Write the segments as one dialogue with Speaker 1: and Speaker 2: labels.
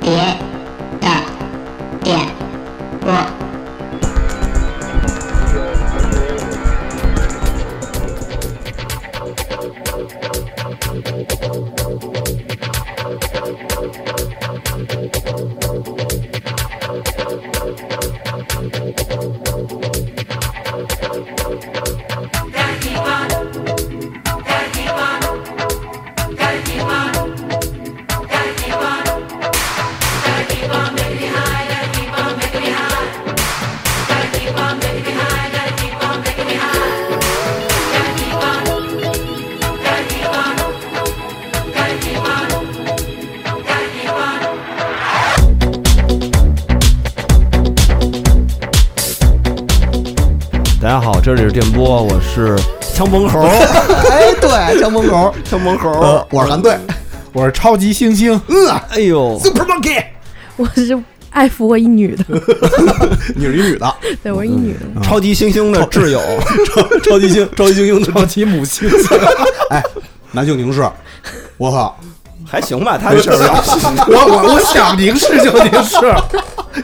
Speaker 1: 别的点播。
Speaker 2: 大家好，这里是电波，我是枪崩 猴，
Speaker 3: 哎，对，小门口，
Speaker 2: 枪崩猴
Speaker 3: 呃，我是韩队，
Speaker 4: 哦我是超级猩猩，
Speaker 3: 嗯
Speaker 2: 哎呦，
Speaker 3: ，Super Monkey，
Speaker 5: 我是爱扶我一女 的，
Speaker 3: 你是一女的，
Speaker 5: 对我是一女的，
Speaker 4: 嗯
Speaker 2: 超级猩猩的挚友，超超级猩，超级猩猩的
Speaker 4: 超级母猩猩，
Speaker 3: 哎，男性凝视，我靠，
Speaker 2: 还行吧，他
Speaker 3: 没事儿聊，
Speaker 4: 我我我想凝视就 凝视，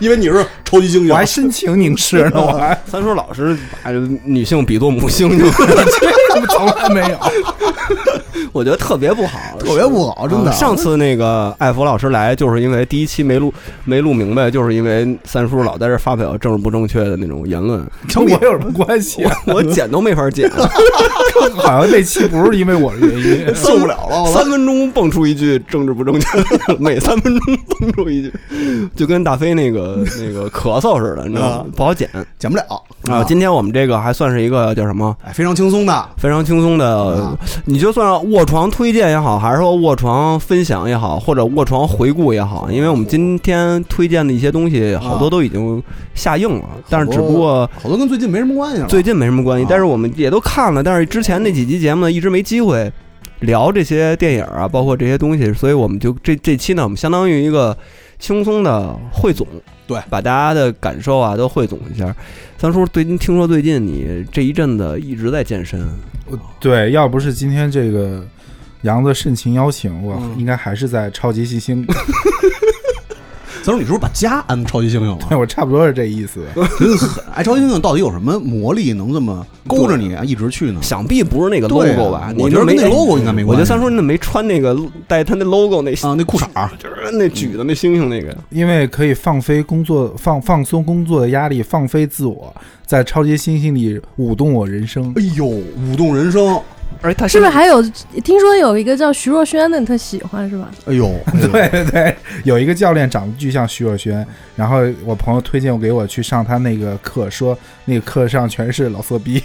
Speaker 3: 因为你是超级猩
Speaker 4: 我还
Speaker 3: 猩，
Speaker 4: 深情凝视呢，我还
Speaker 2: 三叔老是把女性比作母猩 猩，
Speaker 4: 他妈从来没有，
Speaker 2: 我觉得特别不好，
Speaker 3: 特别不好，
Speaker 4: 啊
Speaker 3: 真
Speaker 2: 嗯
Speaker 3: 的。
Speaker 2: 上次那个艾佛老师来，就是因为第一期没录没录明白，就是因为三叔老在这发表政治不正确的那种言论，
Speaker 4: 跟我有什么关系啊？
Speaker 2: 我剪都没法剪，
Speaker 4: 好像那期不是因为我的 原因，
Speaker 3: 受不了了，我
Speaker 2: 三分钟蹦出一句政治不正确，每三分钟蹦出一句，就跟大飞那个那个咳嗽似的，你知
Speaker 4: 啊
Speaker 2: 道吗？不好剪
Speaker 3: 减不了
Speaker 2: 啊。今天我们这个还算是一个叫什么？
Speaker 3: 哎，非常轻松的，
Speaker 2: 非常轻松的
Speaker 3: 啊，
Speaker 2: 你就算卧床推荐也好，还是说卧床分享也好，或者卧床回顾也
Speaker 3: 啊
Speaker 2: 好，因为我们今天推荐的一些东西，好多都已经下映了，但是只不过
Speaker 3: 好多跟最近没什么关系了。
Speaker 2: 最近没什么关系
Speaker 3: 啊。
Speaker 2: 但是我们也都看了，但是之前那几期节目呢，一直没机会聊这些电影啊，包括这些东西，所以我们就这这期呢，我们相当于一个轻松的汇总，
Speaker 3: 对
Speaker 2: 把大家的感受啊都汇总一下。三叔，最近听说最近你这一阵子一直在健身，
Speaker 4: 对，要不是今天这个杨子盛情邀请，我应该还是在超级猩猩，
Speaker 3: 三叔，你是不是把家安超级猩猩了？
Speaker 4: 我差不多是这意思。
Speaker 3: 真狠！哎，超级猩猩到底有什么魔力能这么勾着你啊一直去呢？
Speaker 2: 想必不是那个
Speaker 3: 对啊
Speaker 2: logo 吧？你
Speaker 3: 我觉得
Speaker 2: 没哎
Speaker 3: 跟那 logo 应该没关系。
Speaker 2: 我觉得三叔那没穿那个带他那 logo 那
Speaker 3: 啊，那裤衩儿
Speaker 2: 就是那举的那星星那个，
Speaker 4: 因为可以放飞工作，放放松工作的压力，放飞自我，在超级猩猩里舞动我人 生。
Speaker 3: 哎呦，舞动人生！
Speaker 2: 而他
Speaker 5: 是不是还有听说有一个叫徐若瑄的，你特喜欢是吧？
Speaker 3: 哎呦，哎呦
Speaker 4: 对对对，有一个教练长得巨像徐若瑄，然后我朋友推荐我给我去上他那个课，说那个课上全是老色逼。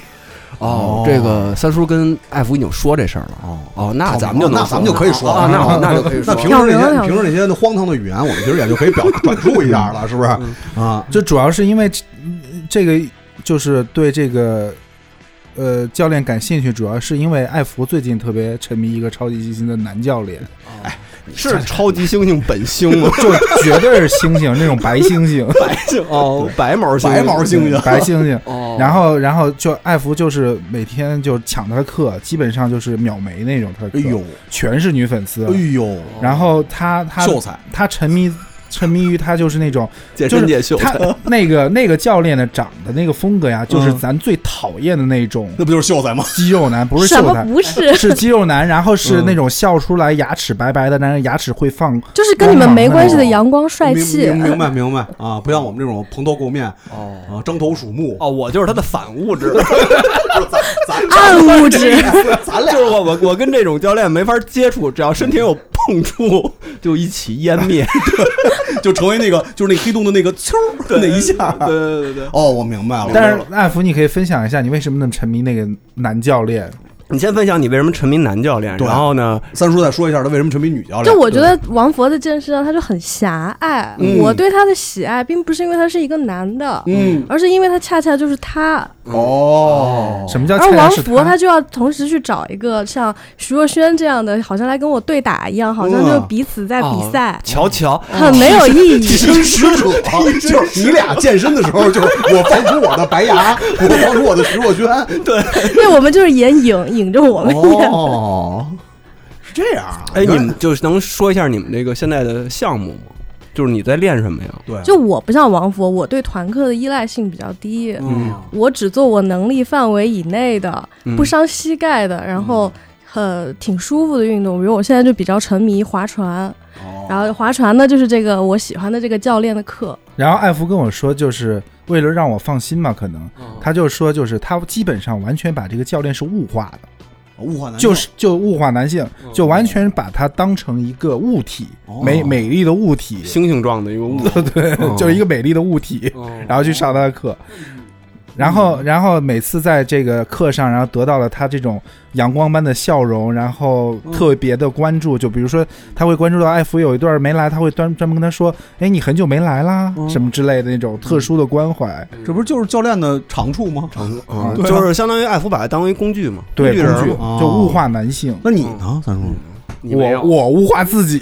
Speaker 2: 哦，这个三叔跟艾福已经说这事儿了。
Speaker 3: 哦
Speaker 2: 哦，那咱们就能
Speaker 3: 那咱们就可以说了哦
Speaker 2: 啊，那那就可以说
Speaker 3: 那
Speaker 2: 了。
Speaker 3: 平时那
Speaker 5: 要
Speaker 3: 些
Speaker 5: 聊聊
Speaker 3: 平时那些荒唐的语言，我们其实也就可 以表转述一下了，是不是？
Speaker 2: 嗯
Speaker 3: 啊，
Speaker 4: 就主要是因为这嗯这个，就是对这个呃教练感兴趣，主要是因为艾福最近特别沉迷一个超级巨星的男教练，
Speaker 2: 是超级猩猩本猩吗？
Speaker 4: 就绝对是猩猩那种白猩猩，
Speaker 2: 白猩哦，白毛猩猩，
Speaker 3: 白毛猩猩
Speaker 4: 白猩猩。
Speaker 2: 哦，
Speaker 4: 然后，然后就艾福就是每天就抢他的课，基本上就是秒没那种他的课，
Speaker 3: 哎呦，
Speaker 4: 全是女粉丝。
Speaker 3: 哎呦，
Speaker 4: 然后他他
Speaker 3: 秀才，
Speaker 4: 他沉迷沉迷于他就是那种
Speaker 2: 健
Speaker 4: 就是
Speaker 2: 身界秀
Speaker 4: 他
Speaker 2: 才，
Speaker 4: 那个那个教练的长的那个风格呀，
Speaker 3: 嗯
Speaker 4: 就是咱最讨厌的那种
Speaker 3: 那不就是秀才吗？
Speaker 4: 肌肉男，不是
Speaker 5: 什
Speaker 4: 秀
Speaker 5: 么
Speaker 4: 才。
Speaker 5: 不是？
Speaker 4: 是肌肉男，然后是
Speaker 2: 嗯
Speaker 4: 那种笑出来牙齿白白的，但是牙齿会放，
Speaker 5: 就是跟你们没关系的阳光帅气
Speaker 3: 明，明明白明白啊，不像我们这种蓬头垢面
Speaker 2: 哦
Speaker 3: 啊，獐头鼠目，
Speaker 2: 哦，我就是他的反物质，
Speaker 5: 暗物质。
Speaker 3: 咱
Speaker 2: 就是我我我跟这种教练没法接触，只要身体有碰触就一起湮 灭。
Speaker 3: 就成为那个就是那黑洞的那个嗖儿 那一下。
Speaker 2: 对对对对，
Speaker 3: 哦，我明白了。
Speaker 4: 但是艾福，你可以分享一下你为什么那么沉迷那个男教练？
Speaker 2: 你先分享你为什么沉迷男教练，
Speaker 3: 对
Speaker 2: 然后呢？
Speaker 3: 三叔再说一下他为什么沉迷女教练。
Speaker 5: 就我觉得王佛的健身啊，他就很狭隘。
Speaker 3: 嗯
Speaker 5: 我对他的喜爱，并不是因为他是一个男的，
Speaker 3: 嗯，
Speaker 5: 而是因为他恰恰就是他。
Speaker 3: 哦，
Speaker 4: 什么叫
Speaker 5: 而
Speaker 4: 恰恰
Speaker 5: 啊王
Speaker 4: 是
Speaker 5: 佛
Speaker 4: 他
Speaker 5: 他就要同时去找一个像徐若瑄这样的，好像来跟我对打一样，好像就
Speaker 3: 嗯
Speaker 5: 彼此在比
Speaker 2: 哦
Speaker 5: 赛，
Speaker 2: 瞧瞧，
Speaker 5: 很没有意义。
Speaker 3: 替身使者，就是你俩健身的时候，就是我放出我的白牙，我放出我的徐若瑄。
Speaker 5: 对，我们就是眼影引着 我们演。
Speaker 3: 哦，是这样啊。
Speaker 2: 哎，你们就是能说一下你们这个现在的项目吗？就是你在练什么呀？
Speaker 3: 对，
Speaker 5: 就我不像王佛，我对团课的依赖性比较低，
Speaker 2: 嗯
Speaker 5: 我只做我能力范围以内的，
Speaker 2: 嗯
Speaker 5: 不伤膝盖的，然
Speaker 3: 嗯
Speaker 5: 后呃挺舒服的运动。比如我现在就比较沉迷划船，
Speaker 3: 哦
Speaker 5: 然后划船呢就是这个我喜欢的这个教练的课，
Speaker 4: 然后艾福跟我说，就是为了让我放心嘛，可能
Speaker 2: 哦
Speaker 4: 他就说，就是他基本上完全把这个教练是物化
Speaker 2: 哎
Speaker 4: 的，
Speaker 3: 物化男性
Speaker 4: 就是就物化男性，
Speaker 2: 哦
Speaker 4: 就完全把他当成一个物体
Speaker 3: 哦，
Speaker 4: 美美丽的物体，
Speaker 2: 星星状的一个物，
Speaker 4: 对
Speaker 2: 哦，
Speaker 4: 就是一个美丽的物体，然后去上他的课。然后，然后每次在这个课上，然后得到了他这种阳光般的笑容，然后特别的关注。就比如说，他会关注到艾福有一段没来，他会专专门跟他说：“哎，你很久没来啦，
Speaker 3: 嗯
Speaker 4: 什么之类的那种特殊的关怀。
Speaker 3: 这不是就是教练的长处吗？
Speaker 2: 啊，
Speaker 3: 对啊
Speaker 2: 就是相当于艾福把它当为工具嘛，
Speaker 4: 对，
Speaker 2: 具
Speaker 4: 工具
Speaker 2: 人嘛。啊
Speaker 3: 哦
Speaker 4: 就物化男性。
Speaker 3: 那你呢，三叔？
Speaker 2: 你没
Speaker 4: 我
Speaker 2: 有，
Speaker 4: 我物化 自己，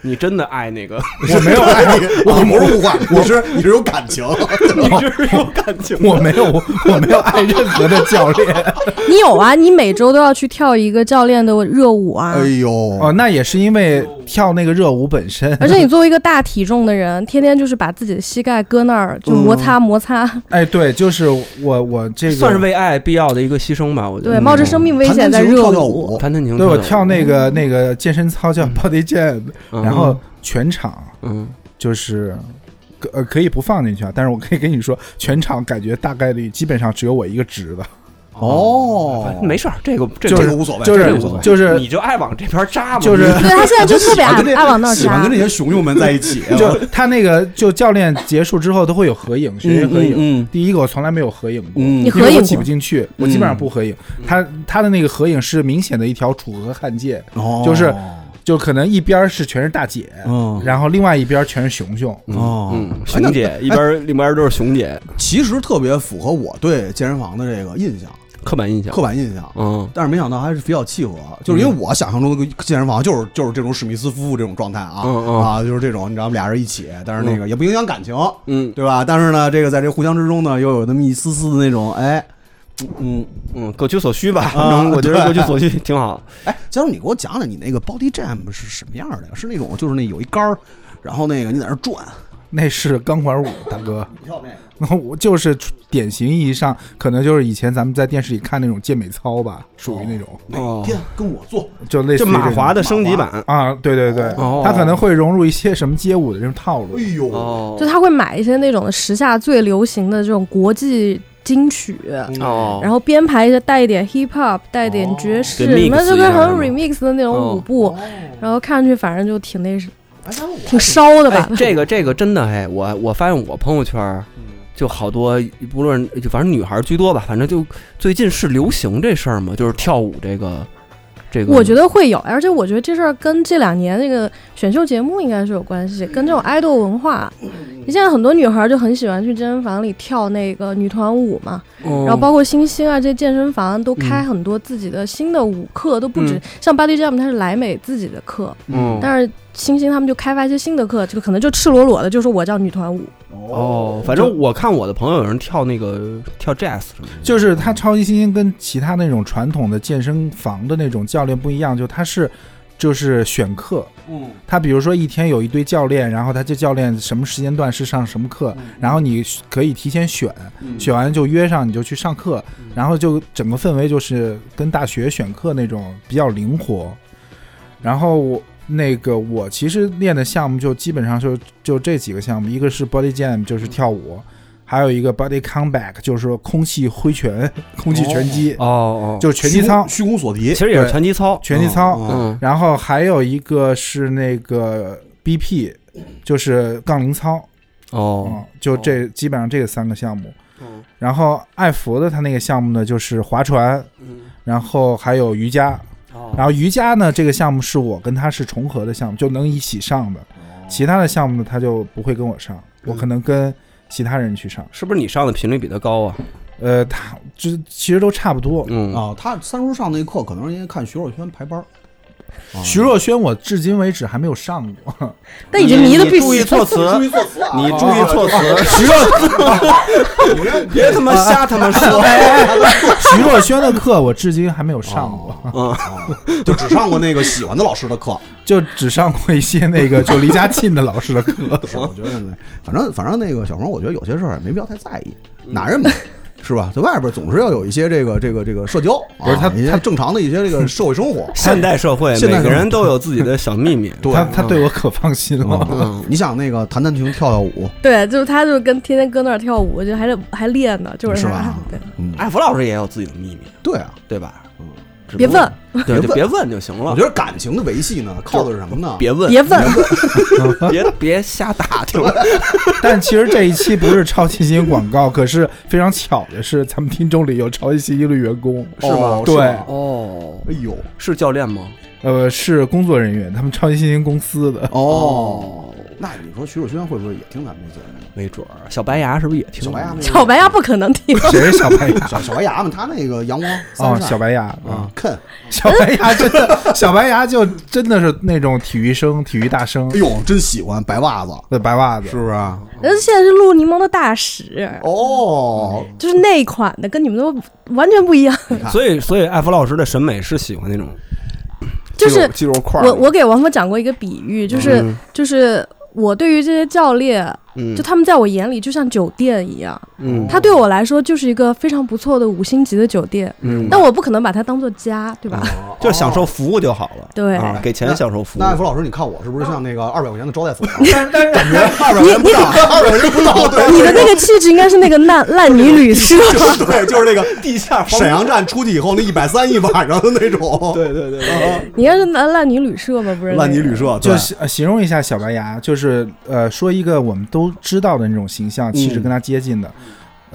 Speaker 2: 你真的爱 那个，
Speaker 4: 我没有爱，
Speaker 3: 我不是物化，我是你是有感情，
Speaker 2: 你是有感情
Speaker 4: 我没有，我没有爱任何的教 练。
Speaker 5: 你有啊？你每周都要去跳一个教练的热舞 啊。
Speaker 3: 哎呦，
Speaker 4: 哦，那也是因为跳那个热舞本身。
Speaker 5: 而且你作为一个大体重的人，天天就是把自己的膝盖搁那儿就
Speaker 3: 嗯
Speaker 5: 摩擦摩擦，
Speaker 4: 哎，对，就是我我这个
Speaker 2: 算是为爱必要的一个牺牲吧，我觉
Speaker 5: 对，
Speaker 2: 得。
Speaker 5: 冒着生命危险在
Speaker 3: 嗯弹琴
Speaker 5: 热
Speaker 3: 跳跳
Speaker 5: 舞。
Speaker 3: 舞，
Speaker 2: 弹弹琴，
Speaker 4: 对我跳那个那个健身操叫 Body Jam，、
Speaker 2: 嗯，
Speaker 4: 然后全场
Speaker 2: 嗯，
Speaker 4: 就是。可呃，可以不放进去啊，但是我可以跟你说，全场感觉大概率基本上只有我一个直的，
Speaker 3: 哦，
Speaker 2: 没事儿，这个这
Speaker 4: 就
Speaker 3: 这
Speaker 4: 是
Speaker 3: 个无所谓，
Speaker 4: 就
Speaker 3: 这
Speaker 4: 是
Speaker 3: 个无所谓。
Speaker 4: 就是
Speaker 2: 你就爱往这边扎嘛，
Speaker 4: 就是
Speaker 5: 对他现在就 特
Speaker 3: 喜
Speaker 5: 别爱
Speaker 3: 欢跟这
Speaker 5: 爱往那儿
Speaker 3: 喜欢
Speaker 5: 扎
Speaker 3: 跟这，些熊熊们在一 起，
Speaker 2: 哦
Speaker 4: 就他那个就教练结束之后都会有合影，学员合影。
Speaker 2: 嗯
Speaker 4: 第一个我从来没有合影过，
Speaker 2: 嗯
Speaker 5: 你
Speaker 4: 因
Speaker 5: 合
Speaker 4: 为
Speaker 5: 影
Speaker 4: 我
Speaker 5: 过
Speaker 4: 挤不进去，我基本上不合影。他他的那个合影是明显的一条楚河汉界，
Speaker 3: 哦
Speaker 4: 就是就可能一边儿是全是大姐，
Speaker 3: 嗯
Speaker 4: 然后另外一边儿全是熊熊。
Speaker 3: 哦
Speaker 2: 嗯，
Speaker 3: 哎那
Speaker 2: 熊 姐一边另边都是熊姐，
Speaker 3: 其实特别符合我对健身房的这个印象，
Speaker 2: 刻板印象
Speaker 3: 刻，板印象。
Speaker 2: 嗯
Speaker 3: 但是没想到还是比较契合，啊就是因为我想象中的健身房就是就是这种史密斯夫妇这种状态啊、
Speaker 2: 嗯嗯
Speaker 3: 啊，就是这种你知道俩人一起，但是那个也不影响感情，
Speaker 2: 嗯
Speaker 3: 对吧？但是呢，这个在这互相之中呢，又有那么一丝丝的那种哎，
Speaker 2: 嗯嗯，各取所需吧，反
Speaker 3: 啊
Speaker 2: 正我觉得
Speaker 3: 对
Speaker 2: 各取所需挺好。
Speaker 3: 哎，佳茹，你给我讲讲你那个 body jam 是什么样的呀？是那种就是那有一杆儿，然后那个你在那转，
Speaker 4: 那是钢管舞，大哥，
Speaker 3: 跳那个
Speaker 4: 那我就是典型意义上，可能就是以前咱们在电视里看那种健美操吧，属于那种，
Speaker 5: 哦
Speaker 3: 每天跟我做，
Speaker 4: 就类
Speaker 2: 这
Speaker 4: 似于
Speaker 2: 哦马
Speaker 4: 这
Speaker 2: 华
Speaker 4: 种
Speaker 2: 的升级版，
Speaker 4: 啊，对对对
Speaker 2: 哦，
Speaker 4: 他可能会融入一些什么街舞的这种套路
Speaker 3: 哎。呦，
Speaker 2: 哦
Speaker 5: 就他会买一些那种时下最流行的这种国际金曲。
Speaker 2: 哦，
Speaker 5: 然后编排一些带一点 hip hop，带一点爵士，什么就是很 remix 的那种舞步，
Speaker 2: 哦
Speaker 5: 然后看上去反正就挺那
Speaker 3: 哎，但是我
Speaker 5: 挺烧的吧
Speaker 2: 哎？这个这个真的哎，我我发现我朋友圈儿就好多，不论就反正女孩儿居多吧，反正就最近是流行这事儿嘛，就是跳舞这个这个。
Speaker 5: 我觉得会有，而且我觉得这事儿跟这两年那个选秀节目应该是有关
Speaker 2: 嗯
Speaker 5: 系，跟这种爱豆文化。你现在很多女孩就很喜欢去健身房里跳那个女团舞嘛，
Speaker 2: 嗯，
Speaker 5: 然后包括新星啊，这些健身房都开
Speaker 2: 嗯
Speaker 5: 很多自己的新的舞课，都不止、
Speaker 2: 嗯
Speaker 5: 像 Body Jam 它是莱美自己的课，
Speaker 2: 嗯，
Speaker 5: 但是新星他们就开发一些新的课，就可能就赤裸裸的就说我叫女团舞，
Speaker 2: 哦，反正我看我的朋友有人跳那个跳 jazz 什么的，
Speaker 4: 就是他超级新星跟其他那种传统的健身房的那种教练不一样，就他是就是选课，
Speaker 3: 嗯，
Speaker 4: 他比如说一天有一堆教练，然后他这教练什么时间段是上什么课，
Speaker 2: 嗯
Speaker 4: 然后你可以提前选，选完就约上你就去上课，然后就整个氛围就是跟大学选课那种比较灵活。然后我那个我其实练的项目就基本上就就这几个项目，一个是 body jam
Speaker 2: 嗯
Speaker 4: 就是跳舞，还有一个 body comeback 就是说空气挥拳、 空气拳击，
Speaker 2: 哦哦，
Speaker 4: 就是拳击操、
Speaker 3: 虚空所提
Speaker 2: 其，实也是
Speaker 4: 对
Speaker 2: 拳击操，
Speaker 4: 拳击操。
Speaker 3: 嗯
Speaker 2: 嗯
Speaker 4: 然后还有一个是那个 BP，就是杠铃操。
Speaker 2: 哦，
Speaker 4: 嗯，就这基本上这个三个项目。
Speaker 2: 嗯
Speaker 4: 然后艾佛的他那个项目呢，就是划船，
Speaker 2: 嗯
Speaker 4: 然后还有瑜伽。
Speaker 2: 哦
Speaker 5: 哦
Speaker 4: 然后瑜伽呢，这个项目是我跟他是重合的项目，就能一起上的。
Speaker 2: 哦
Speaker 4: 其他的项目呢，他就不会跟我上，我
Speaker 2: 嗯
Speaker 4: 可能跟其他人去上。
Speaker 2: 是不是你上的频率比他高啊？
Speaker 4: 呃，他这其实都差不多。
Speaker 2: 嗯，
Speaker 3: 啊，他三叔上那课可能是因为看徐若瑄排班儿，
Speaker 2: 哦
Speaker 4: 徐若瑄我至今为止还没有上过，
Speaker 5: 但已经迷
Speaker 2: 哎
Speaker 5: 的
Speaker 2: 你
Speaker 5: 必
Speaker 2: 注
Speaker 5: 死
Speaker 2: 意。措辞，
Speaker 3: 注意措辞啊！
Speaker 2: 你注意措辞，
Speaker 4: 徐若
Speaker 2: 别他妈瞎他妈说。。
Speaker 4: 徐若瑄的课我至今还没有上过，
Speaker 3: 就只上过那个喜欢的老师的课。
Speaker 4: 就只上过一些那个就离家近的老师的课。
Speaker 3: 是我觉得那，反正反正那个小鹏，我觉得有些事儿也没必要太在意，哪人没？是吧？在外边总是要有一些这个这个这个社交，
Speaker 4: 不是他
Speaker 3: 啊一些
Speaker 4: 他
Speaker 3: 正常的一些这个社会生活
Speaker 2: 现代社会，
Speaker 3: 现代
Speaker 2: 每
Speaker 3: 社会
Speaker 2: 个人都有自己的小秘密。
Speaker 3: 对
Speaker 4: 他他对我可放心了，
Speaker 2: 哦
Speaker 3: 嗯，你想那个弹弹琴、跳跳舞，
Speaker 5: 对，就是他，就是跟天天搁那儿跳舞，就还得还练呢，就是
Speaker 3: 是
Speaker 5: 他
Speaker 3: 吧
Speaker 5: 对，
Speaker 3: 嗯，
Speaker 2: 艾弗老师也有自己的秘密，
Speaker 3: 对啊，
Speaker 2: 对吧？嗯，
Speaker 5: 别问，
Speaker 2: 对，就
Speaker 3: 别问
Speaker 2: 别问就行了。
Speaker 3: 我觉得感情的维系呢，靠的是什么呢？
Speaker 2: 别问，
Speaker 5: 别 问，
Speaker 2: 别别瞎打听。
Speaker 4: 但其实这一期不是超新星广告，可是非常巧的是，咱们听众里有超级新星的员工，
Speaker 3: 是吗
Speaker 4: 对
Speaker 3: 是吗
Speaker 2: 哦，
Speaker 3: 哎呦，
Speaker 2: 是教练吗？
Speaker 4: 呃，是工作人员，他们超级新星公司的。
Speaker 3: 哦，那你说徐若瑄会不会也听咱们这节目？
Speaker 2: 没准儿，小白牙是不是也听？
Speaker 3: 小白牙没有，
Speaker 5: 嗯小白鸭不可 能听。
Speaker 4: 谁是小白牙？
Speaker 3: 小小白牙嘛，他那个阳光
Speaker 4: 哦，
Speaker 3: 三
Speaker 4: 小白牙
Speaker 3: 啊，看，
Speaker 4: 小白牙真的，小白牙就真的是那种体育生、体育大生
Speaker 3: 哎呦，真喜欢白袜子，
Speaker 4: 的白袜子
Speaker 3: 是，不是啊？
Speaker 5: 人家现在是录柠檬的大使，
Speaker 3: 哦，
Speaker 5: 就是那一款的，跟你们都完全不一样。
Speaker 2: 所以，所以艾弗老师的审美是喜欢那种
Speaker 5: 就
Speaker 2: 肌
Speaker 5: 是
Speaker 2: 肉肌肉块儿的。
Speaker 5: 我我给王峰讲过一个比喻，就是、
Speaker 2: 嗯
Speaker 5: 就是我对于这些教练，
Speaker 2: 嗯
Speaker 5: 就他们在我眼里就像酒店一样，
Speaker 3: 哦
Speaker 2: 嗯
Speaker 5: 他对我来说就是一个非常不错的五星级的酒店，
Speaker 2: 嗯，
Speaker 5: 但我不可能把它当做家，对吧？
Speaker 2: 就享受服务就好了。
Speaker 5: 对
Speaker 2: 啊，给钱享受服务
Speaker 3: 那。艾福老师，你看我是不是像那个二百块钱的招待 所？
Speaker 2: 感觉二百
Speaker 5: 你你
Speaker 3: 二百块钱不到，对
Speaker 2: 嗯
Speaker 5: 你的那个气质应该是那个 烂烂泥旅社，
Speaker 3: 对，就是那个
Speaker 2: 地下房
Speaker 3: 沈阳站出去以后那一百三一晚上的那种，对对对，
Speaker 5: 你应该是烂烂泥旅社吗？不是那个
Speaker 3: 烂泥旅社，
Speaker 4: 就
Speaker 3: 对
Speaker 4: 是呃形容一下小白牙，就是呃，说一个我们都知道的那种形象，气质跟他接近的。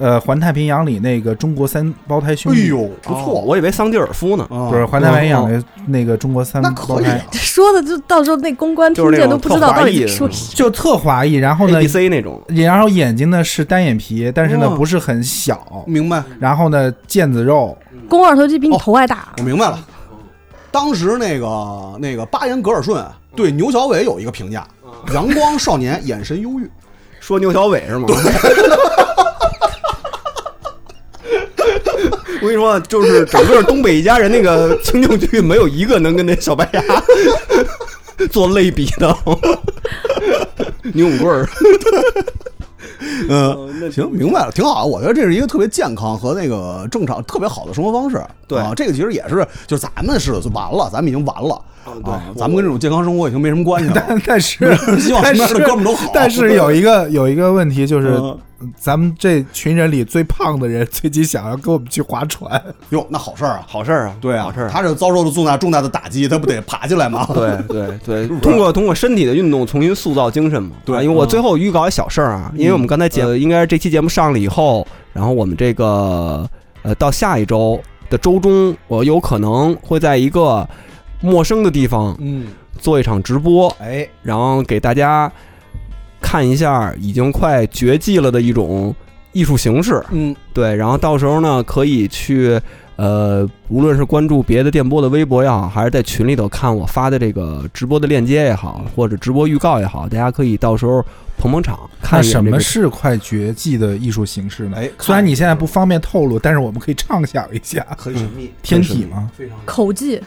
Speaker 4: 呃，环太平洋里那个中国三胞胎兄
Speaker 3: 哎
Speaker 4: 弟，
Speaker 3: 呦，不
Speaker 2: 哦
Speaker 3: 错，
Speaker 2: 我以为桑吉尔夫呢，
Speaker 3: 不
Speaker 4: 不是环太平洋里那个中国三
Speaker 3: 哦啊那
Speaker 4: 胞
Speaker 3: 可以
Speaker 4: 胎
Speaker 3: 啊，，
Speaker 5: 说的就到时候那公关
Speaker 2: 就
Speaker 5: 听
Speaker 2: 是那
Speaker 5: 见
Speaker 2: 种
Speaker 5: 都不知道
Speaker 2: 特华
Speaker 5: 到
Speaker 2: 裔
Speaker 5: 底
Speaker 2: 的
Speaker 5: 说
Speaker 2: 那
Speaker 5: 谁。
Speaker 4: 就特华裔。然后
Speaker 2: A
Speaker 4: 呢
Speaker 2: B，C 那种。
Speaker 4: 然后眼睛呢是单眼皮，但是呢
Speaker 3: 哦
Speaker 4: 不是很小，
Speaker 3: 明白，
Speaker 4: 然后呢腱子肉，
Speaker 5: 肱二头肌比
Speaker 2: 哦
Speaker 5: 你头还大
Speaker 3: 我，明白了。当时那个那个巴彦格尔顺对牛小伟有一个评价：阳光少年，眼神忧郁。
Speaker 2: 说牛小伟是吗？我跟你说，啊就是整个东北一家人那个情景剧，没有一个能跟那小白牙做类比的。牛永贵儿，
Speaker 3: 嗯，行，明白了，挺好。我觉得这是一个特别健康和那个正常、特别好的生活方式。
Speaker 2: 对
Speaker 3: 啊，这个其实也是，就是咱们是就完了，咱们已经完了
Speaker 2: 对
Speaker 3: 啊，咱们跟这种健康生活已经没什么关系了。
Speaker 4: 但但是
Speaker 3: 希望身
Speaker 4: 但
Speaker 3: 边
Speaker 4: 是
Speaker 3: 的哥们儿都哎好。
Speaker 4: 但是有一个有一个问题就是
Speaker 3: 嗯，
Speaker 4: 咱们这群人里最胖的人最近想要跟我们去划船，
Speaker 3: 哟，那好事儿啊，
Speaker 2: 好事儿啊，
Speaker 3: 对啊，
Speaker 2: 好事儿啊。
Speaker 3: 他这遭受了重大重大的打击，他不得爬起来吗？
Speaker 2: 对对对，通过通过身体的运动重新塑造精神嘛。
Speaker 3: 对
Speaker 2: 啊因为我最后预告一小事儿啊，因为我们刚才节应该是这期节目上了以后，然后我们这个呃到下一周的周中，我有可能会在一个陌生的地方
Speaker 3: 嗯，
Speaker 2: 做一场直播，
Speaker 3: 哎，
Speaker 2: 然后给大家看一下已经快绝迹了的一种艺术形式。
Speaker 3: 嗯，
Speaker 2: 对，然后到时候呢，可以去呃，无论是关注别的电波的微博也好，还是在群里头看我发的这个直播的链接也好，或者直播预告也好，大家可以到时候捧捧场，看
Speaker 4: 那
Speaker 2: 一眼
Speaker 4: 什
Speaker 2: 这
Speaker 4: 么
Speaker 2: 个。
Speaker 4: 是快绝技的艺术形式呢？
Speaker 3: 哎
Speaker 4: 虽然你现在不方便透露，但是我们可以畅想一下
Speaker 3: 很神秘，
Speaker 4: 天体吗？
Speaker 3: 非常
Speaker 5: 口技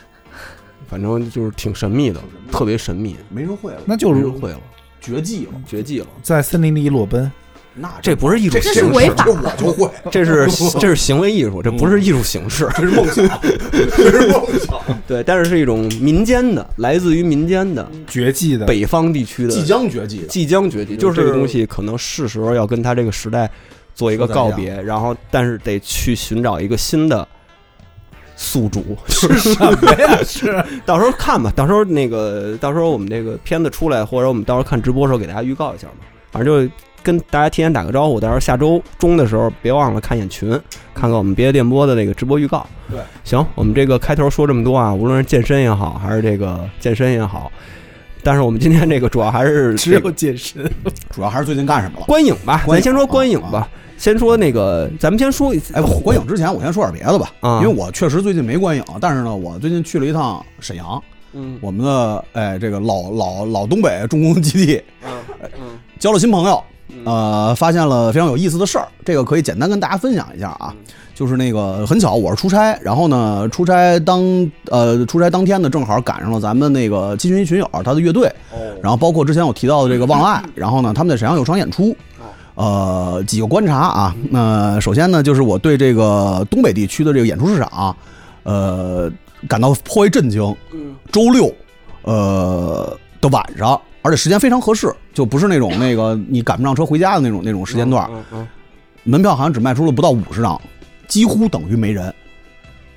Speaker 2: 反正就是挺神秘的，特别神秘，
Speaker 3: 没人会了，
Speaker 4: 那就
Speaker 2: 没人
Speaker 4: 是
Speaker 2: 会了，
Speaker 3: 绝技了。
Speaker 2: 绝迹了。
Speaker 4: 在森林里裸奔，
Speaker 3: 那
Speaker 2: 这不是艺术
Speaker 5: 这
Speaker 2: 形
Speaker 5: 是
Speaker 2: 式，
Speaker 5: 违法
Speaker 3: 这我就会，
Speaker 2: 这是这是行为艺术，这不是艺术形式。
Speaker 3: 这是梦 想，这是梦想。
Speaker 2: 对，但是是一种民间的，来自于民间的
Speaker 3: 嗯
Speaker 4: 绝技的。
Speaker 2: 北方地区的
Speaker 3: 即将绝技的，
Speaker 2: 即将绝迹，就
Speaker 3: 就
Speaker 2: 是是这个东西可能是时候要跟它这个时代做一个告别，然后但是得去寻找一个新的宿主， 就是什么呀？是， 到时候看吧，到时候那个，到时候我们这个片子出来，或者我们到时候看直播的时候给大家预告一下嘛，反正就。跟大家提前打个招呼，到时候下周中的时候别忘了看一眼群，看看我们别的电波的那个直播预告。
Speaker 3: 对，
Speaker 2: 行，我们这个开头说这么多啊，无论是健身也好，还是这个健身也好，但是我们今天这个主要还是
Speaker 4: 只
Speaker 2: 这个
Speaker 4: 有健身，
Speaker 3: 主要还是最近干什么了？
Speaker 2: 观影吧，
Speaker 3: 观
Speaker 2: 咱
Speaker 3: 影
Speaker 2: 先说观影吧，
Speaker 3: 啊
Speaker 2: 先说那个，咱们先说一次
Speaker 3: 哎，我观影之前我先说点别的吧，
Speaker 2: 啊
Speaker 3: 因为我确实最近没观影，但是呢，我最近去了一趟沈阳，
Speaker 2: 嗯
Speaker 3: 我们的哎这个老老老东北重工基地哎
Speaker 2: 嗯嗯
Speaker 3: 交了新朋友，
Speaker 2: 嗯
Speaker 3: 呃，发现了非常有意思的事儿，这个可以简单跟大家分享一下啊。
Speaker 2: 嗯
Speaker 3: 就是那个很巧，我是出差，然后呢，出差当呃出差当天呢，正好赶上了咱们那个七群一群友他的乐队，
Speaker 2: 哦
Speaker 3: 然后包括之前我提到的这个望爱，然后呢，他们在沈阳有场演出。呃，几个观察啊，那、首先呢，就是我对这个东北地区的这个演出市场啊、呃，感到颇为震惊。
Speaker 2: 嗯
Speaker 3: 周六，呃的晚上，而且时间非常合适，就不是那种那个你赶不上车回家的那种那种时间段。
Speaker 2: 嗯嗯
Speaker 3: 门票好像只卖出了不到五十张，几乎等于没人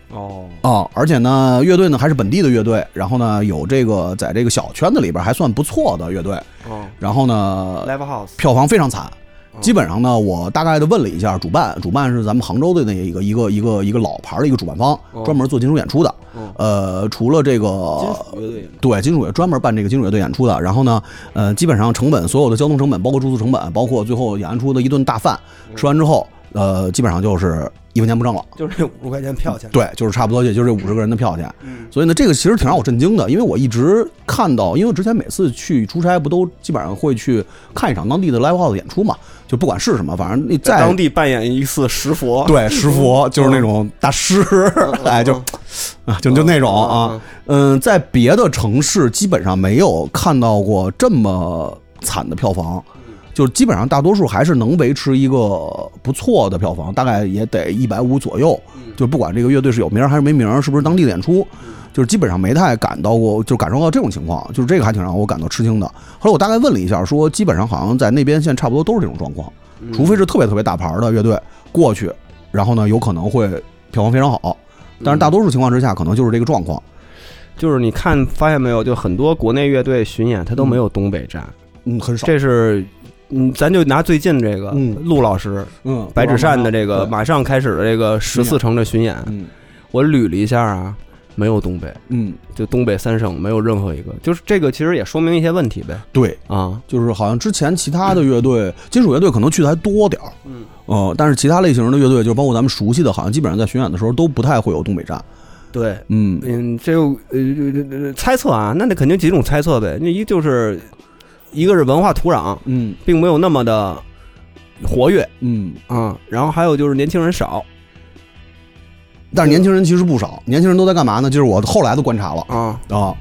Speaker 2: 哦
Speaker 3: 啊、而且呢，乐队呢还是本地的乐队，然后呢有这个在这个小圈子里边还算不错的乐队，
Speaker 2: 哦
Speaker 3: 然后呢
Speaker 2: ，Live House
Speaker 3: 票房非常惨。
Speaker 2: 哦
Speaker 3: 基本上呢，我大概的问了一下主办，主办是咱们杭州的那一个一个一个一个老牌的一个主办方
Speaker 2: 哦，
Speaker 3: 专门做金属演出的。
Speaker 2: 哦
Speaker 3: 呃，除了这个
Speaker 2: 属乐队演出
Speaker 3: 对金属乐专门办这个金属乐队演出的，然后呢，呃，基本上成本所有的交通成本，包括住宿成本，包括最后演完出的一顿大饭，
Speaker 2: 嗯
Speaker 3: 吃完之后，呃，基本上就是一分钱不挣了。
Speaker 2: 就是这五十块钱票钱，
Speaker 3: 对，就是差不多，也就是这五十个人的票钱。
Speaker 2: 嗯
Speaker 3: 所以呢，这个其实挺让我震惊的，因为我一直看到，因为我之前每次去出差，不都基本上会去看一场当地的 live house 演出嘛，就不管是什么，反正你
Speaker 2: 在
Speaker 3: 在
Speaker 2: 当地扮演一次石佛，
Speaker 3: 对石佛就是那种大师，
Speaker 2: 嗯
Speaker 3: 哎，就啊，就就那种啊，嗯，在别的城市基本上没有看到过这么惨的票房，就是基本上大多数还是能维持一个不错的票房，大概也得一百五左右。就不管这个乐队是有名儿还是没名儿，是不是当地的演出，就是基本上没太感到过，就感受到这种情况，就是这个还挺让我感到吃惊的。后来我大概问了一下，说基本上好像在那边现在差不多都是这种状况，
Speaker 2: 嗯
Speaker 3: 除非是特别特别大牌儿的乐队过去，然后呢有可能会票房非常好，
Speaker 2: 嗯
Speaker 3: 但是大多数情况之下可能就是这个状况。
Speaker 2: 就是你看发现没有，就很多国内乐队巡演它都没有东北站，
Speaker 3: 嗯，很少。
Speaker 2: 这是。嗯，咱就拿最近这个
Speaker 3: 嗯
Speaker 2: 陆老师
Speaker 3: 嗯，
Speaker 2: 白纸扇的这个
Speaker 3: 对
Speaker 2: 马上开始的这个十四城的巡演，
Speaker 3: 嗯
Speaker 2: 我捋了一下啊，没有东北，
Speaker 3: 嗯，
Speaker 2: 就东北三省没有任何一个，就是这个其实也说明一些问题呗
Speaker 3: 对，
Speaker 2: 啊，
Speaker 3: 就是好像之前其他的乐队，金属乐队可能去的还多点儿。
Speaker 2: 嗯，
Speaker 3: 呃，但是其他类型的乐队，就包括咱们熟悉的，好像基本上在巡演的时候都不太会有东北站。
Speaker 2: 对。
Speaker 3: 嗯，
Speaker 2: 嗯，这个呃呃呃猜测啊，那得肯定几种猜测呗。那一就是，一个是文化土壤
Speaker 3: 嗯
Speaker 2: 并没有那么的活跃
Speaker 3: 嗯，
Speaker 2: 啊、然后还有就是年轻人少
Speaker 3: 但是年轻人其实不少，年轻人都在干嘛呢？就是我后来的观察了
Speaker 2: 啊
Speaker 3: 啊，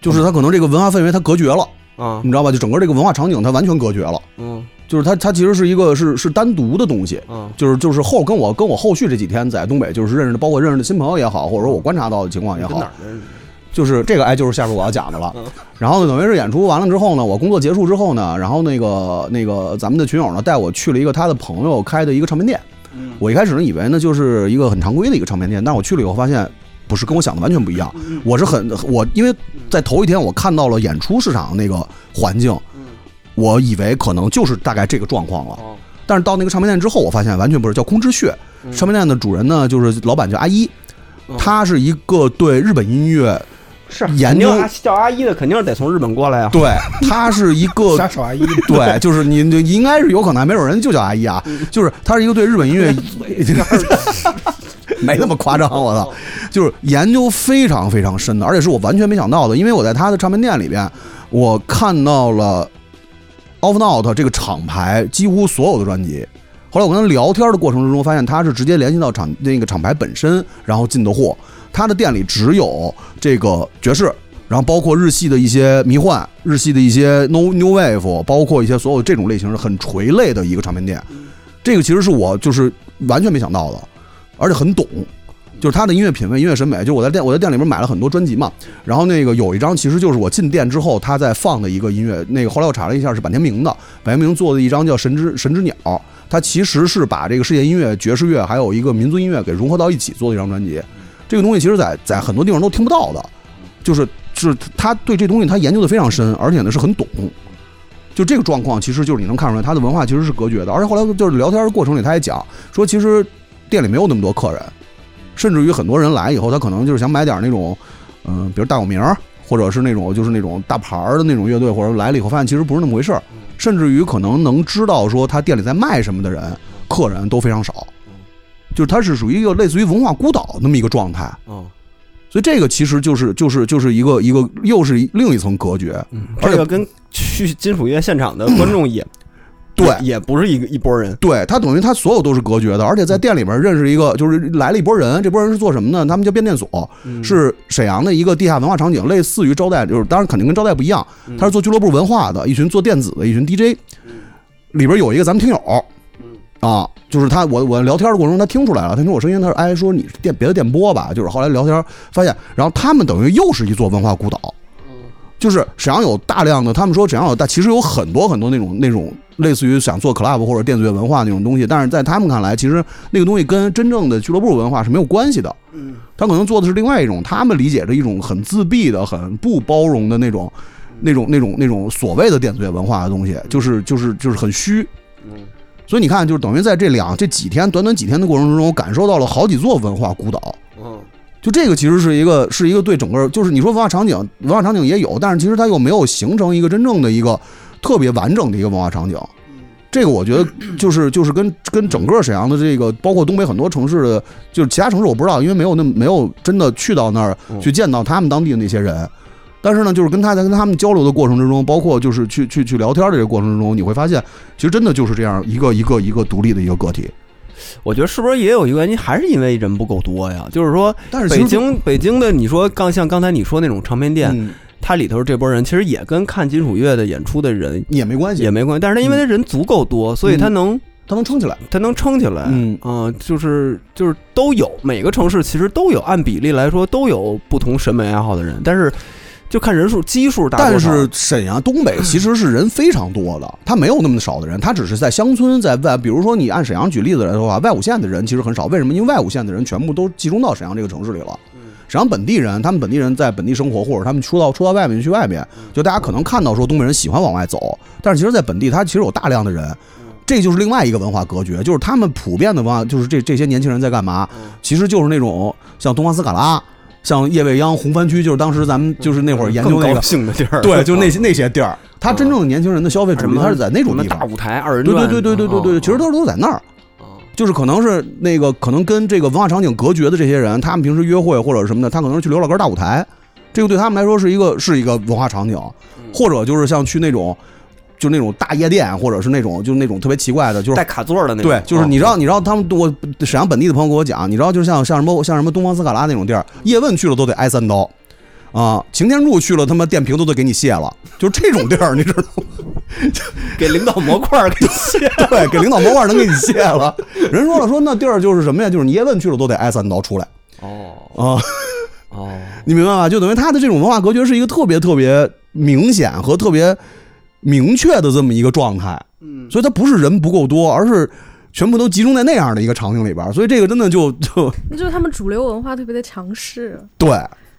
Speaker 3: 就是他可能这个文化氛围他隔绝了，
Speaker 2: 啊
Speaker 3: 你知道吧？就整个这个文化场景他完全隔绝了，
Speaker 2: 嗯
Speaker 3: 就是他他其实是一个是是单独的东西。
Speaker 2: 啊
Speaker 3: 就是就是后跟我跟我后续这几天在东北就是认识的，包括认识的新朋友也好，或者说我观察到的情况也
Speaker 2: 跟
Speaker 3: 好
Speaker 2: 哪，儿认识？
Speaker 3: 就是这个哎，就是下边我要讲的
Speaker 2: 嗯
Speaker 3: 了。然后呢，等于是演出完了之后呢，我工作结束之后呢，然后那个那个咱们的群友呢带我去了一个他的朋友开的一个唱片店。
Speaker 2: 嗯
Speaker 3: 我一开始呢以为呢就是一个很常规的一个唱片店，但是我去了以后发现不是，跟我想的完全不一样。
Speaker 2: 嗯
Speaker 3: 我是很我因为在头一天我看到了演出市场那个环境，我以为可能就是大概这个状况了。
Speaker 2: 嗯哦
Speaker 3: 但是到那个唱片店之后，我发现完全不是，叫空之穴。唱片店的主人呢，就是老板叫阿一，
Speaker 2: 嗯
Speaker 3: 他是一个对日本音乐，
Speaker 2: 是
Speaker 3: 啊研
Speaker 2: 肯定
Speaker 3: 究
Speaker 2: 阿叫阿姨的，肯定是得从日本过来啊。
Speaker 3: 对他是一 个
Speaker 4: 杀手阿姨，
Speaker 3: 对，就是你你应该是有可能，没准人就叫阿姨啊，就是他是一个对日本音乐 没那么夸张，我操，就是研究非常非常深的，而且是我完全没想到的，因为我在他的唱片店里边，我看到了 Off Not 这个厂牌几乎所有的专辑。后来我跟他聊天的过程之中，发现他是直接联系到厂那个厂牌本身，然后进的货。他的店里只有这个爵士，然后包括日系的一些迷幻、日系的一些 no new wave，包括一些所有这种类型的很垂类的一个唱片店。这个其实是我就是完全没想到的，而且很懂。就是他的音乐品味、音乐审美，就是我在店我在店里面买了很多专辑嘛，然后那个有一张其实就是我进店之后他在放的一个音乐，那个后来我查了一下是坂田明的，坂田明做的一张叫《神之神之鸟》，他其实是把这个世界音乐、爵士乐还有一个民族音乐给融合到一起做的一张专辑，这个东西其实在在很多地方都听不到的，就是就是他对这东西他研究的非常深，而且呢是很懂。就这个状况，其实就是你能看出来，他的文化其实是隔绝的。而且后来就是聊天的过程里，他也讲说，其实店里没有那么多客人，甚至于很多人来以后，他可能就是想买点那种，嗯、比如大有名儿，或者是那种就是那种大牌儿的那种乐队，或者来了以后发现其实不是那么回事儿，甚至于可能能知道说他店里在卖什么的人，客人都非常少，就是他是属于一个类似于文化孤岛那么一个状态。
Speaker 2: 哦
Speaker 3: 所以这个其实就是就是就是一个一个又是另一层隔绝，嗯而
Speaker 2: 这
Speaker 3: 且
Speaker 2: 个跟去金属乐现场的观众也
Speaker 3: 对
Speaker 2: 也也不是一个一拨人，
Speaker 3: 对他等于他所有都是隔绝的，而且在店里面认识一个，就是来了一波人，这波人是做什么呢？他们叫变电所，
Speaker 2: 嗯
Speaker 3: 是沈阳的一个地下文化场景，类似于招待，就是当然肯定跟招待不一样，他是做俱乐部文化的，一群做电子的，一群 DJ，里边有一个咱们听友，啊，就是他，我我聊天的过程中他听出来了，他听我声音，他说哎，说你是电别的电波吧，就是后来聊天发现，然后他们等于又是一座文化孤岛，就是沈阳有大量的，他们说沈阳有大，其实有很多很多那种那种类似于想做 club 或者电子乐文化那种东西，但是在他们看来，其实那个东西跟真正的俱乐部文化是没有关系的。
Speaker 2: 嗯，
Speaker 3: 他可能做的是另外一种，他们理解的一种很自闭的、很不包容的那种、那种、那种、那种所谓的电子乐文化的东西，就是就是就是很虚。
Speaker 2: 嗯，
Speaker 3: 所以你看，就是等于在这两这几天短短几天的过程中，我感受到了好几座文化孤岛。
Speaker 2: 嗯
Speaker 3: 就这个其实是一个是一个对整个就是你说文化场景，文化场景也有，但是其实它又没有形成一个真正的一个特别完整的一个文化场景。
Speaker 2: 嗯
Speaker 3: 这个我觉得就是就是跟跟整个沈阳的这个，包括东北很多城市的，就是其他城市我不知道，因为没有那没有真的去到那儿
Speaker 2: 嗯
Speaker 3: 去见到他们当地的那些人。但是呢，就是跟他在跟他们交流的过程之中，包括就是去去去聊天的这个过程之中，你会发现，其实真的就是这样一个一个一个独立的一个个体。
Speaker 2: 我觉得是不是也有一个原因，还是因为人不够多呀？就是说，
Speaker 3: 但是其实
Speaker 2: 北京北京的，你说刚像刚才你说那种唱片店，
Speaker 3: 嗯
Speaker 2: 它里头这波人其实也跟看金属乐的演出的人
Speaker 3: 也没关系，
Speaker 2: 也没关系，但是他
Speaker 3: 嗯
Speaker 2: 因为他人足够多，所以他能
Speaker 3: 他能撑起来。
Speaker 2: 他能撑起来。
Speaker 3: 嗯
Speaker 2: 啊就是就是都有，每个城市其实都有，按比例来说都有不同审美爱好的人，但是就看人数基数大多
Speaker 3: 但
Speaker 2: 少。
Speaker 3: 是沈阳东北其实是人非常多的，他没有那么少的人，他只是在乡村，在外，比如说你按沈阳举例子来的话，外五县的人其实很少。为什么？因为外五县的人全部都集中到沈阳这个城市里了。
Speaker 2: 嗯
Speaker 3: 沈阳本地人，他们本地人在本地生活，或者他们出到出到外面去外面，
Speaker 2: 嗯
Speaker 3: 就大家可能看到说东北人喜欢往外走，但是其实，在本地他其实有大量的人。
Speaker 2: 嗯
Speaker 3: 这就是另外一个文化隔绝，就是他们普遍的文化，就是这这些年轻人在干嘛？
Speaker 2: 嗯
Speaker 3: 其实就是那种像东方斯卡拉，像叶未央、红番区，就是当时咱们就是那会儿研究那
Speaker 2: 更
Speaker 3: 个
Speaker 2: 高兴的地儿，
Speaker 3: 对，就那些那些地儿，他真正的年轻人的消费主力，他是在
Speaker 2: 嗯
Speaker 3: 那
Speaker 2: 什
Speaker 3: 种
Speaker 2: 么
Speaker 3: 地
Speaker 2: 大嗯
Speaker 3: 方。
Speaker 2: 舞台二人
Speaker 3: 对
Speaker 2: 转，啊
Speaker 3: 对对对对对对，其实都是都在那儿，就是可能是那个可能跟这个文化场景隔绝的这些人，他们平时约会或者什么的，他可能是去刘老根大舞台，这个对他们来说是一个是一个文化场景，
Speaker 2: 嗯
Speaker 3: 或者就是像去那种就那种大夜店，或者是那种就是那种特别奇怪的，就是
Speaker 2: 带卡座的那种，
Speaker 3: 对，就是
Speaker 2: 哦
Speaker 3: 你知道，你知道他们我沈阳本地的朋友跟我讲，你知道，就像像什么像什么东方斯卡拉那种地儿，叶问去了都得挨三刀，啊，擎天柱去了他妈电瓶都得给你卸了，就是这种地儿，你知道吗？
Speaker 2: 给领导模块儿给卸了。
Speaker 3: 对，给领导模块能给你卸了。人说了，说那地儿就是什么呀？就是你叶问去了都得挨三刀出来
Speaker 2: 哦
Speaker 3: 啊，
Speaker 2: 哦，
Speaker 3: 你明白吧？就等于他的这种文化隔绝是一个特别特别明显和特别明确的这么一个状态。
Speaker 2: 嗯，
Speaker 3: 所以它不是人不够多，而是全部都集中在那样的一个场景里边儿。所以这个真的就就
Speaker 5: 那就是他们主流文化特别的强势，
Speaker 3: 对，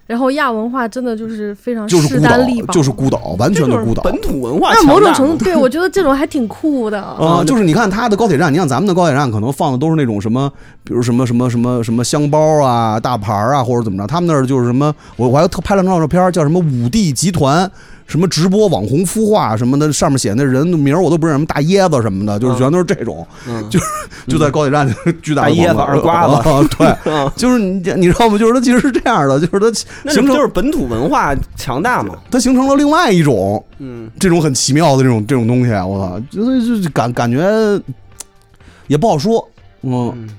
Speaker 5: 然后亚文化真的就是非常
Speaker 3: 就是
Speaker 5: 势
Speaker 3: 孤岛
Speaker 5: 单力，薄，
Speaker 3: 就是孤岛，完全的孤岛。
Speaker 2: 本土文化啊
Speaker 5: 那
Speaker 2: 强大嘛，
Speaker 5: 某种程度，对我觉得这种还挺酷的。
Speaker 3: 啊、就是你看它的高铁站，你像咱们的高铁站，可能放的都是那种什么，比如什么什么什么什么香包啊、大牌儿啊，或者怎么着。他们那儿就是什么，我我还特拍了张照片儿，叫什么五 D 集团，什么直播网红孵化什么的，上面写那人名儿我都不认识，什么大椰子什么的，就是
Speaker 2: 嗯
Speaker 3: 全都是这种，
Speaker 2: 嗯
Speaker 3: 就是就在高铁站巨大的
Speaker 2: 大椰子
Speaker 3: 广告
Speaker 2: 二瓜子
Speaker 3: 啊 对，
Speaker 2: 嗯，
Speaker 3: 就是你这你知道吗？就是它其实是这样的，就是它
Speaker 2: 那
Speaker 3: 形
Speaker 2: 你
Speaker 3: 成
Speaker 2: 不就是本土文化强大嘛？
Speaker 3: 它形成了另外一种
Speaker 2: 嗯，
Speaker 3: 这种很奇妙的这种这种东西，啊我操，就是就感感觉也不好说，嗯，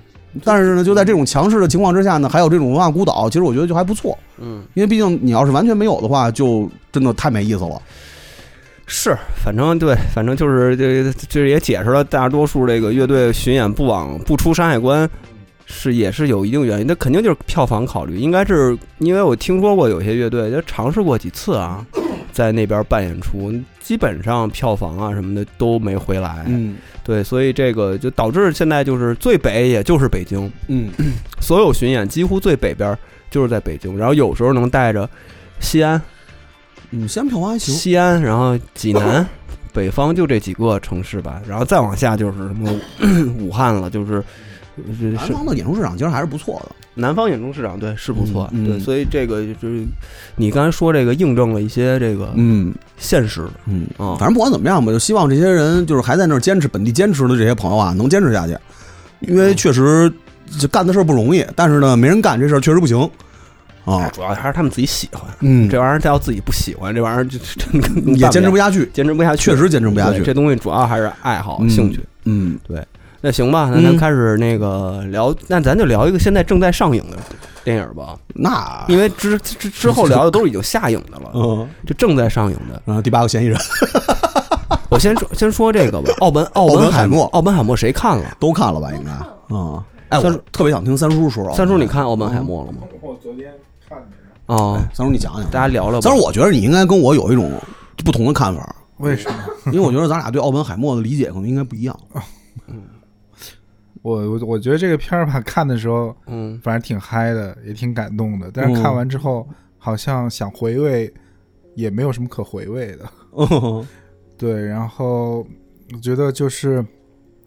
Speaker 3: 但是呢，就在这种强势的情况之下呢，还有这种文化孤岛，其实我觉得就还不错，
Speaker 2: 嗯，
Speaker 3: 因为毕竟你要是完全没有的话，就真的太没意思了。
Speaker 2: 是，反正对，反正就是这这也解释了大多数这个乐队巡演不往不出山海关。是也是有一定原因，那肯定就是票房考虑，应该是因为我听说过有些乐队，就尝试过几次啊，在那边办演出，基本上票房啊什么的都没回来，
Speaker 3: 嗯
Speaker 2: 对，所以这个就导致现在就是最北也就是北京，
Speaker 3: 嗯
Speaker 2: 所有巡演几乎最北边儿就是在北京，然后有时候能带着西安、
Speaker 3: 嗯，西安票房还行，
Speaker 2: 西安，然后济 南、北方就这几个城市吧，然后再往下就是什么武 汉了，就是是
Speaker 3: 南
Speaker 2: 是
Speaker 3: 方的演出市场其实还是不错的。
Speaker 2: 南方眼中市场，对，是不错，
Speaker 3: 嗯嗯
Speaker 2: 对，所以这个就是你刚才说这个印证了一些这个
Speaker 3: 嗯
Speaker 2: 现实
Speaker 3: 嗯，
Speaker 2: 啊，
Speaker 3: 反正不管怎么样吧，就希望这些人就是还在那儿坚持本地坚持的这些朋友啊，能坚持下去，嗯因为确实这干的事儿不容易，但是呢，没人干这事儿确实不行。
Speaker 2: 哎
Speaker 3: 啊，
Speaker 2: 主要还是他们自己喜欢。
Speaker 3: 嗯，
Speaker 2: 这玩意儿，他要自己不喜欢这玩意儿，就真的更
Speaker 3: 也坚持不
Speaker 2: 下，
Speaker 3: 下去，
Speaker 2: 坚持不下去，
Speaker 3: 确实坚持不下去
Speaker 2: 对。这东西主要还是爱好、
Speaker 3: 嗯
Speaker 2: 兴趣。
Speaker 3: 嗯，
Speaker 2: 那行吧，那咱
Speaker 3: 嗯
Speaker 2: 开始那个聊，那咱就聊一个现在正在上映的电影吧，
Speaker 3: 那
Speaker 2: 因为之之之后聊的都是已经下映的了，
Speaker 3: 嗯，
Speaker 2: 就正在上映的。
Speaker 3: 然后第八个嫌疑人
Speaker 2: 我先说先说这个吧，奥本奥
Speaker 3: 本
Speaker 2: 本
Speaker 3: 海默
Speaker 2: 默，奥本海默谁看了？
Speaker 3: 都看了吧？应该啊。哎，我
Speaker 2: 三叔
Speaker 3: 特别想听三叔说说。
Speaker 2: 三叔，你看奥本海默了吗？
Speaker 3: 嗯
Speaker 4: 我昨天看的，
Speaker 2: 啊，
Speaker 3: 三叔你讲讲。
Speaker 2: 大家聊聊吧。
Speaker 3: 哎三叔，我觉得你应该跟我有一种不同的看 法，
Speaker 4: 为什么？
Speaker 3: 因为我觉得咱俩对奥本海默的理解可能应该 不一样。
Speaker 4: 我我我觉得这个片儿吧，看的时候
Speaker 2: 嗯，
Speaker 4: 反正挺嗨的，也挺感动的，但是看完之后、好像想回味，也没有什么可回味的。对，然后我觉得就是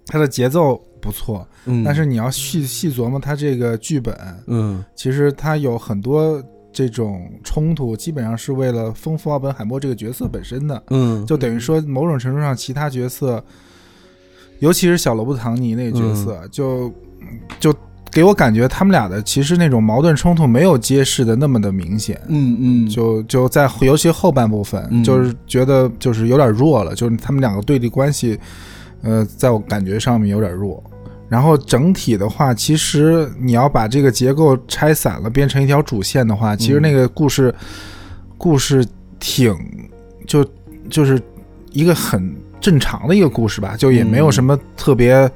Speaker 4: 它的节奏不错，
Speaker 3: 嗯
Speaker 4: 但是你要细细琢磨它这个剧本，
Speaker 3: 嗯
Speaker 4: 其实它有很多这种冲突，基本上是为了丰富奥本海默这个角色本身的，
Speaker 3: 嗯，
Speaker 4: 就等于说某种程度上其他角色，尤其是小罗伯特唐尼那个角色，就就给我感觉他们俩的其实那种矛盾冲突没有揭示的那么的明显。
Speaker 3: 嗯嗯
Speaker 4: 就就在尤其后半部分，
Speaker 3: 嗯
Speaker 4: 就是觉得就是有点弱了，就是他们两个对立关系，呃，在我感觉上面有点弱。然后整体的话，其实你要把这个结构拆散了，变成一条主线的话，
Speaker 3: 嗯
Speaker 4: 其实那个故事、故事挺就就是一个很正常的一个故事吧，就也
Speaker 3: 嗯
Speaker 4: 没有什么特别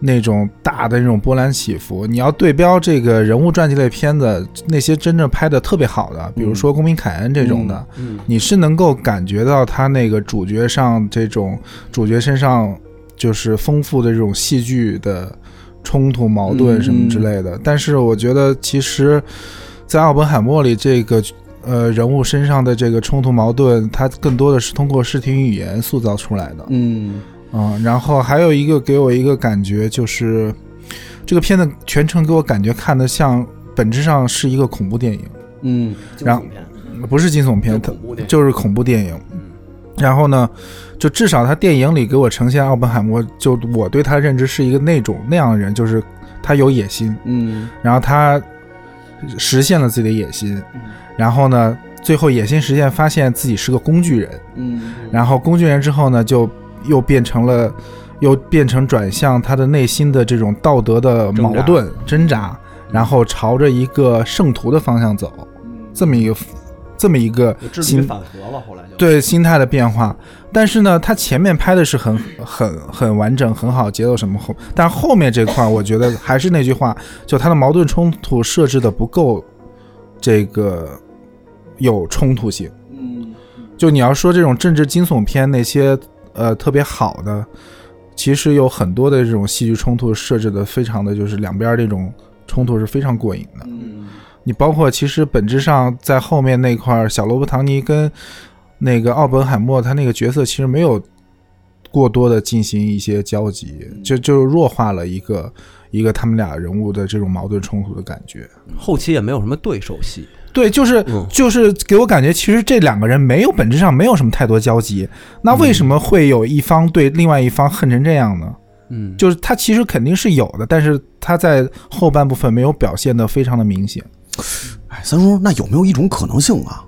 Speaker 4: 那种大的那种波澜起伏。你要对标这个人物传记类片子，那些真正拍的特别好的，比如说《公民凯恩》这种的，
Speaker 2: 嗯
Speaker 4: 你是能够感觉到他那个主角上这种主角身上就是丰富的这种戏剧的冲突、矛盾什么之类的。但是我觉得，其实，在奥本海默里这个。呃，人物身上的这个冲突矛盾，它更多的是通过视听语言塑造出来的。
Speaker 3: 嗯
Speaker 4: 嗯，然后还有一个给我一个感觉就是，这个片子全程给我感觉看的像本质上是一个恐怖电影，
Speaker 3: 嗯
Speaker 4: 然后不是惊悚片，它
Speaker 2: 恐怖电影
Speaker 4: 就是恐怖电影。然后呢，就至少他电影里给我呈现奥本海默，就我对他的认知是一个那种那样的人，就是他有野心，
Speaker 3: 嗯
Speaker 4: 然后他实现了自己的野心，然后呢，最后野心实现，发现自己是个工具人。
Speaker 3: 嗯
Speaker 4: 然后工具人之后呢，就又变成了，又变成转向他的内心的这种道德的矛盾挣扎然后朝着一个圣徒的方向走，这么一个这么一个
Speaker 2: 志
Speaker 4: 心
Speaker 2: 反核吧，后来就，
Speaker 4: 对心态的变化。但是呢，他前面拍的是很很很完整、很好，节奏什么后，但后面这块儿我觉得还是那句话，就他的矛盾冲突设置的不够这个有冲突性。
Speaker 3: 嗯
Speaker 4: 就你要说这种政治惊悚片那些呃特别好的，其实有很多的这种戏剧冲突设置的非常的就是两边儿这种冲突是非常过瘾的。
Speaker 3: 嗯
Speaker 4: 你包括其实本质上在后面那块儿，小罗伯·唐尼跟那个奥本海默他那个角色其实没有过多的进行一些交集，就就弱化了一个一个他们俩人物的这种矛盾冲突的感觉。
Speaker 2: 后期也没有什么对手戏，
Speaker 4: 对，就是
Speaker 2: 嗯
Speaker 4: 就是给我感觉，其实这两个人没有本质上没有什么太多交集，那为什么会有一方对另外一方恨成这样呢？
Speaker 2: 嗯，
Speaker 4: 就是他其实肯定是有的，但是他在后半部分没有表现的非常的明显。
Speaker 3: 哎，三叔，那有没有一种可能性啊？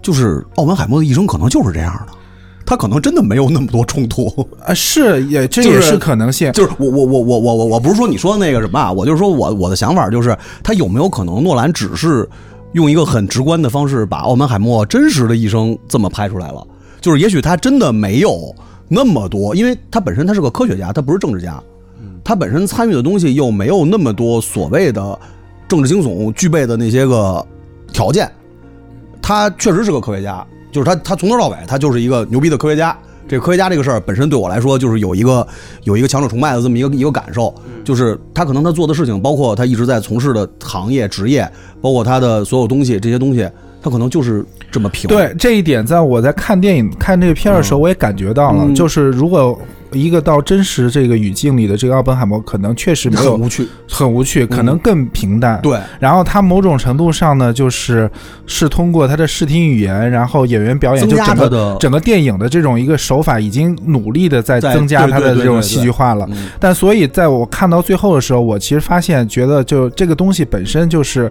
Speaker 3: 就是奥本海默的一生可能就是这样的，他可能真的没有那么多冲突。
Speaker 4: 啊，是也这
Speaker 3: 就
Speaker 4: 也
Speaker 3: 是
Speaker 4: 是可能性，
Speaker 3: 就是我我我我我我我不是说你说的那个什么啊，我就是说我我的想法就是，他有没有可能诺兰只是用一个很直观的方式把奥本海默真实的一生这么拍出来了？就是也许他真的没有那么多，因为他本身他是个科学家，他不是政治家，他本身参与的东西又没有那么多所谓的政治惊悚具备的那些个条件。他确实是个科学家，就是他他从头到尾他就是一个牛逼的科学家。这个科学家这个事儿本身对我来说就是有一个有一个强者崇拜的这么一个一个感受，就是他可能他做的事情，包括他一直在从事的行业、职业，包括他的所有东西这些东西，他可能就是这么平。
Speaker 4: 对，这一点，在我在看电影看这个片儿的时候，我也感觉到了，
Speaker 3: 嗯
Speaker 4: 就是如果一个到真实这个语境里的这个奥本海默，可能确实没
Speaker 3: 很
Speaker 4: 有
Speaker 3: 无趣。嗯
Speaker 4: 很无趣，可能更平淡。
Speaker 3: 对，
Speaker 4: 然后他某种程度上呢，就是是通过他的视听语言，然后演员表演，
Speaker 3: 增
Speaker 4: 就
Speaker 3: 加
Speaker 4: 整
Speaker 3: 他
Speaker 4: 个
Speaker 3: 的
Speaker 4: 整个电影的这种一个手法，已经努力的在
Speaker 3: 在
Speaker 4: 增加
Speaker 3: 对
Speaker 4: 他
Speaker 3: 对
Speaker 4: 的
Speaker 3: 对
Speaker 4: 这
Speaker 3: 对
Speaker 4: 种
Speaker 3: 对
Speaker 4: 戏剧化了。
Speaker 3: 嗯
Speaker 4: 但所以在我看到最后的时候，我其实发现，觉得就这个东西本身就是。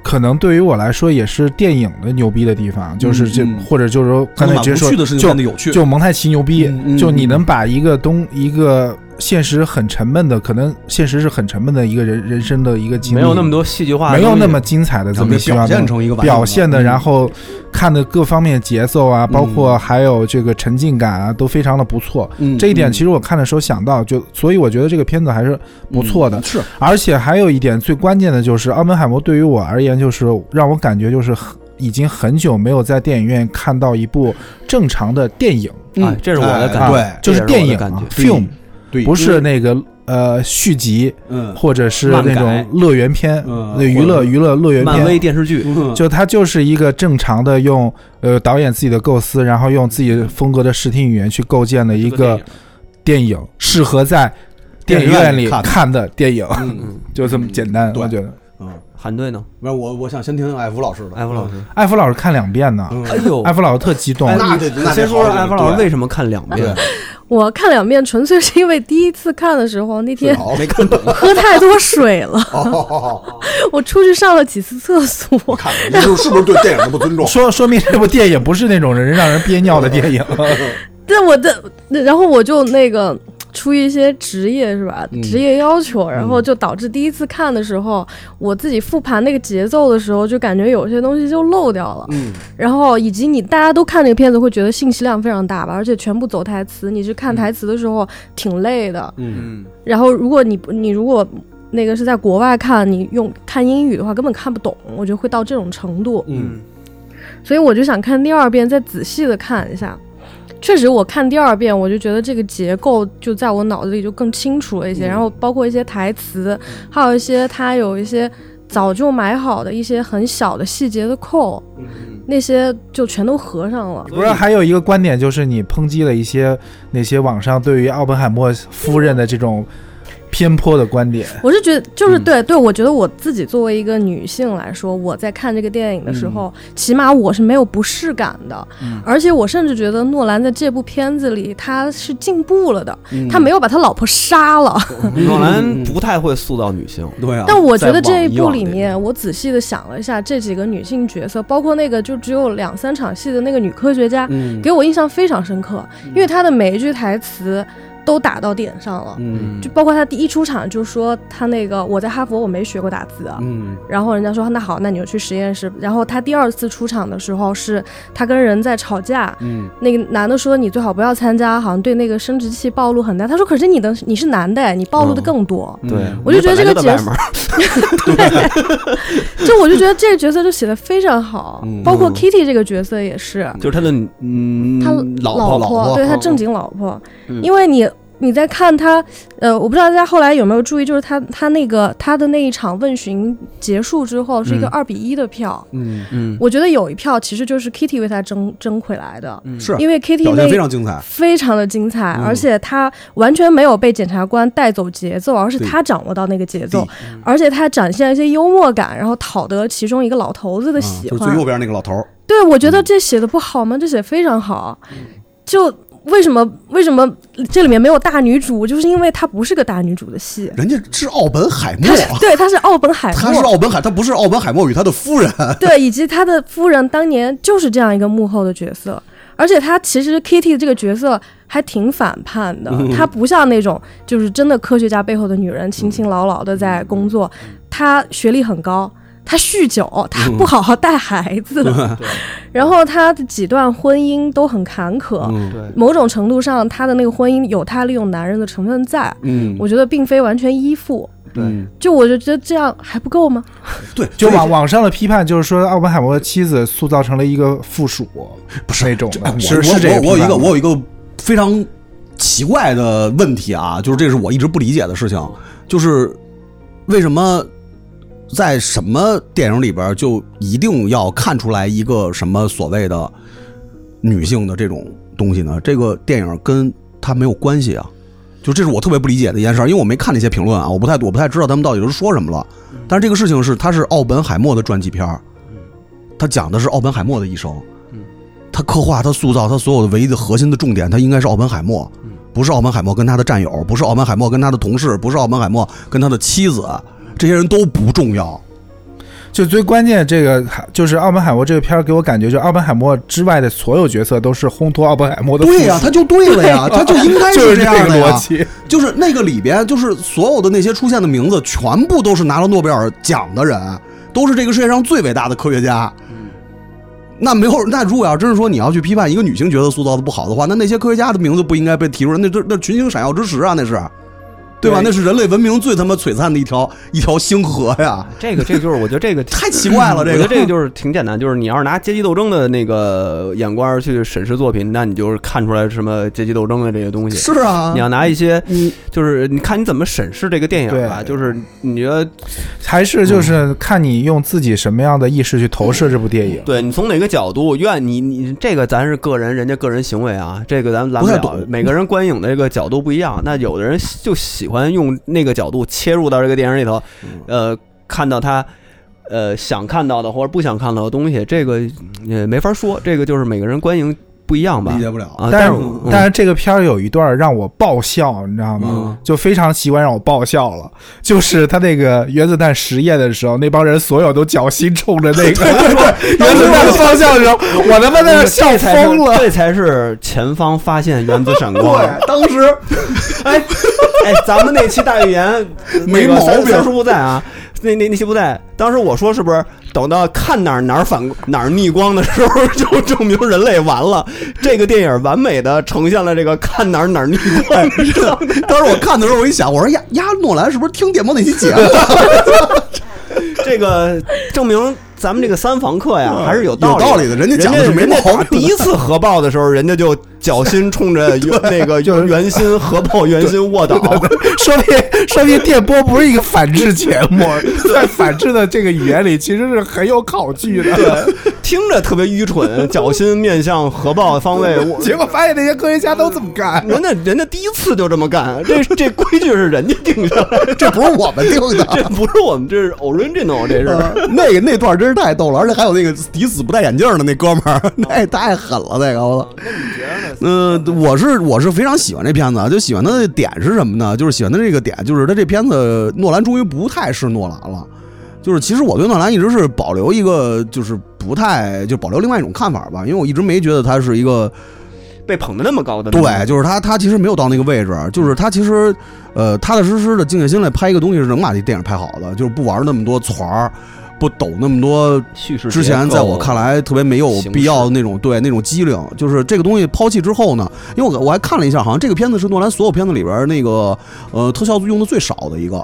Speaker 4: 可能对于我来说也是电影的牛逼的地方，就是这
Speaker 3: 嗯嗯
Speaker 4: 或者就是说
Speaker 3: 可
Speaker 4: 刚
Speaker 3: 能
Speaker 4: 才
Speaker 3: 把
Speaker 4: 直接
Speaker 3: 不
Speaker 4: 说
Speaker 3: 去的事情
Speaker 4: 就
Speaker 3: 变得有趣，
Speaker 4: 就蒙太奇牛逼，
Speaker 3: 嗯嗯
Speaker 4: 就你能把一个东一个现实很沉闷的，可能现实是很沉闷的一个人人生的一个经历，
Speaker 2: 没有那么多戏剧化的
Speaker 4: 没
Speaker 2: 东西，
Speaker 4: 有那么精彩的
Speaker 3: 咱
Speaker 4: 这
Speaker 3: 们
Speaker 4: 么一希
Speaker 3: 表
Speaker 4: 望
Speaker 3: 现成一个完整
Speaker 4: 表现的，
Speaker 3: 嗯
Speaker 4: 然后看的各方面节奏啊，
Speaker 3: 嗯
Speaker 4: 包括还有这个沉浸感啊，都非常的不错。
Speaker 3: 嗯
Speaker 4: 这一点其实我看的时候想到，就所以我觉得这个片子还是不错的
Speaker 3: 嗯。是
Speaker 4: 而且还有一点最关键的就是，奥本海默对于我而言，就是让我感觉就是很已经很久没有在电影院看到一部正常的电影，
Speaker 2: 哎这是我的感
Speaker 4: 啊
Speaker 2: 觉
Speaker 3: 哎
Speaker 4: 就
Speaker 2: 这也是我
Speaker 4: 是电
Speaker 2: 呃的
Speaker 4: 影
Speaker 2: 感
Speaker 4: 啊
Speaker 2: 觉
Speaker 4: film，
Speaker 3: 对对，
Speaker 4: 不是那个呃续集
Speaker 3: 嗯
Speaker 4: 或者是
Speaker 2: 漫
Speaker 4: 那
Speaker 2: 改
Speaker 4: 种乐园片，
Speaker 3: 嗯
Speaker 4: 对娱
Speaker 3: 或
Speaker 4: 乐
Speaker 3: 者
Speaker 4: 娱乐乐园
Speaker 2: 漫威
Speaker 4: 片。
Speaker 2: 电视剧，
Speaker 3: 嗯
Speaker 4: 就它就是一个正常的用呃导演自己的构思，然后用自己风格的视听语言去构建的一个电影，适合在电影院里
Speaker 3: 电影院里看的
Speaker 4: 看的电影，
Speaker 3: 嗯，
Speaker 4: 就这么简单。
Speaker 3: 对
Speaker 4: 我觉得
Speaker 3: 嗯，
Speaker 2: 韩队呢？
Speaker 3: 不是我，我想先听听艾福老师的。
Speaker 2: 艾弗老师，
Speaker 4: 艾弗老师看两遍呢，
Speaker 3: 嗯，哦
Speaker 2: 哎呦
Speaker 4: 艾，弗老师特激动
Speaker 2: 哎，
Speaker 3: 那
Speaker 2: 你
Speaker 3: 得那得
Speaker 2: 先说说
Speaker 3: 好
Speaker 2: 艾弗老师为什么看两遍？
Speaker 5: 我看两遍纯粹是因为第一次看的时候，那
Speaker 3: 对，
Speaker 5: 天
Speaker 3: 好没看懂。
Speaker 5: 喝太多水了，
Speaker 3: 哦，
Speaker 5: 我出去上了几次厕
Speaker 3: 我
Speaker 5: 所。
Speaker 3: 看你就是是不是对电影的不尊重？
Speaker 4: 说说明这部电影不是那种人让人憋尿的 电影。
Speaker 5: 但我的，然后我就那个出于一些职业是吧，职业要求，然后就导致第一次看的时候，我自己复盘那个节奏的时候，就感觉有些东西就漏掉了。
Speaker 3: 嗯，
Speaker 5: 然后以及你大家都看这个片子会觉得信息量非常大吧，而且全部走台词，你去看台词的时候挺累的。
Speaker 3: 嗯
Speaker 2: 嗯，
Speaker 5: 然后如果你不你如果那个是在国外看，你用看英语的话根本看不懂，我觉得会到这种程度。
Speaker 3: 嗯
Speaker 5: 所以我就想看第二遍，再仔细的看一下。确实，我看第二遍，我就觉得这个结构就在我脑子里就更清楚了一些，然后包括一些台词，还有一些它有一些早就埋好的一些很小的细节的扣，
Speaker 2: 嗯，
Speaker 5: 那些就全都合上了。
Speaker 4: 不是，还有一个观点就是你抨击了一些那些网上对于奥本海默夫人的这种偏颇的观点。
Speaker 5: 我是觉得，就是
Speaker 2: 嗯
Speaker 5: 对、对，我觉得我自己作为一个女性来说，我在看这个电影的时候，起码我是没有不适感的，而且我甚至觉得诺兰在这部片子里他是进步了的，
Speaker 3: 嗯
Speaker 5: 他没有把他老婆杀了。
Speaker 2: 诺兰不太会塑造女性，
Speaker 3: 对啊，
Speaker 5: 但我觉得
Speaker 2: 在往
Speaker 5: 这一
Speaker 2: 以
Speaker 5: 部
Speaker 2: 往
Speaker 5: 里
Speaker 2: 那
Speaker 5: 面，我仔细的想了一下这几个女性角色，包括那个就只有两三场戏的那个女科学家，
Speaker 3: 嗯
Speaker 5: 给我印象非常深刻，因为她的每一句台词都打到点上了。
Speaker 3: 嗯
Speaker 5: 就包括他第一出场就说他那个我在哈佛我没学过打字，啊
Speaker 3: 嗯
Speaker 5: 然后人家说那好，那你就去实验室。然后他第二次出场的时候是他跟人在吵架，
Speaker 3: 嗯
Speaker 5: 那个男的说你最好不要参加，好像对那个生殖器暴露很大。他说可是你的你是男的，你暴露的更多。
Speaker 3: 嗯
Speaker 2: 对，
Speaker 5: 我就觉得这个
Speaker 2: 本
Speaker 5: 角
Speaker 2: 来就在外
Speaker 5: 色
Speaker 2: 面，
Speaker 5: 就我就觉得这个角色就写的非常好，
Speaker 3: 嗯
Speaker 5: 包括 Kitty 这个角色也是，
Speaker 2: 就是他的嗯
Speaker 5: 他
Speaker 2: 老婆
Speaker 5: 婆，嗯
Speaker 2: 老婆
Speaker 5: 对他正经老婆，
Speaker 2: 嗯
Speaker 5: 因为你你在看他，呃，我不知道大家后来有没有注意，就是他他那个他的那一场问询结束之后是一个
Speaker 2: 嗯
Speaker 5: 二比一的票，
Speaker 3: 嗯
Speaker 2: 嗯，
Speaker 5: 我觉得有一票其实就是 Kitty 为他争争回来的，
Speaker 2: 嗯
Speaker 3: 是
Speaker 5: 因为 Kitty
Speaker 3: 表
Speaker 5: 那
Speaker 3: 现非常精彩，
Speaker 5: 非常的精彩，
Speaker 3: 嗯
Speaker 5: 而且他完全没有被检察官带走节奏，而是他掌握到那个节
Speaker 2: 嗯
Speaker 5: 奏
Speaker 3: 对，
Speaker 5: 而且他展现了一些幽默感，然后讨得其中一个老头子的
Speaker 3: 嗯
Speaker 5: 喜
Speaker 3: 就是
Speaker 5: 欢。
Speaker 3: 最右边那个老头儿，
Speaker 5: 对，我觉得这写的不好吗？这写得非常好，
Speaker 3: 嗯
Speaker 5: 就。为什么为什么这里面没有大女主？就是因为她不是个大女主的戏，
Speaker 3: 人家是奥本海默
Speaker 5: 她，是对她是奥本海
Speaker 3: 他啊是
Speaker 5: 默，
Speaker 3: 奥本海，他不是奥本海默与他的夫人。
Speaker 5: 对，以及她的夫人当年就是这样一个幕后的角色，而且她其实 Kitty 这个角色还挺反叛的， 她不像那种就是真的科学家背后的女人，勤勤劳劳的在工作，她学历很高。她酗酒，她不好好带孩子，然后她的几段婚姻都很坎坷，
Speaker 2: 对，
Speaker 5: 某种程度上，她的那个婚姻有她利用男人的成分在，
Speaker 3: 嗯
Speaker 5: 我觉得并非完全依附。
Speaker 3: 对
Speaker 5: 就我就觉得这样还不够吗？
Speaker 3: 对，
Speaker 4: 就网
Speaker 3: 往
Speaker 4: 网上的批判就是说，奥本海默的妻子塑造成了一个附属，不是那种的，
Speaker 3: 哎我
Speaker 4: 是是这
Speaker 3: 我我有一个
Speaker 4: 批判吗
Speaker 3: 我有一个非常奇怪的问题啊，就是这是我一直不理解的事情，就是为什么在什么电影里边就一定要看出来一个什么所谓的女性的这种东西呢？这个电影跟它没有关系啊。就这是我特别不理解的一件事儿，因为我没看那些评论啊，我不太我不太知道他们到底都是说什么了。但是这个事情是，它是奥本海默的传记片儿，它讲的是奥本海默的一生。他刻画、他塑造、他所有的唯一的核心的重点，他应该是奥本海默，
Speaker 4: 嗯
Speaker 3: 不是奥本海默跟他的战友，不是奥本海默跟他的同事，不是奥本海默跟他的妻子，这些人都不重要。
Speaker 4: 就最关键这个就是奥本海默这个片儿给我感觉，就奥本海默之外的所有角色都是烘托奥本海默的。啊
Speaker 3: 对呀、他就对了 呀，他就应该
Speaker 4: 就是
Speaker 3: 这样
Speaker 4: 个
Speaker 3: 的呀
Speaker 4: 逻。辑。
Speaker 3: 就是那个里边，就是所有的那些出现的名字，全部都是拿了诺贝尔奖的人，都是这个世界上最伟大的科学家。那没有，那如果要真是说你要去批判一个女性角色塑造的不好的话，那那些科学家的名字不应该被提出来，那这那群星闪耀之时啊，那是，对吧？
Speaker 4: 对
Speaker 3: 那是人类文明最他妈璀璨的一条一条星河呀，
Speaker 2: 这个这个就是我觉得这个嗯
Speaker 3: 太奇怪了，
Speaker 2: 我
Speaker 3: 这
Speaker 2: 觉
Speaker 3: 个
Speaker 2: 得这个就是挺简单，就是你要是拿阶级斗争的那个眼光去审视作品，那你就是看出来什么阶级斗争的这些东西。
Speaker 3: 是啊
Speaker 2: 你，要拿一些，
Speaker 3: 你
Speaker 2: 就是你看你怎么审视这个电影吧，
Speaker 4: 对
Speaker 2: 就是你觉得，
Speaker 4: 还是
Speaker 3: 嗯
Speaker 4: 就是看你用自己什么样的意识去投射这部电影。
Speaker 2: 对你从哪个角度，愿你你这个咱是个人，人家个人行为啊，这个咱拦不
Speaker 3: 不太
Speaker 2: 了
Speaker 3: 懂，
Speaker 2: 每个人观影的这个角度不一样。那有的人就喜欢用那个角度切入到这个电影里头，呃，看到他。呃，想看到的或者不想看到的东西，这个也没法说，这个就是每个人观影不一样吧
Speaker 3: 理。解不了，
Speaker 2: 啊，
Speaker 4: 但
Speaker 2: 是
Speaker 4: 是
Speaker 2: 我嗯
Speaker 4: 但是这个片儿有一段让我爆笑，你知道吗？
Speaker 3: 嗯
Speaker 4: 就非常习惯让我爆笑了。就是他那个原子弹实验的时候，那帮人所有都绞心冲着那个 原子弹爆笑的时候， 我他妈在那笑疯了。
Speaker 2: 这才是前方发现原子闪 光。
Speaker 3: 对，当时
Speaker 2: 哎哎，咱们那期大预 言
Speaker 3: 没
Speaker 2: 那个
Speaker 3: 毛
Speaker 2: 三
Speaker 3: 病
Speaker 2: 三叔不在啊，那那那期不在。当时我说是不是等到看哪儿哪儿反哪儿逆光的时候， 就证明人类完了。这个电影完美的呈现了这个看哪儿哪儿逆光
Speaker 4: 哎
Speaker 2: 的时 候。
Speaker 3: 当时我看的时候，我一想，我说呀呀，诺兰是不是听电波那期节目？
Speaker 2: 这个证明咱们这个三房客呀，还是有道理
Speaker 3: 嗯有道理的人家讲的是没
Speaker 2: 人家
Speaker 3: 毛病的
Speaker 2: 第一次核爆的时候，人家就绞心冲着 原那个圆心核爆圆心卧倒。
Speaker 4: 说明说明电波不是一个反制节目，在反制的这个语言里其实是很有考据的。
Speaker 2: 听着特别愚蠢，绞心面向核爆方位，我
Speaker 4: 结果发现那些科学家都这么干。
Speaker 2: 人家人家第一次就这么干，这这规矩是人家定下来的，
Speaker 3: 这不是我们定
Speaker 2: 这
Speaker 3: 的。
Speaker 2: 不是我们这是 original 这是。
Speaker 3: 呃那个那段真是太逗了，而且还有那个抵死不戴眼镜的那哥们儿， 那也太狠了，那个我操。嗯、我是我是非常喜欢这片子啊，就喜欢它的点是什么呢？就是喜欢它这个点，就是它这片子诺兰终于不太是诺兰了。就是其实我对诺兰一直是保留一个，就是不太就保留另外一种看法吧，因为我一直没觉得他是一个
Speaker 2: 被捧得那么高的，
Speaker 3: 对，，就是他，他其实没有到那个位置，就是他其实，呃，踏踏实实的静下心来拍一个东西，是能把这电影拍好的，就是不玩那么多团儿，不抖那么多。
Speaker 2: 叙事
Speaker 3: 之前在我看来特别没有必要的那种对那种机灵，就是这个东西抛弃之后呢，因为我我还看了一下，好像这个片子是诺兰所有片子里边儿那个呃特效用的最少的一个，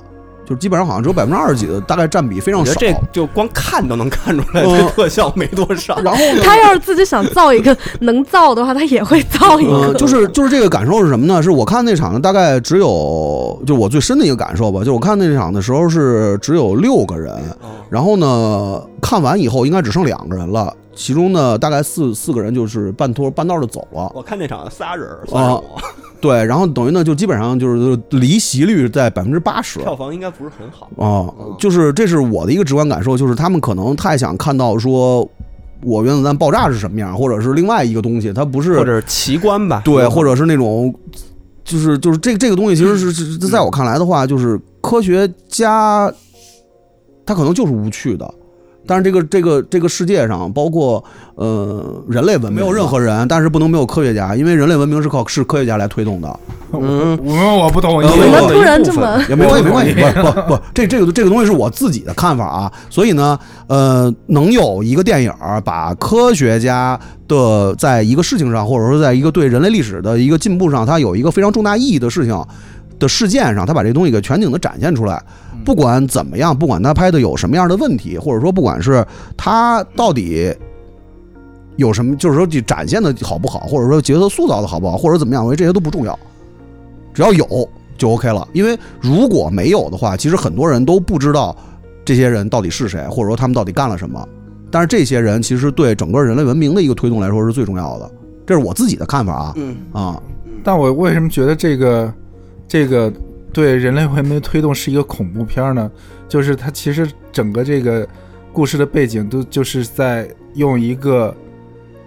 Speaker 3: 就是基本上好像只有百分之二十几的，大概占比非常
Speaker 2: 我觉
Speaker 3: 少
Speaker 2: 得。这就光看都能看出来，
Speaker 3: 嗯
Speaker 2: 这特效没多少。
Speaker 3: 然 后呢？
Speaker 5: 他要是自己想造一个 能造的话，他也会造一
Speaker 3: 嗯，
Speaker 5: 个。
Speaker 3: 就是就是这个感受是什么呢？是我看那场呢，大概只有就我最深的一个感受吧，就是我看那场的时候是只有六个人，
Speaker 2: 哦
Speaker 3: 然后呢看完以后应该只剩两个人了，其中呢大概四四个人就是半途半道儿就走了，
Speaker 2: 我看那场仨人儿，算上我，
Speaker 3: 对，然后等于呢就基本上就是离席率在百分之八十，
Speaker 2: 票房应该不是很好。
Speaker 3: 啊
Speaker 2: 嗯，
Speaker 3: 就是这是我的一个直观感受，就是他们可能太想看到说我原子弹爆炸是什么样，或者是另外一个东西，它不是
Speaker 2: 或者奇观吧，
Speaker 3: 对，或者是那种，就是就是这这个东西，其实是是是在我看来的话，就是科学家，他可能就是无趣的。但是这个这个这个世界上，包括呃人类文明，没有任何人，但是不能没有科学家，因为人类文明是靠是科学家来推动的。
Speaker 2: 嗯，
Speaker 4: 我我不懂，
Speaker 3: 呃
Speaker 5: 怎么
Speaker 3: 我
Speaker 5: 突然这么？
Speaker 3: 也没关系，没
Speaker 4: 我
Speaker 3: 关系，不不不，这这个这个东西是我自己的看法啊。所以呢，呃，能有一个电影儿把科学家的在一个事情上，或者说在一个对人类历史的一个进步上，它有一个非常重大意义的事情的事件上，他把这东西给全景的展现出来。不管怎么样，不管他拍的有什么样的问题，或者说不管是他到底有什么，就是说这展现的好不好，或者说角色塑造的好不好，或者怎么样，我觉得这些都不重要，只要有就 OK 了。因为如果没有的话，其实很多人都不知道这些人到底是谁，或者说他们到底干了什么。但是这些人其实对整个人类文明的一个推动来说是最重要的，这是我自己的看法啊。
Speaker 2: 嗯
Speaker 3: 啊，
Speaker 4: 但我为什么觉得这个这个对人类文明推动是一个恐怖片儿呢？就是它其实整个这个故事的背景都就是在用一个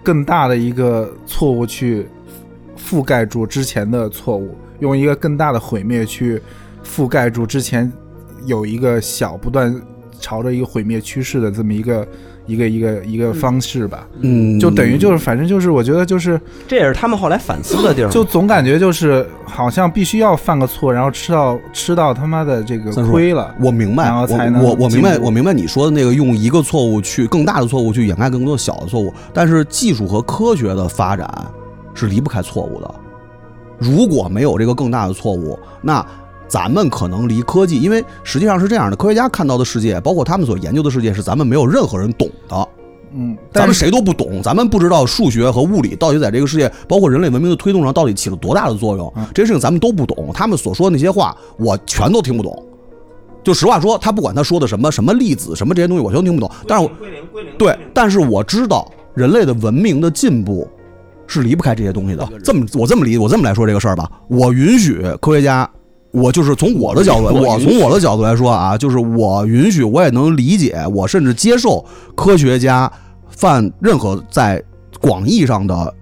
Speaker 4: 更大的一个错误去覆盖住之前的错误，用一个更大的毁灭去覆盖住之前有一个小不断朝着一个毁灭趋势的这么一个一个一个一个方式吧。
Speaker 3: 嗯，
Speaker 4: 就等于就是，反正就是，我觉得就是，
Speaker 2: 这也是他们后来反思的地
Speaker 3: 嗯
Speaker 2: 儿。
Speaker 4: 就总感觉就是，好像必须要犯个错，然后吃到吃到他妈的这个
Speaker 3: 三叔
Speaker 4: 亏了。
Speaker 3: 我明白，
Speaker 4: 然后
Speaker 3: 我
Speaker 4: 才能
Speaker 3: 我我明白，
Speaker 4: 进步
Speaker 3: 我明白你说的那个用一个错误去更大的错误去掩盖更多小的错误，但是技术和科学的发展是离不开错误的。如果没有这个更大的错误，那咱们可能离科技，因为实际上是这样的，科学家看到的世界，包括他们所研究的世界，是咱们没有任何人懂的，
Speaker 4: 嗯，
Speaker 3: 咱
Speaker 4: 但
Speaker 3: 们
Speaker 4: 是
Speaker 3: 谁都不懂，咱们不知道数学和物理到底在这个世界，包括人类文明的推动上到底起了多大的作用
Speaker 4: 嗯，
Speaker 3: 这些事情咱们都不懂。他们所说的那些话，我全都听不懂。就实话说，他不管他说的什么什么粒子什么这些东西，我全都听不懂。但是我
Speaker 2: 归零归零
Speaker 3: 对，但是我知道人类的文明的进步是离不开这些东西的。这么我这么理我这么来说这个事儿吧，我允许科学家，我就是从我的角度，
Speaker 2: 我
Speaker 3: 我
Speaker 2: 允许
Speaker 3: 从我的角度来说啊，就是我允许，我也能理解，我甚至接受科学家犯任何在广义上的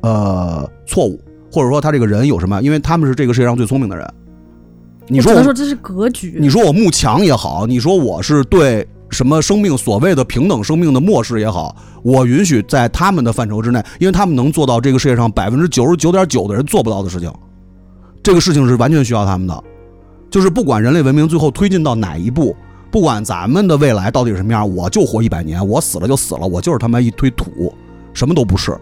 Speaker 3: 呃错误，或者说他这个人有什么，因为他们是这个世界上最聪明的人。你
Speaker 5: 我
Speaker 3: 说
Speaker 5: 只
Speaker 3: 我
Speaker 5: 能说这是格局。
Speaker 3: 你说我慕强也好，你说我是对什么生命所谓的平等生命的漠视也好，我允许在他们的范畴之内，因为他们能做到这个世界上百分之九十九点九的人做不到的事情，这个事情是完全需要他们的。就是不管人类文明最后推进到哪一步，不管咱们的未来到底是什么样，我就活一百年，我死了就死了，我就是他妈一堆土，什么都不是。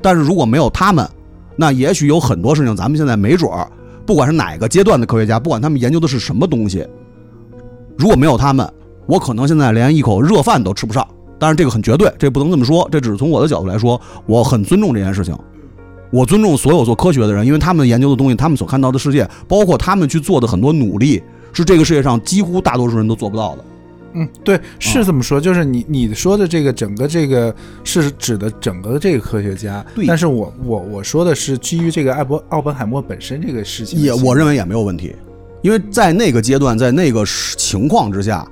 Speaker 3: 但是如果没有他们，那也许有很多事情咱们现在没准儿，不管是哪个阶段的科学家，不管他们研究的是什么东西，如果没有他们，我可能现在连一口热饭都吃不上。当然，这个很绝对，这不能这么说，这只是从我的角度来说，我很尊重这件事情。我尊重所有做科学的人，因为他们研究的东西，他们所看到的世界，包括他们去做的很多努力，是这个世界上几乎大多数人都做不到的。
Speaker 4: 嗯，
Speaker 3: 哦
Speaker 4: 对，是这么说，就是你你说的这个整个这个是指的整个这个科学家，
Speaker 3: 对
Speaker 4: 但是我我我说的是基于这个艾伯奥本海默本身这个事情的
Speaker 3: 也
Speaker 4: 性
Speaker 3: 我认为也没有问题，因为在那个阶段，在那个时情况之下，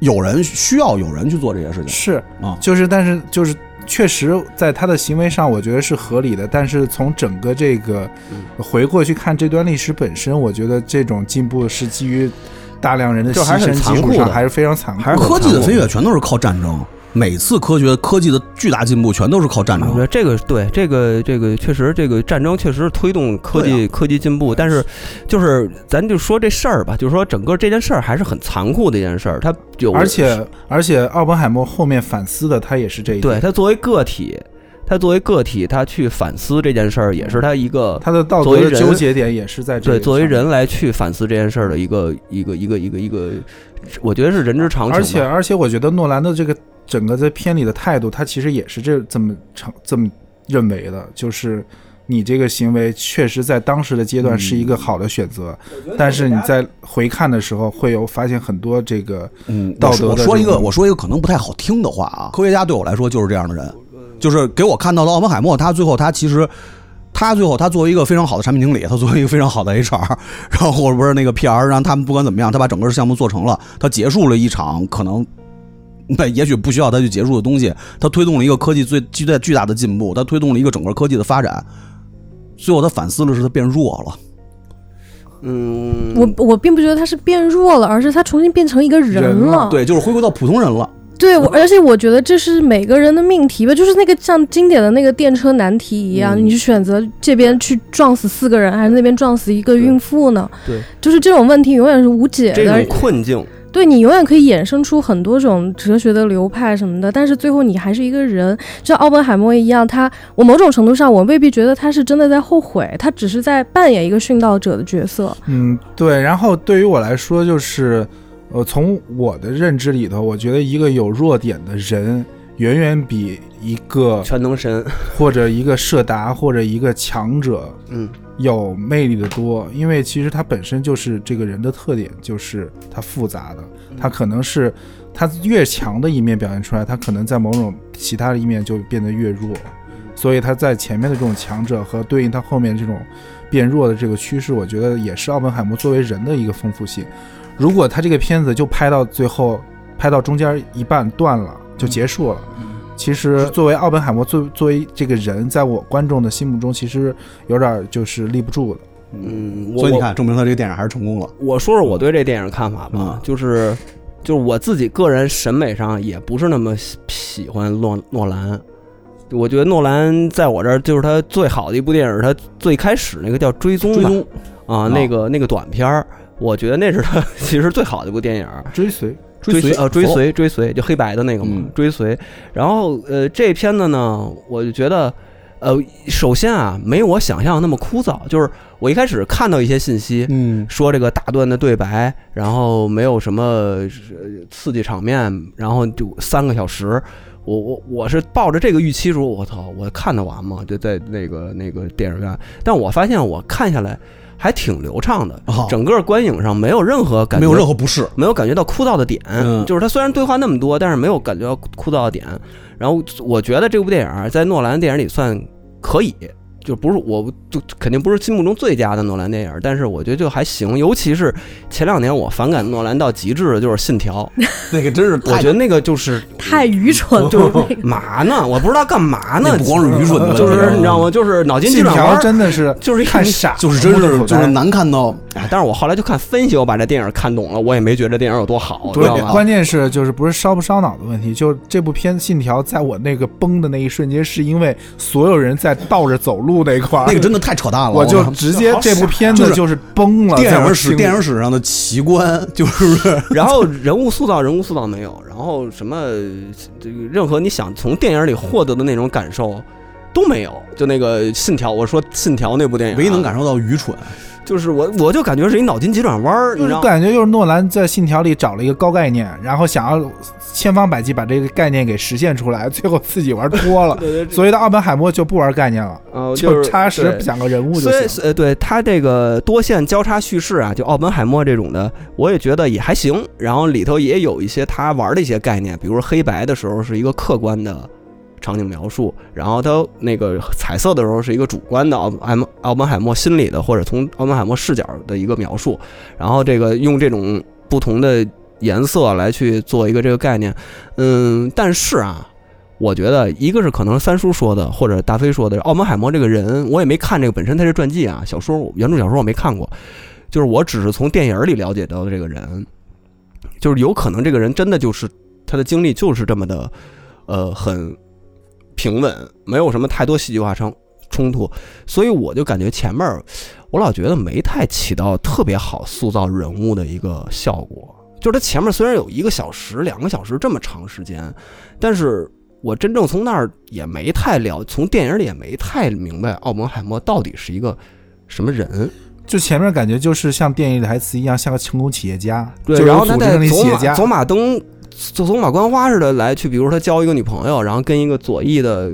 Speaker 3: 有人需要有人去做这些事情
Speaker 4: 是
Speaker 3: 啊。
Speaker 4: 就是，但是就是确实在他的行为上，我觉得是合理的。但是从整个这个
Speaker 2: 嗯
Speaker 4: 回过去看这段历史本身，我觉得这种进步是基于大量人的
Speaker 2: 就
Speaker 4: 牺
Speaker 2: 还是
Speaker 4: 牲
Speaker 2: 很残
Speaker 4: 基础
Speaker 2: 酷
Speaker 4: 上，
Speaker 2: 的
Speaker 4: 还是非常残酷
Speaker 2: 还是很
Speaker 3: 科技的飞跃全都是靠战争，每次科学科技的巨大进步全都是靠战
Speaker 2: 我觉
Speaker 3: 争。
Speaker 2: 得这个对这个这个确实，这个战争确实是推动科技、
Speaker 3: 对
Speaker 2: 科技进步，但是就是咱就说这事儿吧，就是说整个这件事儿还是很残酷的一件事儿，它有
Speaker 4: 而且而且，奥本海默后面反思的他也是这一
Speaker 2: 对
Speaker 4: 点，
Speaker 2: 他作为个体，他作为个体，他去反思这件事儿，也是他一个
Speaker 4: 他的道
Speaker 2: 作
Speaker 4: 德
Speaker 2: 为
Speaker 4: 的
Speaker 2: 人
Speaker 4: 纠结点也是在这
Speaker 2: 对
Speaker 4: 个
Speaker 2: 作为
Speaker 4: 上面
Speaker 2: 人来去反思这件事儿的一个一个一个一个一个，我觉得是人之常情吧。
Speaker 4: 而且而且，我觉得诺兰的这个整个在片里的态度，他其实也是这这么成这么认为的，就是你这个行为确实在当时的阶段是一个好的选择，但是你在回看的时候会有发现很多这个
Speaker 3: 嗯，
Speaker 4: 道
Speaker 3: 我说
Speaker 4: 德
Speaker 3: 我
Speaker 4: 的
Speaker 3: 说一
Speaker 4: 这
Speaker 3: 个，
Speaker 4: 种
Speaker 3: 我说一个可能不太好听的话啊，科学家对我来说就是这样的人，就是给我看到的奥本海默，他最后他其实。他最后，他作为一个非常好的产品经理，他作为一个非常好的 HR，然 后或者不是那个 PR，让他们不管怎么样，他把整个项目做成了，他结束了一场可能，那也许不需要他去结束的东西，他推动了一个科技最巨大巨大的进步，他推动了一个整个科技的发展，最后他反思了是他变弱了，
Speaker 2: 嗯，
Speaker 5: 我我并不觉得他是变弱了，而是他重新变成一个人
Speaker 4: 人了
Speaker 5: 了。
Speaker 3: 对，就是回归到普通人了，
Speaker 5: 对，我而且我觉得这是每个人的命题吧，就是那个像经典的那个电车难题一样，你是选择这边去撞死四个人，还是那边撞死一个孕妇呢？
Speaker 2: 对，
Speaker 5: 就是这种问题永远是无解
Speaker 2: 这
Speaker 5: 的
Speaker 2: 种。困境，
Speaker 5: 对你永远可以衍生出很多种哲学的流派什么的，但是最后你还是一个人，就像奥本海默一样，他我某种程度上我未必觉得他是真的在后悔，他只是在扮演一个殉道者的角色。
Speaker 4: 嗯，对。然后对于我来说，就是呃，从我的认知里头，我觉得一个有弱点的人，远远比一个
Speaker 2: 全能神，
Speaker 4: 或者一个社达或者一个强者
Speaker 2: 嗯，
Speaker 4: 有魅力的多，因为其实它本身就是这个人的特点，就是它复杂的，它可能是它越强的一面表现出来，它可能在某种其他的一面就变得越弱，所以它在前面的这种强者和对应它后面这种变弱的这个趋势，我觉得也是奥本海默作为人的一个丰富性。如果他这个片子就拍到最后，拍到中间一半断了就结束了。
Speaker 3: 嗯
Speaker 4: 其实，作为奥本海默，作作为这个人，在我观众的心目中，其实有点儿就是立不住的。
Speaker 2: 嗯，我
Speaker 3: 所以你
Speaker 2: 我
Speaker 3: 看，证明他这个电影还是成功了。
Speaker 2: 我说说我对这电影看法吧，
Speaker 3: 嗯
Speaker 2: 就是就是我自己个人审美上也不是那么喜喜欢诺诺兰。我觉得诺兰在我这儿就是他最好的一部电影，他最开始那个叫《追踪》
Speaker 3: 追
Speaker 2: 吧
Speaker 3: 踪
Speaker 2: 啊，那个那个短片儿，我觉得那是他 其实最好的一部电影。
Speaker 4: 追随
Speaker 2: 追
Speaker 3: 随
Speaker 2: 呃追
Speaker 3: 佛
Speaker 2: 随追随，就黑白的那个嘛，
Speaker 3: 嗯
Speaker 2: 追随。然后呃这片子呢，我就觉得呃首先啊没我想象那么枯燥，就是我一开始看到一些信息。
Speaker 3: 嗯
Speaker 2: 说这个大段的对白，然后没有什么呃刺激场面，然后就呃三个小时。我我我是抱着这个预期说，我操，我看得完吗？就在那个那个电影院，但我发现我看下来还挺流畅的，
Speaker 3: 哦
Speaker 2: 整个观影上没有任何感
Speaker 3: 没
Speaker 2: 觉，
Speaker 3: 有任何不适，
Speaker 2: 没有感觉到枯燥的点，
Speaker 3: 嗯
Speaker 2: 就是他虽然对话那么多，但是没有感觉到枯燥的点。然后我觉得这部电影儿在诺兰电影里算可以，就不是我就肯定不是心目中最佳的诺兰电影儿，但是我觉得就还行。尤其是前两年我反感诺兰到极致的就是《信 条》，
Speaker 3: 那个真是
Speaker 2: 我觉得那个就是
Speaker 5: 太愚蠢了，
Speaker 2: 就是
Speaker 5: 那个
Speaker 2: 嘛 呢？我不知道干嘛呢，
Speaker 3: 不光是愚蠢的问题，
Speaker 2: 就是你知道吗？就是脑筋急
Speaker 4: 信
Speaker 2: 转
Speaker 4: 条
Speaker 2: 弯，
Speaker 4: 真的是
Speaker 2: 就是一
Speaker 4: 看傻，
Speaker 3: 就是真
Speaker 4: 目瞪
Speaker 3: 是
Speaker 4: 口
Speaker 3: 就
Speaker 4: 呆
Speaker 3: 是难看到，
Speaker 2: 哎但是我后来就看分析，我把这电影看懂了，我也没觉得这电影有多好，知道
Speaker 4: 对，
Speaker 2: 吗？
Speaker 4: 关键是就是不是烧不烧脑的问题，就是这部片《信条》在我那个崩的那一瞬间，是因为所有人在倒着走路那一块儿，
Speaker 3: 那个真的太扯淡了，
Speaker 4: 我就
Speaker 3: 靠
Speaker 4: 直接
Speaker 3: 好
Speaker 4: 这部片
Speaker 3: 就
Speaker 4: 子
Speaker 3: 是
Speaker 4: 就是崩了。
Speaker 3: 电
Speaker 4: 在我
Speaker 3: 影史
Speaker 4: 心里
Speaker 3: 电影史上的奇观，就是
Speaker 2: 然后人物塑造，人物塑造没有，然后什么这个任何你想从电影里获得的那种感受都没有。就那个《信条》，我说《信条》那部电影、啊
Speaker 3: 唯一能感
Speaker 2: 受，
Speaker 3: 受到愚蠢。
Speaker 2: 就是我我就感觉是一脑筋急转弯儿，你
Speaker 4: 就
Speaker 2: 知
Speaker 4: 是
Speaker 2: 道吗？
Speaker 4: 感觉就是诺兰在《信条》里找了一个高概念，然后想要千方百计把这个概念给实现出来，最后自己玩脱了。
Speaker 2: 对对对
Speaker 4: 所以到奥本海默就不玩概念了，
Speaker 2: 呃，
Speaker 4: 就是插实
Speaker 2: 对
Speaker 4: 讲个人物就
Speaker 2: 所以
Speaker 4: 行。
Speaker 2: 呃，对他这个多线交叉叙事啊，就奥本海默这种的，我也觉得也还行。然后里头也有一些他玩的一些概念，比如说黑白的时候是一个客观的场景描述，然后他那个彩色的时候是一个主观的奥本奥本海默心理的或者从奥本海默视角的一个描述，然后这个用这种不同的颜色来去做一个这个概念，嗯，但是啊，我觉得一个是可能三叔说的，或者大飞说的，奥本海默这个人，我也没看这个本身他这传记啊，小说我原著小说我没看过，就是我只是从电影里了解到的这个人，就是有可能这个人真的就是他的经历就是这么的，呃，很平稳，没有什么太多戏剧化冲冲突，所以我就感觉前面儿我老觉得没太起到特别好塑造人物的一个效果。就是他前面虽然有一个小时、两个小时这么长时间，但是我真正从那儿也没太了，从电影里也没太明白奥本海默到底是一个什么人。
Speaker 4: 就前面感觉就是像电影里台词一样，像个成功企业家，就是
Speaker 2: 然后
Speaker 4: 有
Speaker 2: 他
Speaker 4: 组织
Speaker 2: 在
Speaker 4: 能力
Speaker 2: 走
Speaker 4: 企业
Speaker 2: 马
Speaker 4: 家
Speaker 2: 走。马灯，就走马观花似的来去，比如说他交一个女朋友，然后跟一个左翼的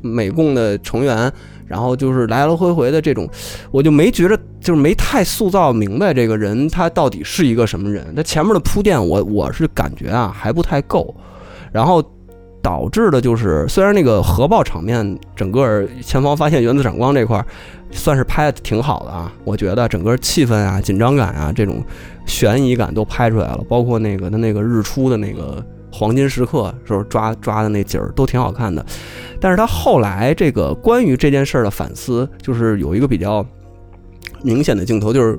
Speaker 2: 美共的成员，然后就是来来回回的这种，我就没觉着，就是没太塑造明白这个人他到底是一个什么人。他前面的铺垫我，我是感觉啊还不太够，然后。导致的就是，虽然那个核爆场面整个前方发现原子闪光这块儿算是拍的挺好的啊，我觉得整个气氛啊、紧张感啊这种悬疑感都拍出来了，包括那个他那个日出的那个黄金时刻时候抓抓的那景儿都挺好看的。但是他后来这个关于这件事儿的反思，就是有一个比较明显的镜头，就是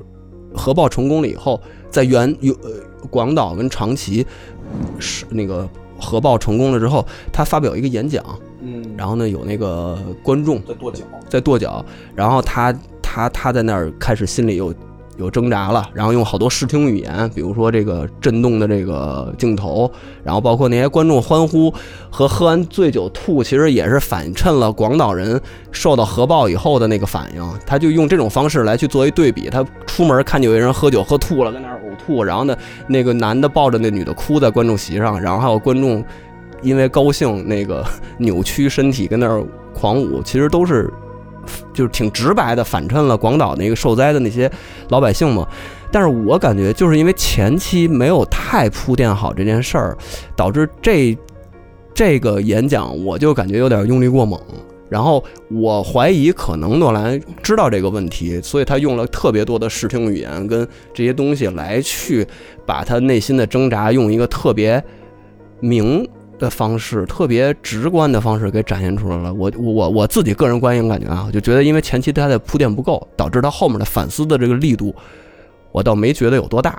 Speaker 2: 核爆成功了以后，在原有呃广岛跟长崎是那个核爆成功了之后，他发表一个演讲，
Speaker 3: 嗯
Speaker 2: 然后呢有那个观众
Speaker 3: 再跺脚，
Speaker 2: 在跺脚，然后他他他在那儿开始心里有有挣扎了，然后用好多视听语言，比如说这个震动的这个镜头，然后包括那些观众欢呼和喝完醉酒吐，其实也是反衬了广岛人受到核爆以后的那个反应。他就用这种方式来去做一对比，他出门看见有一人喝酒喝吐了，在那儿呕吐，然后呢，那个男的抱着那女的哭在观众席上，然后还有观众。因为高兴，那个扭曲身体跟那儿狂舞，其实都是就是挺直白的反衬了广岛那个受灾的那些老百姓嘛。但是我感觉就是因为前期没有太铺垫好这件事儿，导致这这个演讲我就感觉有点用力过猛。然后我怀疑，可能诺兰知道这个问题，所以他用了特别多的视听语言跟这些东西来去把他内心的挣扎用一个特别明的方式、特别直观的方式给展现出来了。我我我自己个人观影感觉啊，我就觉得因为前期他的铺垫不够，导致他后面的反思的这个力度，我倒没觉得有多大。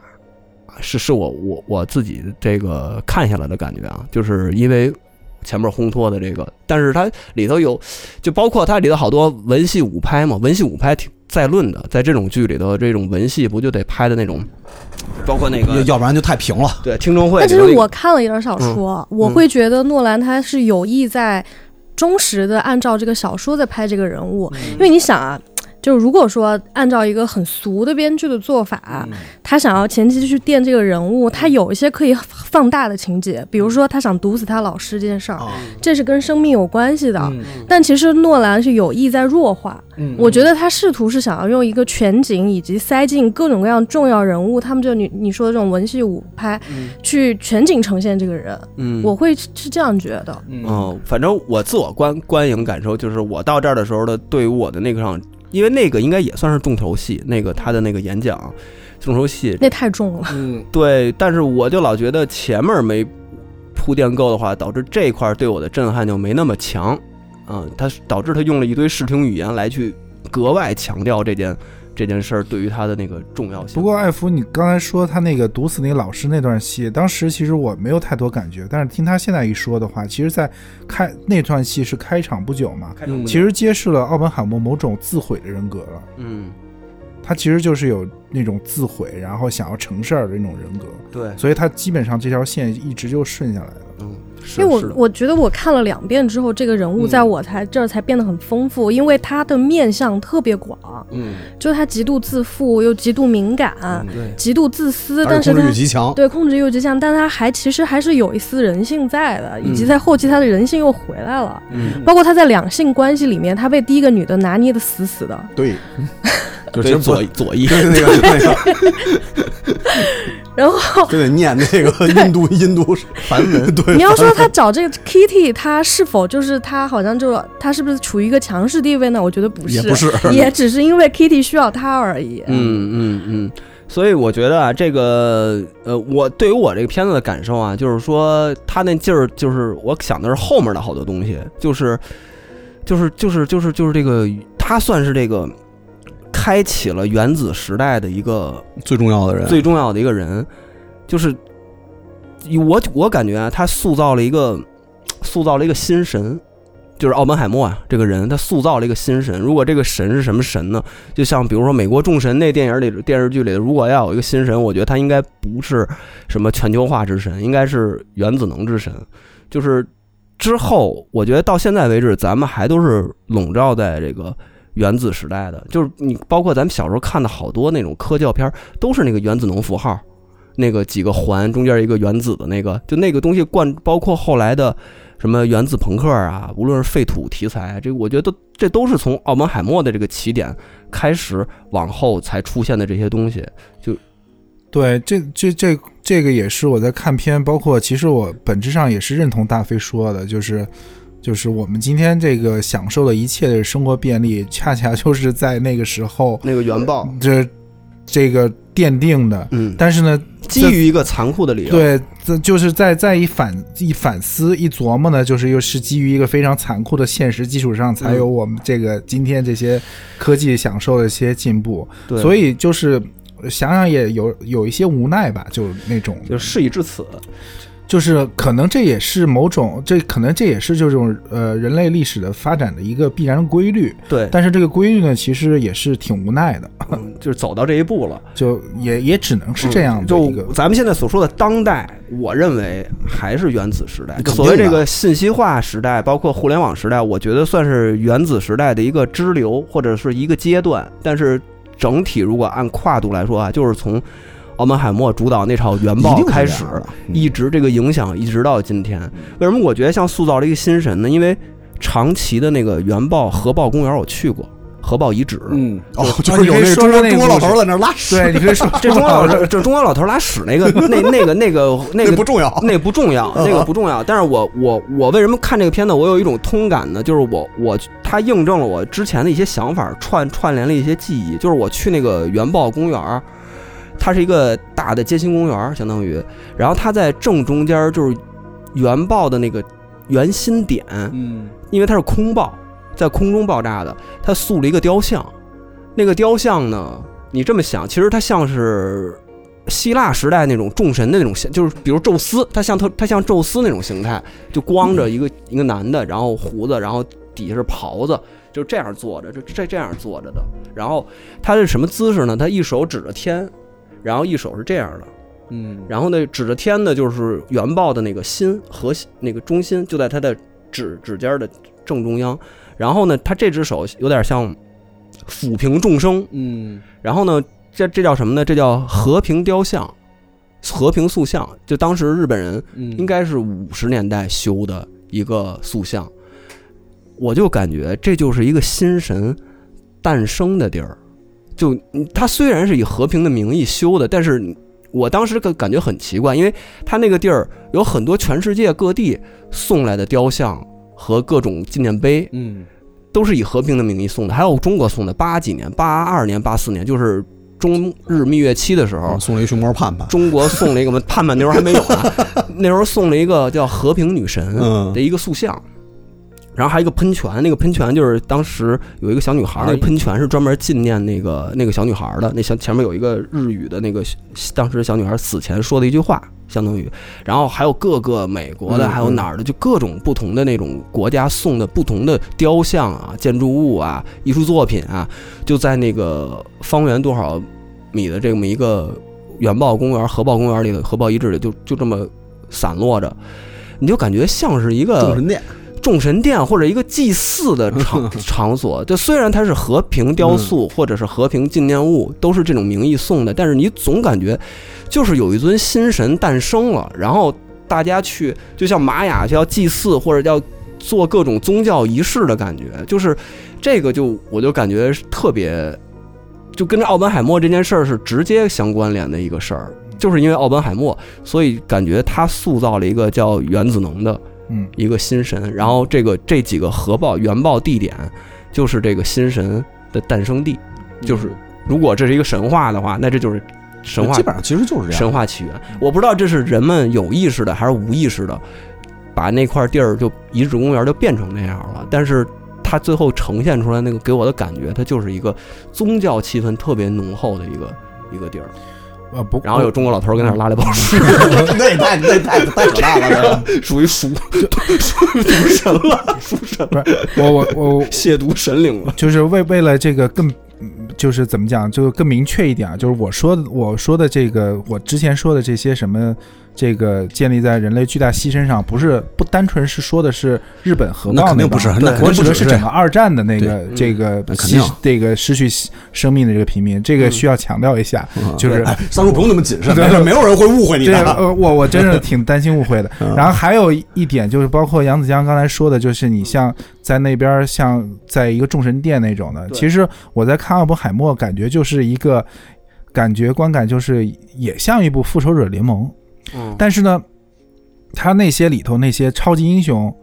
Speaker 2: 啊是是我我我自己这个看下来的感觉啊，就是因为前面烘托的这个，但是它里头有，就包括它里头好多文戏武拍嘛，文戏武拍挺在论的，在这种剧里头，这种文戏不就得拍的那种，包括那
Speaker 3: 要
Speaker 2: 个
Speaker 3: 要不然就太平了。
Speaker 2: 对听证会
Speaker 5: 但
Speaker 2: 里
Speaker 5: 其
Speaker 2: 头那个，
Speaker 5: 实我看了一点小说，我会觉得诺兰他是有意在忠实的按照这个小说在拍这个人物，因为你想啊。就是如果说按照一个很俗的编剧的做法，他想要前期去垫这个人物，他有一些可以放大的情节，比如说他想毒死他老师这件事儿，这是跟生命有关系的。但其实诺兰是有意在弱化，我觉得他试图是想要用一个全景以及塞进各种各样重要人物，他们就你你说的这种文戏武拍，去全景呈现这个人，
Speaker 2: 嗯
Speaker 5: 我会是这样觉得。
Speaker 2: 嗯，反正我自我观观影感受就是，我到这儿的时候的，对于我的那个上，因为那个应该也算是重头戏，那个他的那个演讲重头戏，
Speaker 5: 那太重了，
Speaker 2: 嗯，对，但是我就老觉得前面没铺垫够的话，导致这一块对我的震撼就没那么强，嗯，他导致他用了一堆视听语言来去格外强调这件这件事儿对于他的那个重要性。
Speaker 4: 不过艾福，你刚才说他那个毒死那老师那段戏，当时其实我没有太多感觉，但是听他现在一说的话，其实，在开那段戏是开场不久嘛，
Speaker 2: 嗯，
Speaker 4: 其实揭示了奥本海默某种自毁的人格了。
Speaker 2: 嗯，
Speaker 4: 他其实就是有那种自毁，然后想要成事儿的那种人格，
Speaker 2: 对，
Speaker 4: 所以他基本上这条线一直就顺下来了。
Speaker 2: 嗯，是
Speaker 5: 因为我
Speaker 2: 是的
Speaker 5: 我觉得我看了两遍之后，这个人物在我才、这儿才变得很丰富，因为他的面相特别广，
Speaker 2: 嗯，
Speaker 5: 就他极度自负，又极度敏感，
Speaker 2: 对，
Speaker 5: 极度自私，
Speaker 3: 而
Speaker 5: 但
Speaker 3: 且
Speaker 5: 是
Speaker 3: 控制
Speaker 5: 他
Speaker 3: 欲极强，
Speaker 5: 对控制又极强，但他还其实还是有一丝人性在的，以及
Speaker 2: 嗯
Speaker 5: 在后期他的人性又回来了。
Speaker 2: 嗯，
Speaker 5: 包括他在两性关系里面，他被第一个女的拿捏的死死的，
Speaker 3: 对，就
Speaker 2: 对
Speaker 3: 真不
Speaker 2: 左左翼，
Speaker 3: 对那个 那个，
Speaker 5: 然后
Speaker 3: 就得念那个印度印度梵文。对，
Speaker 5: 你要说 他找这个 Kitty，他是否就是他好像就他是不是处于一个强势地位呢？我觉得不是，
Speaker 3: 也不是
Speaker 5: 也只是因为 Kitty 需要他而已。
Speaker 2: 嗯嗯嗯，所以我觉得啊，这个呃，我对于我这个片子的感受啊，就是说他那劲儿，就是我想的是后面的好多东西，就是就是就是就是就是这个，他算是这个开启了原子时代的一个
Speaker 3: 最重要的人，
Speaker 2: 最重要的一个人，就是我我感觉啊，他塑造了一个塑造了一个新神，就是奥本海默啊这个人，他塑造了一个新神。如果这个神是什么神呢？就像比如说《美国众神》那电影里电视剧里，如果要有一个新神，我觉得他应该不是什么全球化之神，应该是原子能之神。就是之后，我觉得到现在为止，咱们还都是笼罩在这个。原子时代的，就是你包括咱们小时候看的好多那种科教片儿，都是那个原子能符号，那个几个环中间一个原子的那个，就那个东西贯，包括后来的什么原子朋克啊，无论是废土题材，啊这个我觉得都这都是从奥本海默的这个起点开始往后才出现的这些东西。
Speaker 4: 对，这这这这个也是我在看片，包括其实我本质上也是认同大飞说的，就是就是我们今天这个享受的一切的生活便利，恰恰就是在那个时候
Speaker 2: 那个原爆，
Speaker 4: 这这个奠定的。
Speaker 2: 嗯，
Speaker 4: 但是呢，
Speaker 2: 基于一个残酷的理由，，
Speaker 4: 对，这就是在在一反一反思一琢磨呢，就是又是基于一个非常残酷的现实基础上，才有我们这个今天这些科技享受的一些进步。
Speaker 2: 对
Speaker 4: 所以就是想想也有有一些无奈吧，就是那种
Speaker 2: 就事已至此，
Speaker 4: 就是可能这也是某种，这可能这也是这种呃人类历史的发展的一个必然规律。
Speaker 2: 对，
Speaker 4: 但是这个规律呢，其实也是挺无奈的，
Speaker 2: 嗯就是走到这一步了。
Speaker 4: 就也也只能是这样的一个。
Speaker 2: 嗯就咱们现在所说的当代，我认为还是原子时代
Speaker 3: 肯。定的
Speaker 2: 所谓这个信息化时代，包括互联网时代，我觉得算是原子时代的一个支流或者是一个阶段。但是整体如果按跨度来说啊，就是从奥本海默主导那场原
Speaker 3: 一
Speaker 2: 爆
Speaker 3: 定是
Speaker 2: 开
Speaker 3: 这
Speaker 2: 始
Speaker 3: 样，的嗯
Speaker 2: 一直这个影响一直到今天。为什么我觉得像塑造了一个新神呢？因为长崎的那个原爆核爆公园我去过，核爆遗址，
Speaker 3: 嗯，哦，就
Speaker 4: 啊
Speaker 3: 是
Speaker 4: 你
Speaker 3: 有
Speaker 4: 可以
Speaker 3: 那
Speaker 4: 说
Speaker 3: 中国
Speaker 4: 说那个
Speaker 3: 中国老
Speaker 4: 故事
Speaker 3: 头儿在那儿拉屎，
Speaker 4: 对，你可以 说
Speaker 2: 这 中老头，这中央老头拉屎那个，那那个那个那
Speaker 3: 那
Speaker 2: 个
Speaker 3: 不重要。 嗯
Speaker 2: 那不重要，那个不重要。但是我我我为什么看这个片子，我有一种通感呢？就是我我它印证了我之前的一些想法，串串联了一些记忆。就是我去那个原爆公园儿，它是一个大的街心公园儿，相当于，然后它在正中间儿就是原爆的那个圆心点，
Speaker 3: 嗯，
Speaker 2: 因为它是空爆，在空中爆炸的，它塑了一个雕像。那个雕像呢，你这么想，其实它像是希腊时代那种众神的那种形，就是比如宙斯，他像他他像宙斯那种形态，就光着一个一个男的，然后胡子，然后底下是袍子，就这样坐着，就这这样坐着的。然后他是什么姿势呢？他一手指着天，然后一手是这样的，
Speaker 3: 嗯，
Speaker 2: 然后呢指着天的就是原爆的那个心核心那个中心就在他的指指尖的正中央。然后呢，他这只手有点像抚平众生，
Speaker 3: 嗯，
Speaker 2: 然后呢，这这叫什么呢？这叫和平雕像，和平塑像。就当时日本人
Speaker 3: 应
Speaker 2: 应该是五十年代修的一个塑像，我就感觉这就是一个新神诞生的地儿。就嗯它虽然是以和平的名义修的，但是你我当时感感觉很奇怪，因为它那个地儿有很多全世界各地送来的雕像和各种纪念碑，
Speaker 3: 嗯
Speaker 2: 都是以和平的名义送的，还有中国送的八几年、八二年、八四年，就是中日蜜月期的时
Speaker 4: 嗯
Speaker 2: 候，
Speaker 3: 送了一熊猫盼盼，
Speaker 2: 中国送了一个盼盼那时候还没有呢， 那时候送了一个叫和平女神
Speaker 3: 嗯
Speaker 2: 的一个塑像，然后还有一个喷泉，那个喷泉就是当时有一个小女孩，那
Speaker 3: 那
Speaker 2: 个喷泉是专门纪念那个那个小女孩的，那小前面有一个日语的那个当时小女孩死前说的一句话，相当于，然后还有各个美国的，
Speaker 3: 嗯
Speaker 2: 还有哪儿的，就各种不同的那种国家送的不同的雕像啊、建筑物啊、艺术作品啊，就在那个方圆多少米的这么一个原爆公园、核爆公园里的核爆遗址里，就就这么散落着，你就感觉像是一
Speaker 3: 众
Speaker 2: 个
Speaker 3: 神殿，
Speaker 2: 众神殿或者一个祭祀的场场所。就虽然它是和平雕塑或者是和平纪念物，都是这种名义送的，但是你总感觉就是有一尊新神诞生了，然后大家去就像玛雅就要祭祀或者要做各种宗教仪式的感觉，就是这个就我就感觉是特别，就跟这奥本海默这件事儿是直接相关联的一个事儿。就是因为奥本海默，所以感觉他塑造了一个叫原子能的
Speaker 4: 嗯
Speaker 2: 一个新神，然后这个这几个核爆原爆地点就是这个新神的诞生地。
Speaker 3: 嗯
Speaker 2: 就是如果这是一个神话的话，那这就是神话
Speaker 3: 基本上其实就是这样
Speaker 2: 神。话起源。我不知道这是人们有意识的还是无意识的，把那块地儿就遗址公园就变成那样了。但是它最后呈现出来那个给我的感觉，它就是一个宗教气氛特别浓厚的一个一个地儿。
Speaker 4: 呃不，
Speaker 2: 然后有中国老头儿跟那儿拉来宝石，
Speaker 3: 那也太那太太扯淡了，
Speaker 2: 属于赎赎赎神了，赎神
Speaker 4: 不是我我我
Speaker 2: 亵渎神灵了。
Speaker 4: 就是为为了这个更，嗯就是怎么讲，就更明确一点啊，就是我说的我说的这个，我之前说的这些什么，这个建立在人类巨大牺牲上，不是不单纯是说的是日本核
Speaker 3: 那
Speaker 4: 爆
Speaker 3: 肯定不
Speaker 4: 帮
Speaker 3: 是那肯定
Speaker 4: 我
Speaker 3: 不
Speaker 4: 指
Speaker 3: 只
Speaker 4: 的是
Speaker 3: 是嗯
Speaker 4: 整个二战的那个
Speaker 2: 对
Speaker 4: 这个
Speaker 3: 那肯
Speaker 4: 牺
Speaker 3: 定
Speaker 4: 这个失去生命的这个平民，这个
Speaker 2: 嗯
Speaker 4: 需要强调一下，就是
Speaker 3: 哎 三叔不用那么谨慎，
Speaker 4: 对
Speaker 3: 没事，没有人会误会你
Speaker 4: 这个
Speaker 3: 的。啊
Speaker 4: 呃，我我真是挺担心误会的
Speaker 3: 嗯。
Speaker 4: 然后还有一点就是，包括杨子江刚才说的，就是你像在那边儿像在一个众神殿那种的，
Speaker 2: 对
Speaker 4: 其实我在看奥本海默，感觉就是一个感觉观感就是也像一部《复仇者联盟》，
Speaker 2: 嗯
Speaker 4: 但是呢，他那些里头那些超级英雄，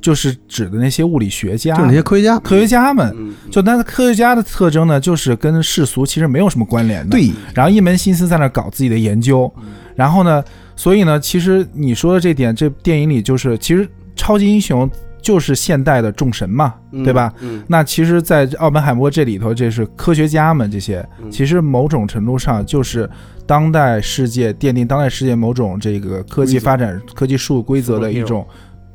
Speaker 4: 就是指的那些物理学家、
Speaker 3: 就是那些科学家，
Speaker 4: 科学家们。
Speaker 2: 嗯，
Speaker 4: 就那科学家的特征呢，就是跟世俗其实没有什么关联的。
Speaker 3: 对，
Speaker 4: 然后一门心思在那儿搞自己的研究，
Speaker 2: 嗯
Speaker 4: 然后呢，所以呢，其实你说的这点，这电影里就是，其实超级英雄就是现代的众神嘛，
Speaker 2: 嗯
Speaker 4: 对吧？？
Speaker 2: 嗯
Speaker 4: 那其实，在奥本海默这里头，这是科学家们这些，
Speaker 2: 嗯
Speaker 4: 其实某种程度上就是当代世界奠定当代世界某种这个科技发展、科技术规则的一种，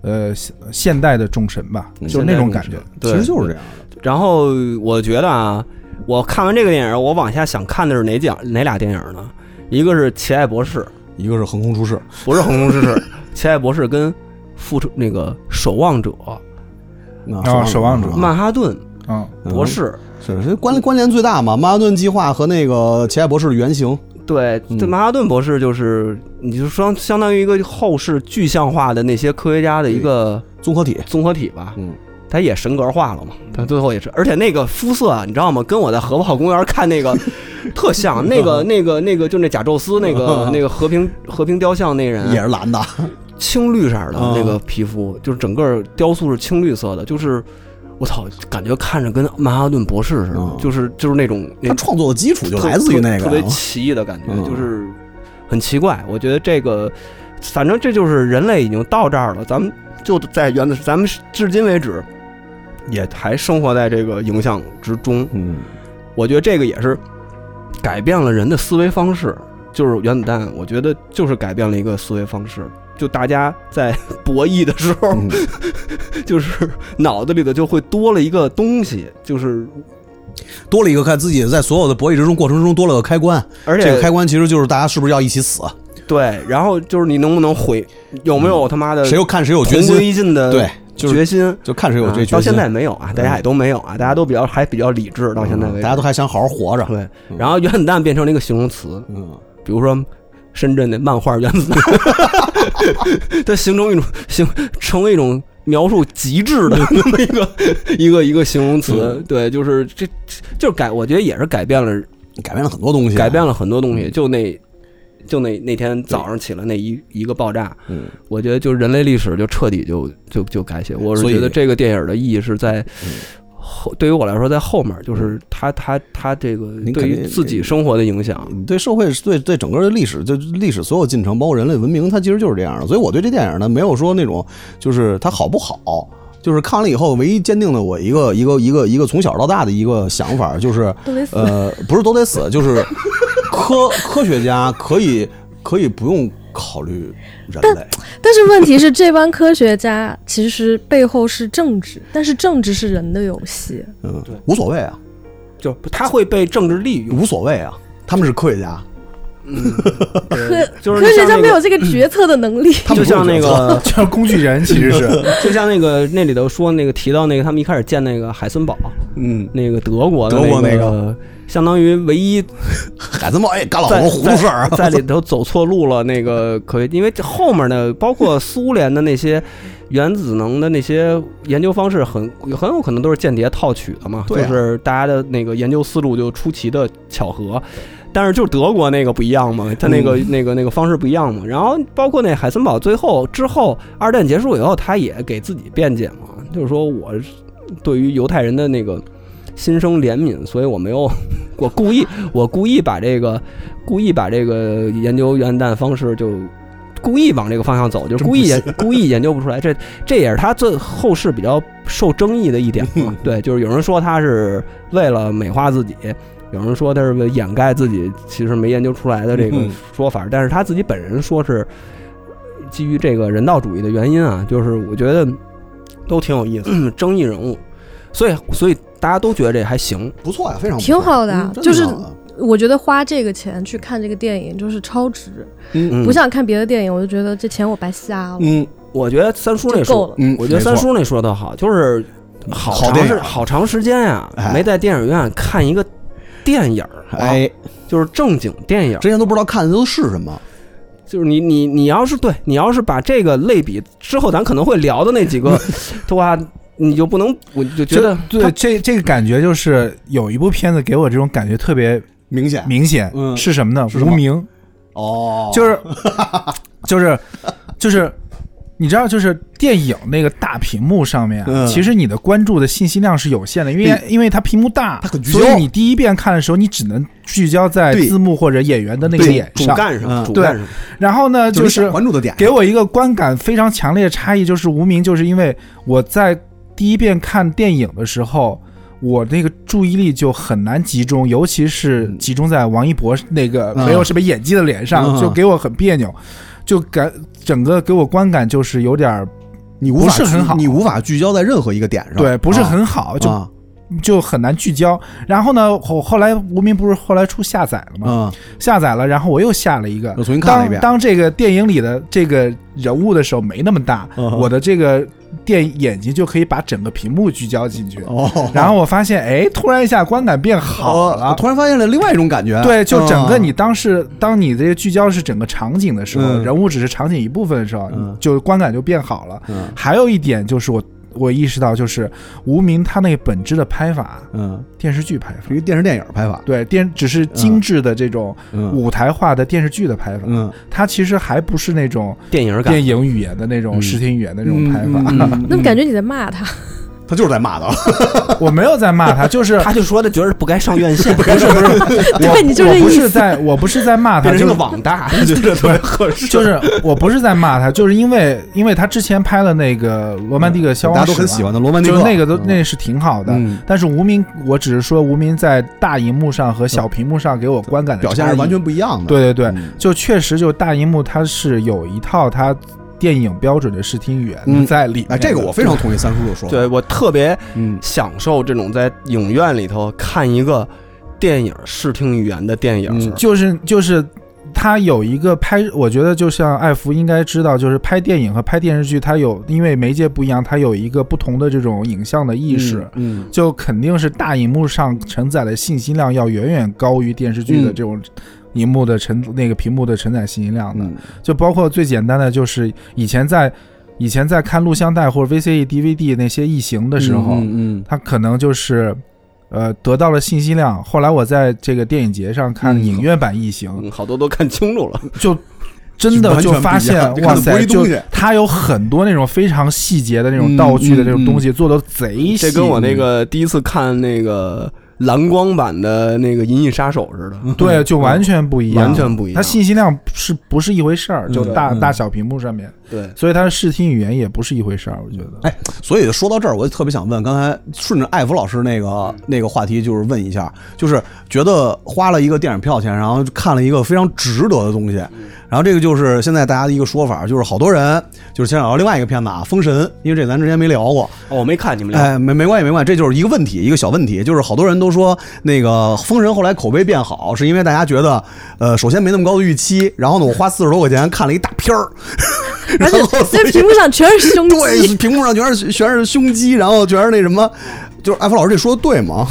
Speaker 4: 呃，现现代的众神吧，
Speaker 3: 嗯
Speaker 4: 就是那种感觉。
Speaker 2: 对，
Speaker 3: 其实就是这样
Speaker 2: 然后我觉得啊，我看完这个电影，我往下想看的是哪讲哪俩电影呢？一个是《奇爱博士》，
Speaker 3: 的。一个是横空出世，
Speaker 2: 不是《横空出世》，《奇爱博士》跟《复仇》那个《守望者》
Speaker 3: 啊
Speaker 4: 守望者
Speaker 3: 啊
Speaker 2: 曼哈顿
Speaker 4: 嗯，
Speaker 2: 博士，
Speaker 3: 是是关关联最大嘛？曼哈顿计划和那个奇爱博士的原型，
Speaker 2: 对，这
Speaker 3: 嗯
Speaker 2: 曼哈顿博士就是，你就说相当于一个后世具象化的那些科学家的一个
Speaker 3: 综合体。
Speaker 2: 综合体吧，
Speaker 3: 嗯，
Speaker 2: 他也神格化了嘛，他最后也是，而且那个肤色啊，你知道吗？跟我在核爆公园看那 个特像，那个那个那个就那假宙斯那 个那个和平和平雕像那人
Speaker 3: 也是蓝的，
Speaker 2: 青绿色的
Speaker 3: 啊
Speaker 2: 那个皮肤，就是整个雕塑是青绿色的，就是我操，感觉看着跟曼哈顿博士似的
Speaker 3: 嗯，
Speaker 2: 就是就是那种那
Speaker 3: 他 创作的基础就来自于那个啊
Speaker 2: 特别特别奇异的感觉，
Speaker 3: 嗯
Speaker 2: 就是很奇怪。我觉得这个，反正这就是人类已经到这儿了，咱们就在原子，咱们至今为止也还生活在这个影响之中。
Speaker 3: 嗯，
Speaker 2: 我觉得这个也是改变了人的思维方式。就是原子弹，我觉得就是改变了一个思维方式。就大家在 博弈的时候，
Speaker 3: 嗯
Speaker 2: 就是脑子里头就会多了一个东西，就是
Speaker 3: 多了一个看自己在所有的博弈之中过程中多了个开关，
Speaker 2: 而且
Speaker 3: 这个开关其实就是大家是不是要一起死，
Speaker 2: 对，然后就是你能不能回，有没有他妈的
Speaker 3: 嗯谁又看谁有决
Speaker 2: 呃同归
Speaker 3: 心，
Speaker 2: 于尽的
Speaker 3: 对，就是
Speaker 2: 决心？
Speaker 3: 就看谁有这
Speaker 2: 啊
Speaker 3: 决心。
Speaker 2: 到现在没有啊，大家也都没有啊，大家都比较还比较理智，到现在为
Speaker 3: 嗯
Speaker 2: 止
Speaker 3: 大家都还想好好活着，
Speaker 2: 对。然后原子弹变成了一个形容词，
Speaker 3: 嗯，
Speaker 2: 比如说深圳的漫画原子 弹，它形成一种形成为一种描述极致的那么一个一个一个形容词
Speaker 3: 嗯。
Speaker 2: 对，就是这就是改，我觉得也是改变了
Speaker 3: 改变了很多东西，啊
Speaker 2: 改变了很多东西。就那就那那天早上起来那一一个爆炸，
Speaker 3: 嗯，
Speaker 2: 我觉得就人类历史就彻底就就就改写。我是
Speaker 3: 所以嗯
Speaker 2: 觉得这个电影的意义是在后，对于我来说在后面，就是他他他这个
Speaker 3: 您
Speaker 2: 对
Speaker 3: 肯
Speaker 2: 于
Speaker 3: 定嗯
Speaker 2: 自己生活的影响。
Speaker 3: 对社会、对对整个的历史，就历史所有进程，包括人类文明，它其实就是这样的。所以我对这电影呢，没有说那种就是它好不好，就是看了以后，唯一坚定的我一个一个一个一个从小到大的一个想法，就是
Speaker 5: 都得死
Speaker 3: 呃，不是都得死，就是科科学家可以可以不用考虑人类，
Speaker 5: 但是问题是，这帮科学家其实背后是政治，但是政治是人的游戏。
Speaker 3: 嗯，无所谓啊，
Speaker 2: 就他会被政治利用，
Speaker 3: 无所谓啊，他们是科学家，
Speaker 5: 科
Speaker 2: 就是
Speaker 5: 科学
Speaker 2: 像
Speaker 5: 家
Speaker 2: 那
Speaker 5: 没
Speaker 2: 个
Speaker 5: 有这个决策的能力。
Speaker 3: 他
Speaker 2: 就
Speaker 3: 们不
Speaker 2: 像
Speaker 3: 用
Speaker 2: 那
Speaker 3: 决策
Speaker 2: 个，
Speaker 4: 就是工具人其实 是
Speaker 2: 就像那个那里头说那个提到那个，他们一开始建那个海森堡，
Speaker 3: 嗯，
Speaker 2: 那个德国的
Speaker 3: 德国
Speaker 2: 那
Speaker 3: 那
Speaker 2: 个，相当于唯一
Speaker 3: 海森堡也哎干了好
Speaker 2: 在
Speaker 3: 多糊涂事儿啊，
Speaker 2: 在在里头走错路了。那个可以，因为这后面的包括苏联的那些原子能的那些研究方式很，很有可能都是间谍套取的嘛，就
Speaker 3: 对啊
Speaker 2: 是大家的那个研究思路就出奇的巧合。但是就德国那个不一样嘛，他那个、那个那个方式不一样嘛。然后包括那海森堡最后之后，二战结束以后，他也给自己辩解嘛，就是说我对于犹太人的那个心生怜悯，所以我没有，我故意 我故意把这个故意把这个研究原弹方式就。故意往这个方向走，就是故意研 故意研究不出来，这这也是他最后世比较受争议的一点嘛。对，就是有人说他是为了美化自己，有人说他是为了掩盖自己其实没研究出来的这个
Speaker 3: 嗯
Speaker 2: 说法，但是他自己本人说是基于这个人道主义的原因啊，就是我觉得都挺有意思，争议人物，所以所以大家都觉得这还行，
Speaker 3: 不错呀，非常不错
Speaker 5: 挺好的啊
Speaker 3: 嗯真
Speaker 5: 就是
Speaker 3: 挺好的
Speaker 5: 我觉得花这个钱去看这个电影就是超值，
Speaker 2: 嗯
Speaker 5: 不像看别的电影，我就觉得这钱我白瞎了，
Speaker 3: 嗯
Speaker 2: 我觉得三叔那
Speaker 5: 就够
Speaker 2: 说，
Speaker 5: 了。
Speaker 3: 嗯，
Speaker 2: 我觉得
Speaker 3: 没错
Speaker 2: 三叔那说的好，就是好
Speaker 3: 好
Speaker 2: 长
Speaker 3: 电
Speaker 2: 时
Speaker 3: 影
Speaker 2: 好长时间呀、
Speaker 3: 哎
Speaker 2: 没在电影院看一个电影儿，啊
Speaker 3: 哎，
Speaker 2: 就是正经电影儿，
Speaker 3: 之前都不知道看的都是什么，
Speaker 2: 就是你你你要是对你要是把这个类比之后，咱可能会聊的那几 个的话，你就不能，我就觉得
Speaker 4: 对这这个感觉就是有一部片子给我这种感觉特别
Speaker 3: 明显
Speaker 4: 明显，
Speaker 3: 嗯
Speaker 4: 是什么呢？
Speaker 3: 是什
Speaker 4: 无
Speaker 3: 么
Speaker 4: 名，
Speaker 3: 哦，
Speaker 4: 就是 就是就是，你知道，就是电影那个大屏幕上面啊，
Speaker 3: 嗯
Speaker 4: 其实你的关注的信息量是有限的，因为
Speaker 3: 对
Speaker 4: 因为它屏幕大
Speaker 3: 它很，聚焦
Speaker 4: 所以你第一遍看的时候，你只能聚焦在
Speaker 3: 对
Speaker 4: 字幕或者演员的那个
Speaker 3: 对
Speaker 4: 脸
Speaker 2: 主
Speaker 4: 上。
Speaker 2: 干什么
Speaker 3: 嗯
Speaker 2: 主干什么，
Speaker 4: 然后呢，
Speaker 3: 就
Speaker 4: 就是是
Speaker 3: 关注的 点，
Speaker 4: 给我一个观感非常强烈的差异，就是无名，就是因为我在第一遍看电影的时候。我那个注意力就很难集中，尤其是集中在王一博那个
Speaker 3: 嗯
Speaker 4: 没有什么演技的脸上，
Speaker 3: 嗯
Speaker 4: 就给我很别扭，就感整个给我观感就是有点儿
Speaker 3: 你无法
Speaker 4: 不是很
Speaker 3: 聚
Speaker 4: 好
Speaker 3: 你无法聚焦在任何一个点上，
Speaker 4: 对，不是
Speaker 3: 啊
Speaker 4: 很好，就
Speaker 3: 啊
Speaker 4: 就很难聚焦。然后呢，我后来无名不是后来出下载了吗？
Speaker 3: 嗯，
Speaker 4: 下载了，然后我又下了一个，
Speaker 3: 又重新看了一遍
Speaker 4: 当当这个电影里的这个人物的时候没那么大，
Speaker 3: 嗯哼
Speaker 4: 我的这个电眼睛就可以把整个屏幕聚焦进去。
Speaker 3: 哦，
Speaker 4: 然后我发现，哎，突然一下观感变好
Speaker 3: 我
Speaker 4: 了。
Speaker 3: 哦突然发现了另外一种感觉，
Speaker 4: 对，就整个你
Speaker 3: 啊
Speaker 4: 当时当你这个聚焦是整个场景的时候，
Speaker 3: 嗯
Speaker 4: 人物只是场景一部分的时候，
Speaker 3: 嗯
Speaker 4: 你就观感就变好了。
Speaker 3: 嗯
Speaker 4: 还有一点就是我我意识到，就是无名他那个本质的拍法，
Speaker 3: 嗯，
Speaker 4: 电视剧拍法
Speaker 3: 是，一个电视电影拍法，
Speaker 4: 对电只是精致的这种
Speaker 3: 嗯
Speaker 4: 舞台化的电视剧的拍法，
Speaker 3: 嗯，
Speaker 4: 它其实还不是那种
Speaker 2: 电影感
Speaker 4: 电影语言的那种视听语言的那种拍
Speaker 3: 嗯
Speaker 4: 法。
Speaker 3: 嗯嗯嗯
Speaker 5: 那么感觉你在骂他，
Speaker 3: 他他就是在骂他，
Speaker 4: 嗯
Speaker 3: 嗯
Speaker 4: 我没有在骂他，就是
Speaker 2: 他就说他觉得不该上院线，
Speaker 4: 不是不是，我
Speaker 5: 对你就
Speaker 4: 我
Speaker 5: 这
Speaker 4: 不
Speaker 5: 意
Speaker 4: 是
Speaker 5: 思
Speaker 4: 在我不是在骂他，
Speaker 2: 变成
Speaker 4: 就
Speaker 2: 一个
Speaker 4: 是
Speaker 2: 网大，他 觉得特别合适。
Speaker 4: 就是我不是在骂他，就是因为因为他之前拍了那个《罗曼蒂克消
Speaker 3: 大
Speaker 4: 亡
Speaker 3: 家
Speaker 4: 史》
Speaker 3: 都
Speaker 4: 嘛，
Speaker 3: 很喜欢的罗曼蒂
Speaker 4: 就
Speaker 3: 克，
Speaker 4: 是那个都
Speaker 3: 嗯
Speaker 4: 那是挺好的。
Speaker 2: 嗯，
Speaker 4: 但是无名，我只是说无名在大荧幕上和小屏幕上给我观感的
Speaker 3: 表现
Speaker 4: 差
Speaker 3: 是
Speaker 4: 异
Speaker 3: 完全不一样的。
Speaker 4: 对对对，
Speaker 3: 嗯
Speaker 4: 就确实就大荧幕它是有一套它电影标准的视听语
Speaker 3: 嗯
Speaker 4: 言在里面的、
Speaker 3: 哎，这个我非常同意三叔的说法。
Speaker 2: 对我特别
Speaker 3: 嗯，
Speaker 2: 享受这种在影院里头看一个电影视听语言的电影，
Speaker 3: 嗯
Speaker 4: 就是就是它有一个拍，我觉得就像艾福应该知道，就是拍电影和拍电视剧，它有因为媒介不一样，它有一个不同的这种影像的意识。
Speaker 3: 嗯，
Speaker 4: 就肯定是大荧幕上承载的信息量要远远高于电视剧的
Speaker 3: 嗯
Speaker 4: 这种荧幕的承、那个屏幕的承载信息量的。
Speaker 3: 嗯
Speaker 4: 就包括最简单的，就是以前在以前在看录像带或者 VCD、DVD 那些异形的时候，
Speaker 3: 嗯
Speaker 4: 它可能就是呃得到了信息量。后来我在这个电影节上看
Speaker 3: 嗯
Speaker 4: 影院版异形，
Speaker 2: 嗯，好多都看清楚了。
Speaker 4: 就真的就发现
Speaker 3: 完全不一样就，看
Speaker 4: 哇
Speaker 3: 得不
Speaker 4: 塞，
Speaker 3: 是一东
Speaker 4: 就
Speaker 3: 西嗯
Speaker 4: 它有很多那种非常细节的那种道具的这种东西，做的贼细。
Speaker 2: 这跟我那个第一次看那个蓝光版的那个《银翼杀手》似的，
Speaker 4: 对，
Speaker 3: 嗯
Speaker 4: 就完全不一样，
Speaker 2: 完全不一样
Speaker 4: 它信息量是不是一回事儿？就
Speaker 2: 嗯
Speaker 4: 大
Speaker 3: 嗯
Speaker 4: 大小屏幕上面，
Speaker 2: 对，
Speaker 4: 所以它的视听语言也不是一回事儿。我觉得，
Speaker 3: 哎，所以说到这儿，我就特别想问，刚才顺着艾福老师那个那个话题，就是问一下，就是觉得花了一个电影票钱，然后看了一个非常值得的东西，然后这个就是现在大家的一个说法，就是好多人就是先想到另外一个片子啊，《封神》，因为这咱之前没聊过，
Speaker 2: 哦，我没看你们俩，
Speaker 3: 哎，没没关系，没关系，这就是一个问题，一个小问题，就是好多人都说那个《封神》后来口碑变好，是因为大家觉得，呃，首先没那么高的预期，然后呢，我花四十多块钱看了一大片儿，然
Speaker 5: 而且
Speaker 3: 后嗯所
Speaker 5: 那
Speaker 3: 以
Speaker 5: 屏幕上全是胸肌
Speaker 3: 对，。屏幕上全是全是胸肌，然后全是那什么，就是艾福老师这说的对吗？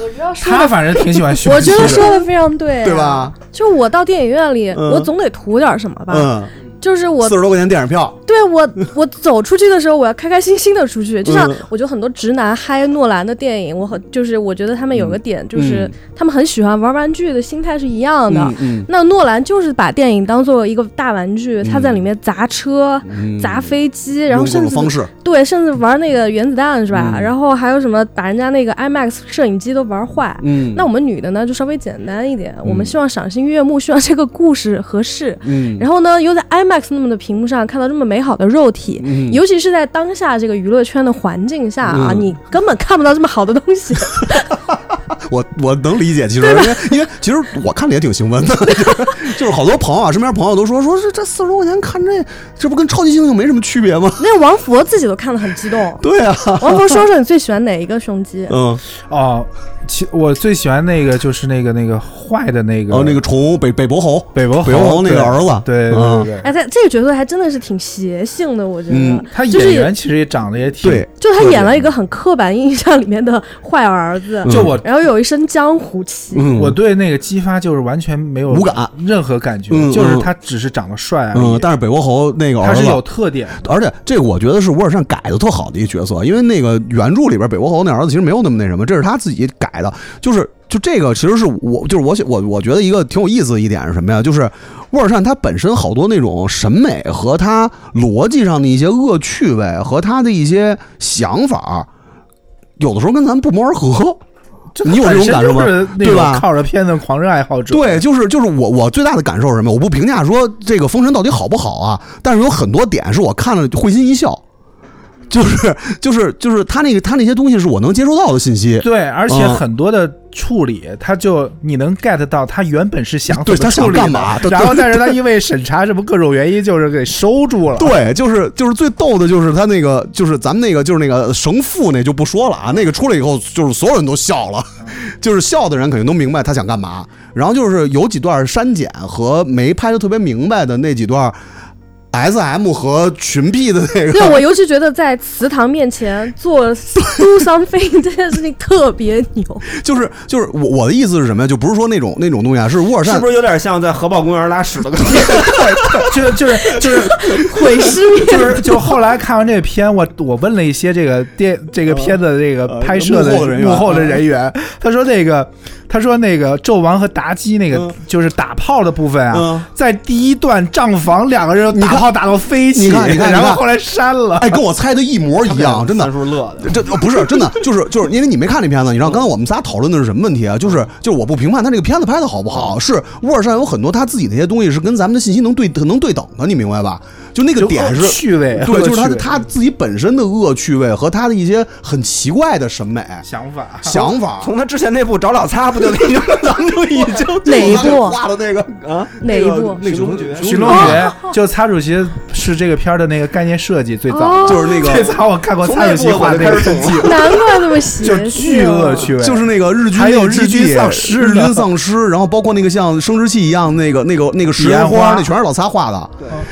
Speaker 5: 我知道说
Speaker 4: 他
Speaker 5: 的，
Speaker 4: 反正挺 喜欢学习的，
Speaker 5: 我觉得说的非常对、啊
Speaker 3: 对？吧？
Speaker 5: 就我到电影院里，
Speaker 3: 嗯
Speaker 5: 我总得图点什么吧。
Speaker 3: 嗯，
Speaker 5: 就是我
Speaker 3: 四十多块钱电影票，
Speaker 5: 对我， 我走出去的时候，我要开开心心的出去。就像
Speaker 3: 嗯
Speaker 5: 我觉得很多直男嗨诺兰的电影，我很就是我觉得他们
Speaker 3: 嗯
Speaker 5: 有个点，就是他们很喜欢玩玩具的心态是一样的。
Speaker 3: 嗯
Speaker 5: 那诺兰就是把电影当做一个大玩具，他在里面砸车、
Speaker 3: 嗯
Speaker 5: 砸飞机，
Speaker 3: 用
Speaker 5: 然后
Speaker 3: 各种
Speaker 5: 甚至
Speaker 3: 方式，
Speaker 5: 对，甚至玩那个原子弹是吧？
Speaker 3: 嗯
Speaker 5: 然后还有什么把人家那个 IMAX 摄影机都玩坏。
Speaker 3: 嗯
Speaker 5: 那我们女的呢，就稍微简单一点，我们希望赏心悦目，希望这个故事合适。
Speaker 3: 嗯
Speaker 5: 然后呢，又在 IMAX 那么的屏幕上看到这么美好的肉体，
Speaker 3: 嗯
Speaker 5: 尤其是在当下这个娱乐圈的环境下啊，
Speaker 3: 嗯
Speaker 5: 你根本看不到这么好的东 西。
Speaker 3: 我我能理解，其实因为因为其实我看着也挺兴奋的， 就是就是好多朋友啊，身边朋友都说说是这四十多块钱看这这不跟超级猩猩没什么区别吗？
Speaker 5: 那王佛自己都看得很激动。
Speaker 3: 对啊，
Speaker 5: 王佛说说你最喜欢哪一个胸肌？
Speaker 3: 嗯，
Speaker 4: 哦，其我最喜欢那个就是那个那个坏的那个，
Speaker 3: 哦然后那个虫北北伯侯，
Speaker 4: 北伯
Speaker 3: 北伯侯那
Speaker 4: 对
Speaker 3: 个儿子，
Speaker 4: 对
Speaker 3: 嗯
Speaker 4: 对对对，
Speaker 5: 哎，他这个角色还真的是挺邪性的，我觉得。
Speaker 3: 嗯
Speaker 4: 他
Speaker 5: 就是
Speaker 4: 演员其实也长得也挺，
Speaker 3: 对，
Speaker 5: 就他演了一个很刻板印象里面的坏儿子，
Speaker 4: 就我
Speaker 5: 然后有一身江湖气。
Speaker 3: 嗯，
Speaker 4: 我对那个姬发就是完全没有
Speaker 3: 无感，
Speaker 4: 任何感觉
Speaker 3: 嗯，
Speaker 4: 就是他只是长得帅而
Speaker 3: 嗯
Speaker 4: 已，，
Speaker 3: 但是北伯侯那个
Speaker 4: 他
Speaker 3: 儿子
Speaker 4: 是有特点的。
Speaker 3: 而且这个我觉得是乌尔善改的特好的一角色，因为那个原著里边北伯侯那儿子其实没有那么那什么，这是他自己改的。就是就这个其实是我就是我我我觉得一个挺有意思的一点是什么呀？就是乌尔善他本身好多那种审美和他逻辑上的一些恶趣味和他的一些想法，有的时候跟咱不谋而合。
Speaker 4: 就
Speaker 3: 你有这种感受吗
Speaker 4: 他本身就是那
Speaker 3: 对吧
Speaker 4: 种靠着片子狂热爱好者，
Speaker 3: 对，就是就是我我最大的感受是什么？我不评价说这个《封神》到底好不好啊，但是有很多点是我看了就会心一笑，就是就是就是他那个他那些东西是我能接收到的信息，
Speaker 4: 对，而且
Speaker 3: 嗯
Speaker 4: 很多的处理，他就你能 get 到他原本是想
Speaker 3: 对
Speaker 4: 怎么
Speaker 3: 他想
Speaker 4: 处理
Speaker 3: 干
Speaker 4: 的
Speaker 3: 嘛对
Speaker 4: 然后
Speaker 3: 对
Speaker 4: 但是他因为审查什么各种原因，就是给收住了。
Speaker 3: 对，就是就是最逗的就是他那个就是咱们那个就是那个绳父那就不说了啊，那个出来以后就是所有人都笑了， 就是笑的人肯定都明白他想干嘛。然后就是有几段删减和没拍的特别明白的那几段。S M 和群 P 的那个，
Speaker 5: 对，我尤其觉得在祠堂面前做 do something 这件事情特别牛，
Speaker 3: 就是就是我我的意思是什么呀？就不是说那种那种东西啊，是沃尔
Speaker 2: 是
Speaker 3: 善
Speaker 2: 不是有点像在核爆公园拉屎的感觉？
Speaker 4: 就就是就是
Speaker 5: 毁尸 灭
Speaker 4: 就是就是后来看完这片，我我问了一些这个电这个片子的这个
Speaker 3: 呃
Speaker 4: 拍摄的
Speaker 3: 幕后的人员嗯
Speaker 4: 幕后的人员，他说那个他说那个纣王和妲己那个
Speaker 3: 嗯
Speaker 4: 就是打炮的部分啊
Speaker 3: 嗯，
Speaker 4: 在第一段账房两个人打号打到飞起，
Speaker 3: 你看你看
Speaker 4: 然
Speaker 3: 你
Speaker 4: 后
Speaker 3: 看
Speaker 4: 后来删了。
Speaker 3: 哎，跟我猜的一模一样，真的
Speaker 2: 三。叔乐的，
Speaker 3: 这哦不是真的，就是就是因为你没看那片子，你知道刚才我们仨讨论的是什么问题啊？就是就是我不评判他这个片子拍的好不好，是沃尔善有很多他自己的一些东西是跟咱们的信息能对能对等的，你明白吧？就那个
Speaker 4: 就
Speaker 3: 点
Speaker 4: 恶
Speaker 3: 是
Speaker 4: 趣味恶
Speaker 3: 对，就是他
Speaker 4: 趣味
Speaker 3: 他自己本身的恶趣味和他的一些很奇怪的审美
Speaker 4: 想法，
Speaker 3: 想法。
Speaker 2: 从他之前那部找老擦不就已经咱们就已经
Speaker 5: 哪一
Speaker 3: 就是他
Speaker 5: 部
Speaker 3: 画的那个
Speaker 2: 啊？
Speaker 5: 哪一 部？
Speaker 3: 那个
Speaker 2: 寻龙诀
Speaker 4: 寻龙诀
Speaker 3: 啊
Speaker 4: 就擦主席是这个片儿的那个概念设计最早，
Speaker 5: 哦
Speaker 3: 就是那
Speaker 4: 最
Speaker 3: 个
Speaker 4: 早我看过擦主席画的那个设计，
Speaker 5: 难怪那么邪性，
Speaker 4: 就
Speaker 5: 啊
Speaker 4: 巨恶趣味，
Speaker 3: 就是那个日军
Speaker 4: 还有
Speaker 3: 日
Speaker 4: 日军丧尸
Speaker 3: 日
Speaker 4: 呢
Speaker 3: 军丧尸，然后包括那个像生殖器一样那个那个那个食
Speaker 4: 彼
Speaker 3: 人
Speaker 4: 岸
Speaker 3: 花，
Speaker 4: 花
Speaker 3: 那全是老擦画的。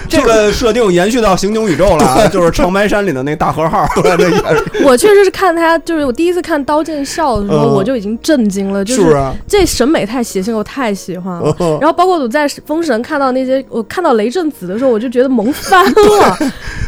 Speaker 2: 这个设定延续到《刑警宇宙》了啊，就是长白山里的那大河号，对，那也是
Speaker 5: 我确实是看他，就是我第一次看《刀剑笑》的时候，
Speaker 3: 嗯
Speaker 5: 我就已经震惊了，就是
Speaker 3: 不是啊
Speaker 5: 这审美太邪性了，我太喜欢了。
Speaker 4: 哦
Speaker 3: 嗯
Speaker 5: 然后包括我在《封神》看到那些，我看到雷震子的时候，我就觉得萌翻了。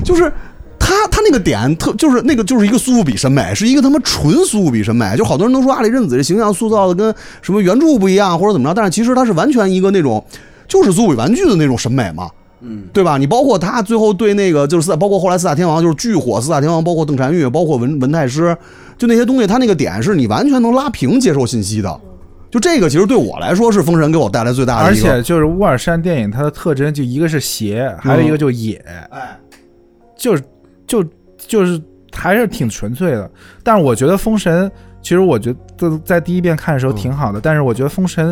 Speaker 3: 就是他他那个点特就是那个就是一个苏富比审美，是一个他妈纯苏富比审美。就好多人都说阿里认子这形象塑造的跟什么原著不一样或者怎么着，但是其实他是完全一个那种就是苏富比玩具的那种审美嘛。嗯，对吧？你包括他最后对那个就是四大，包括后来四大天王就是巨火，四大天王包括邓婵玉，包括文文太师，就那些东西，他那个点是你完全能拉平接受信息的。嗯就这个其实对我来说是封神给我带来最大的
Speaker 4: 而
Speaker 3: 一个，
Speaker 4: 且就是沃尔善电影，它的特征就一个是邪，
Speaker 3: 嗯
Speaker 4: 还有一个就野，哎，就是就就是还是挺纯粹的。但是我觉得《封神》，其实我觉得在第一遍看的时候挺
Speaker 3: 嗯
Speaker 4: 好的，但是我觉得《封神》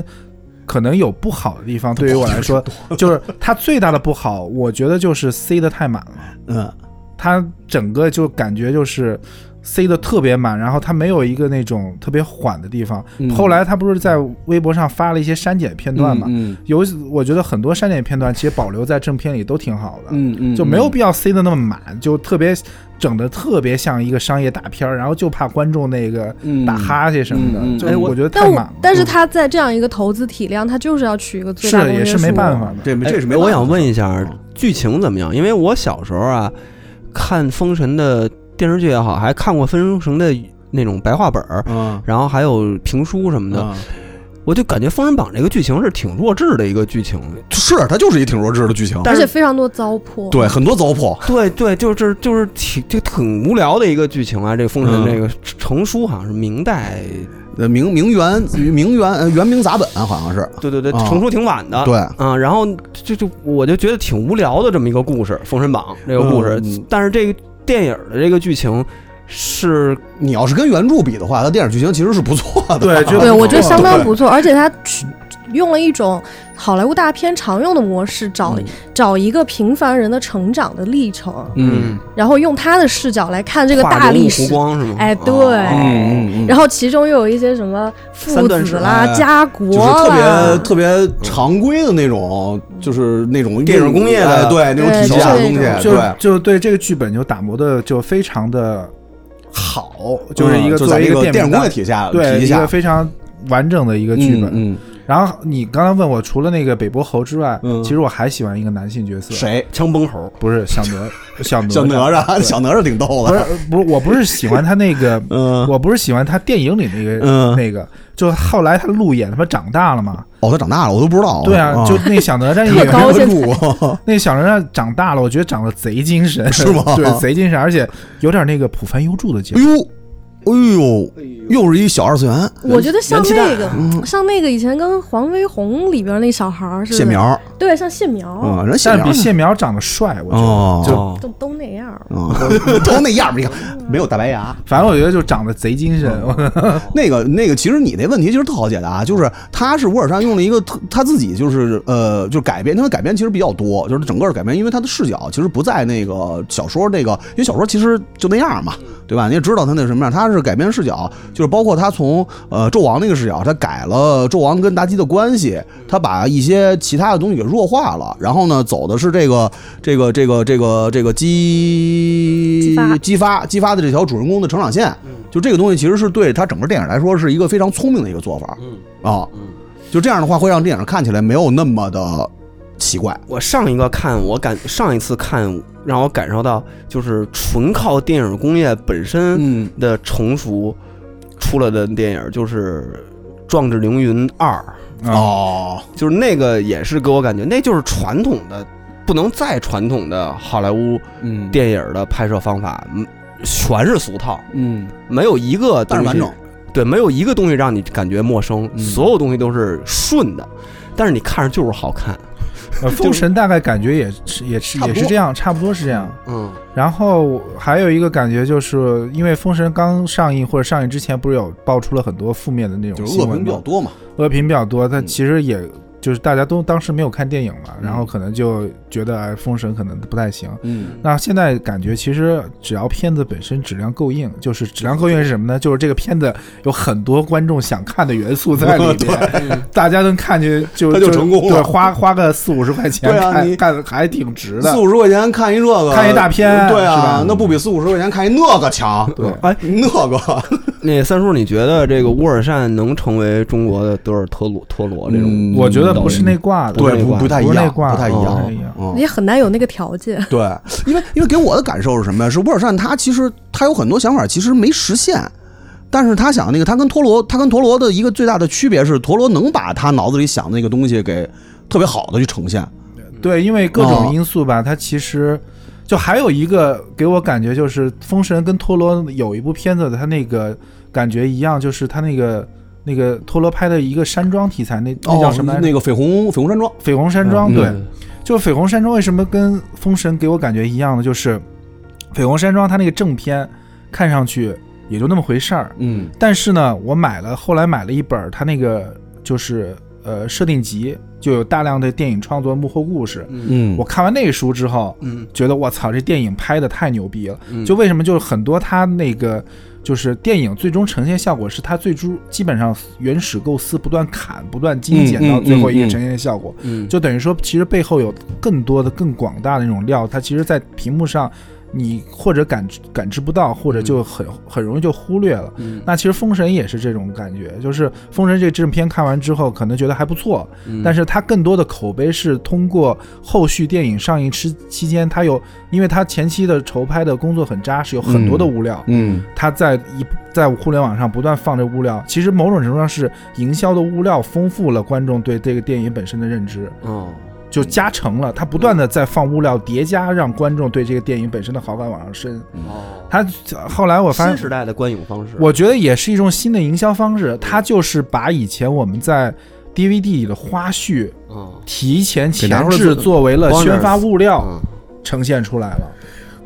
Speaker 4: 可能有不好的 地方，对于我来说，就是它最大的不好，我觉得就是塞得太满了。
Speaker 3: 嗯，
Speaker 4: 它整个就感觉就是塞得特别满，然后它没有一个那种特别缓的地方。
Speaker 3: 嗯
Speaker 4: 后来他不是在微博上发了一些删减片段嘛？
Speaker 3: 嗯
Speaker 4: 有我觉得很多删减片段其实保留在正片里都挺好的，
Speaker 3: 嗯嗯，
Speaker 4: 就没有必要塞得那么满，就特别整的特别像一个商业大片儿，然后就怕观众那个
Speaker 3: 嗯
Speaker 4: 打哈欠什么的，
Speaker 3: 嗯嗯
Speaker 4: 就
Speaker 3: 哎我
Speaker 4: 我觉得太
Speaker 5: 但
Speaker 4: 满
Speaker 5: 我
Speaker 4: 了，嗯
Speaker 5: 但是他在这样一个投资体量，他就是要取一个最大
Speaker 4: 是
Speaker 5: 公
Speaker 4: 也
Speaker 5: 约
Speaker 4: 是
Speaker 5: 数。
Speaker 4: 没办法的。
Speaker 3: 这这是没
Speaker 2: 哎我
Speaker 3: 办法
Speaker 2: 想问一下
Speaker 3: 啊
Speaker 2: 剧情怎么样？因为我小时候啊，看《封神》的电视剧也好，还看过《封神》的那种白话本儿，
Speaker 3: 嗯
Speaker 2: 然后还有评书什么的，
Speaker 3: 嗯
Speaker 2: 我就感觉《封神榜》这个剧情是挺弱智的一个剧情。
Speaker 3: 是它就是一挺弱智的剧情，
Speaker 5: 而且非常多糟粕。
Speaker 3: 对，很多糟粕。
Speaker 2: 对对，就是就是挺就挺无聊的一个剧情啊。这《封神
Speaker 3: 嗯》
Speaker 2: 这个成书好像是明代，
Speaker 3: 呃，明明元明元呃元明杂本好像是，
Speaker 2: 对对对，
Speaker 3: 哦
Speaker 2: 成书挺晚的。
Speaker 3: 对
Speaker 2: 啊，然后就就我就觉得挺无聊的这么一个故事，《封神榜》这个故事，
Speaker 3: 嗯
Speaker 2: 但是这个电影的这个剧情是
Speaker 3: 你要是跟原著比的话，它电影剧情其实是不错的。
Speaker 4: 对就
Speaker 5: 对，我觉得相当
Speaker 3: 对
Speaker 5: 不错，而且他取用了一种好莱坞大片常用的模式，找、找一个平凡人的成长的历程，
Speaker 3: 嗯
Speaker 5: 然后用他的视角来看这个
Speaker 2: 画
Speaker 5: 大
Speaker 2: 龙
Speaker 5: 历
Speaker 2: 湖
Speaker 5: 史。
Speaker 2: 光是吗？
Speaker 5: 哎，
Speaker 3: 哦
Speaker 5: 对。
Speaker 3: 嗯嗯嗯，
Speaker 5: 然后其中又有一些什么父
Speaker 2: 三段式
Speaker 5: 子啦、
Speaker 3: 哎
Speaker 5: 家国
Speaker 3: 就是
Speaker 5: 啦，
Speaker 3: 特别特别常规的那种，就是那种
Speaker 2: 电影工业的
Speaker 3: 哎对那种
Speaker 5: 对
Speaker 3: 体系下的
Speaker 5: 就
Speaker 3: 东
Speaker 5: 是
Speaker 3: 西，
Speaker 5: 那
Speaker 4: 就
Speaker 3: 对。
Speaker 4: 就对这个剧本就打磨的就非常的好，就是一个
Speaker 3: 嗯就
Speaker 4: 作
Speaker 3: 在
Speaker 4: 为一
Speaker 3: 这个
Speaker 4: 电
Speaker 3: 电
Speaker 4: 影
Speaker 3: 影工业体系下
Speaker 4: 对
Speaker 3: 体系
Speaker 4: 一
Speaker 3: 呃下
Speaker 4: 个非常完整的一个剧本。
Speaker 3: 嗯，嗯
Speaker 4: 然后你刚刚问我，除了那个北伯侯之外，
Speaker 3: 嗯
Speaker 4: 其实我还喜欢一个男性角色，？
Speaker 3: 谁？
Speaker 2: 枪崩猴，
Speaker 4: 不是小 哪，小哪，
Speaker 3: 小哪吒，小哪吒挺逗
Speaker 4: 不是
Speaker 3: 的。
Speaker 4: 不是，我不是喜欢他那个，
Speaker 3: 嗯，
Speaker 4: 我不是喜欢他电影里那个、
Speaker 3: 嗯
Speaker 4: 那个，就后来他路演他妈长大了嘛，
Speaker 3: 哦，他长大了，我都不知道。哦
Speaker 4: 对啊，就那小哪吒演
Speaker 5: 特
Speaker 4: 员
Speaker 5: 高兴
Speaker 3: 原著
Speaker 4: 那小人儿长大了，我觉得长得贼精神，
Speaker 3: 是吗
Speaker 4: 对，贼精神，而且有点那个浦凡优助的劲
Speaker 3: 哎
Speaker 4: 儿。
Speaker 3: 呦，哎呦，又是一小二次元
Speaker 5: 我觉得像
Speaker 2: 元气
Speaker 5: 那个像那个以前跟黄飞鸿里边那小孩儿似的，
Speaker 3: 嗯谢苗，
Speaker 5: 对，像谢苗，
Speaker 3: 嗯，人谢
Speaker 4: 但是
Speaker 3: 苗
Speaker 4: 比谢苗长得帅，我觉得。
Speaker 3: 哦
Speaker 4: 就
Speaker 2: 哦
Speaker 5: 都都那样儿。
Speaker 3: 啊， 都那样儿，你看没有大白牙。
Speaker 4: 反正我觉得就长得贼精神，
Speaker 3: 那个那个，其实你那问题其实特好解答，啊就是他是沃尔善用了一个特他自己就是呃，就是改编，他的改编其实比较多，就是整个的改编，因为他的视角其实不在那个小说那个，因为小说其实就那样嘛，对吧？你也知道他那什么样，他是改编视角，就是包括他从呃纣王那个视角，他改了纣王跟妲己的关系，他把一些其他的东西给弱化了，然后呢，走的是这个这个这个这个这个激
Speaker 5: 激发
Speaker 3: 激发激发的这条主人公的成长线，
Speaker 2: 嗯
Speaker 3: 就这个东西其实是对他整个电影来说是一个非常聪明的一个做法
Speaker 2: 嗯
Speaker 3: 啊，
Speaker 2: 嗯。
Speaker 3: 就这样的话会让电影看起来没有那么的奇怪。
Speaker 2: 我上一个看，我感上一次看让我感受到，就是纯靠电影工业本身
Speaker 3: 嗯，
Speaker 2: 的成熟出了的电影，就是《壮志凌云二》，
Speaker 4: 啊，
Speaker 3: 哦，
Speaker 2: 就是那个也是给我感觉，那就是传统的不不能再传统的好莱坞
Speaker 3: 嗯
Speaker 2: 电影的拍摄方法，嗯全是俗套，
Speaker 3: 嗯，
Speaker 2: 没有一个
Speaker 3: 但
Speaker 2: 东
Speaker 3: 是
Speaker 2: 西
Speaker 3: 完整，
Speaker 2: 对，没有一个东西让你感觉陌生，
Speaker 3: 嗯
Speaker 2: 所有东西都是顺的，但是你看着就是好看。
Speaker 4: 呃， 封神大概感觉也是也是
Speaker 3: 差不
Speaker 4: 也
Speaker 3: 多
Speaker 4: 是这样，差不多是这样。
Speaker 2: 嗯
Speaker 4: 然后还有一个感觉就是，因为《封神》刚上映或者上映之前，不是有爆出了很多负面的那
Speaker 3: 就
Speaker 4: 种
Speaker 3: 是恶
Speaker 4: 新
Speaker 3: 评
Speaker 4: 闻
Speaker 3: 比较
Speaker 4: 吗？
Speaker 3: 多嘛，
Speaker 4: 恶评比较多，但
Speaker 3: 嗯
Speaker 4: 其实也就是大家都当时没有看电影嘛，
Speaker 3: 嗯
Speaker 4: 然后可能就觉得哎《封神》可能不太行。
Speaker 3: 嗯
Speaker 4: 那现在感觉其实只要片子本身质量够硬，就是质量够硬是什么
Speaker 3: 嗯
Speaker 4: 呢？就是这个片子有很多观众想看的元素在里
Speaker 2: 哎
Speaker 4: 面，大家能看见就
Speaker 3: 它就成功了
Speaker 4: 对，花花个四五十块钱
Speaker 3: 对啊你
Speaker 4: 看看还挺值的
Speaker 3: 四。五十块钱看一这个，
Speaker 4: 看一大片
Speaker 3: 对
Speaker 4: 是
Speaker 3: 啊
Speaker 4: 吧，
Speaker 3: 那不比四五十块钱看一那个强？
Speaker 4: 对，
Speaker 2: 哎，
Speaker 3: 那个，
Speaker 2: 那三叔，你觉得这个乌尔善能成为中国的德尔托罗陀罗这种？
Speaker 4: 我觉嗯得不是那挂的，
Speaker 3: 嗯对，
Speaker 2: 不
Speaker 3: 不
Speaker 2: 是那挂
Speaker 3: 太一
Speaker 4: 不是那
Speaker 3: 样，
Speaker 4: 挂
Speaker 3: 不太一
Speaker 2: 不
Speaker 3: 样
Speaker 4: 太一样，
Speaker 3: 嗯
Speaker 5: 也很难有那个条件。
Speaker 3: 对，因为因为给我的感受是什么呀？是乌尔善他其实他有很多想法其实没实现，但是他想那个他跟陀螺他跟陀螺的一个最大的区别是陀螺能把他脑子里想的那个东西给特别好的去呈现。
Speaker 4: 对，因为各
Speaker 3: 哦
Speaker 4: 种因素吧，它其实就还有一个给我感觉就是《封神》跟陀螺有一部片子的，它那个感觉一样，就是它那个那个陀螺拍的一个山庄题材，那那叫哦什么来着？
Speaker 3: 哦那个绯红绯红山庄。
Speaker 4: 绯红山庄，
Speaker 2: 嗯
Speaker 4: 对，就绯红山庄为什么跟《封神》给我感觉一样呢？就是绯红山庄它那个正片看上去也就那么回事儿，
Speaker 3: 嗯
Speaker 4: 但是呢，我买了，后来买了一本儿它那个就是呃设定集，就有大量的电影创作幕后故事。
Speaker 3: 嗯
Speaker 4: 我看完那书之后，
Speaker 2: 嗯，
Speaker 4: 觉得我操，这电影拍的太牛逼了！
Speaker 2: 嗯
Speaker 4: 就为什么就是很多它那个就是电影最终呈现效果是它最初基本上原始构思不断砍、不断精简
Speaker 3: 嗯嗯
Speaker 4: 到最后
Speaker 3: 嗯
Speaker 4: 一
Speaker 3: 嗯
Speaker 4: 个呈现的效果，
Speaker 2: 嗯
Speaker 4: 就等于说其实背后有更多的、更广大的那种料，它其实，在屏幕上你或者感知感知不到，或者就很很容易就忽略了。
Speaker 2: 嗯
Speaker 4: 那其实《封神》也是这种感觉，就是《封神》这正片看完之后，可能觉得还不错，但是它更多的口碑是通过后续电影上映期期间，它有，因为它前期的筹拍的工作很扎实，有很多的物料，
Speaker 3: 嗯
Speaker 4: 它在一在互联网上不断放这物料，其实某种程度上是营销的物料丰富了观众对这个电影本身的认知，
Speaker 2: 哦，
Speaker 4: 就加成了，它不断的在放物料叠加，让观众对这个电影本身的好感往上升。
Speaker 3: 嗯
Speaker 2: 哦，
Speaker 4: 它后来我发
Speaker 2: 新
Speaker 4: 现
Speaker 2: 时代的观影方式，
Speaker 4: 我觉得也是一种新的营销方式，它就是把以前我们在 DVD 里的花絮
Speaker 2: 嗯
Speaker 4: 提前
Speaker 3: 给拿出
Speaker 4: 前
Speaker 3: 来
Speaker 4: 置
Speaker 3: 做
Speaker 4: 作为了
Speaker 2: Bonus
Speaker 4: 宣发物料
Speaker 2: 嗯
Speaker 4: 呈现出来了。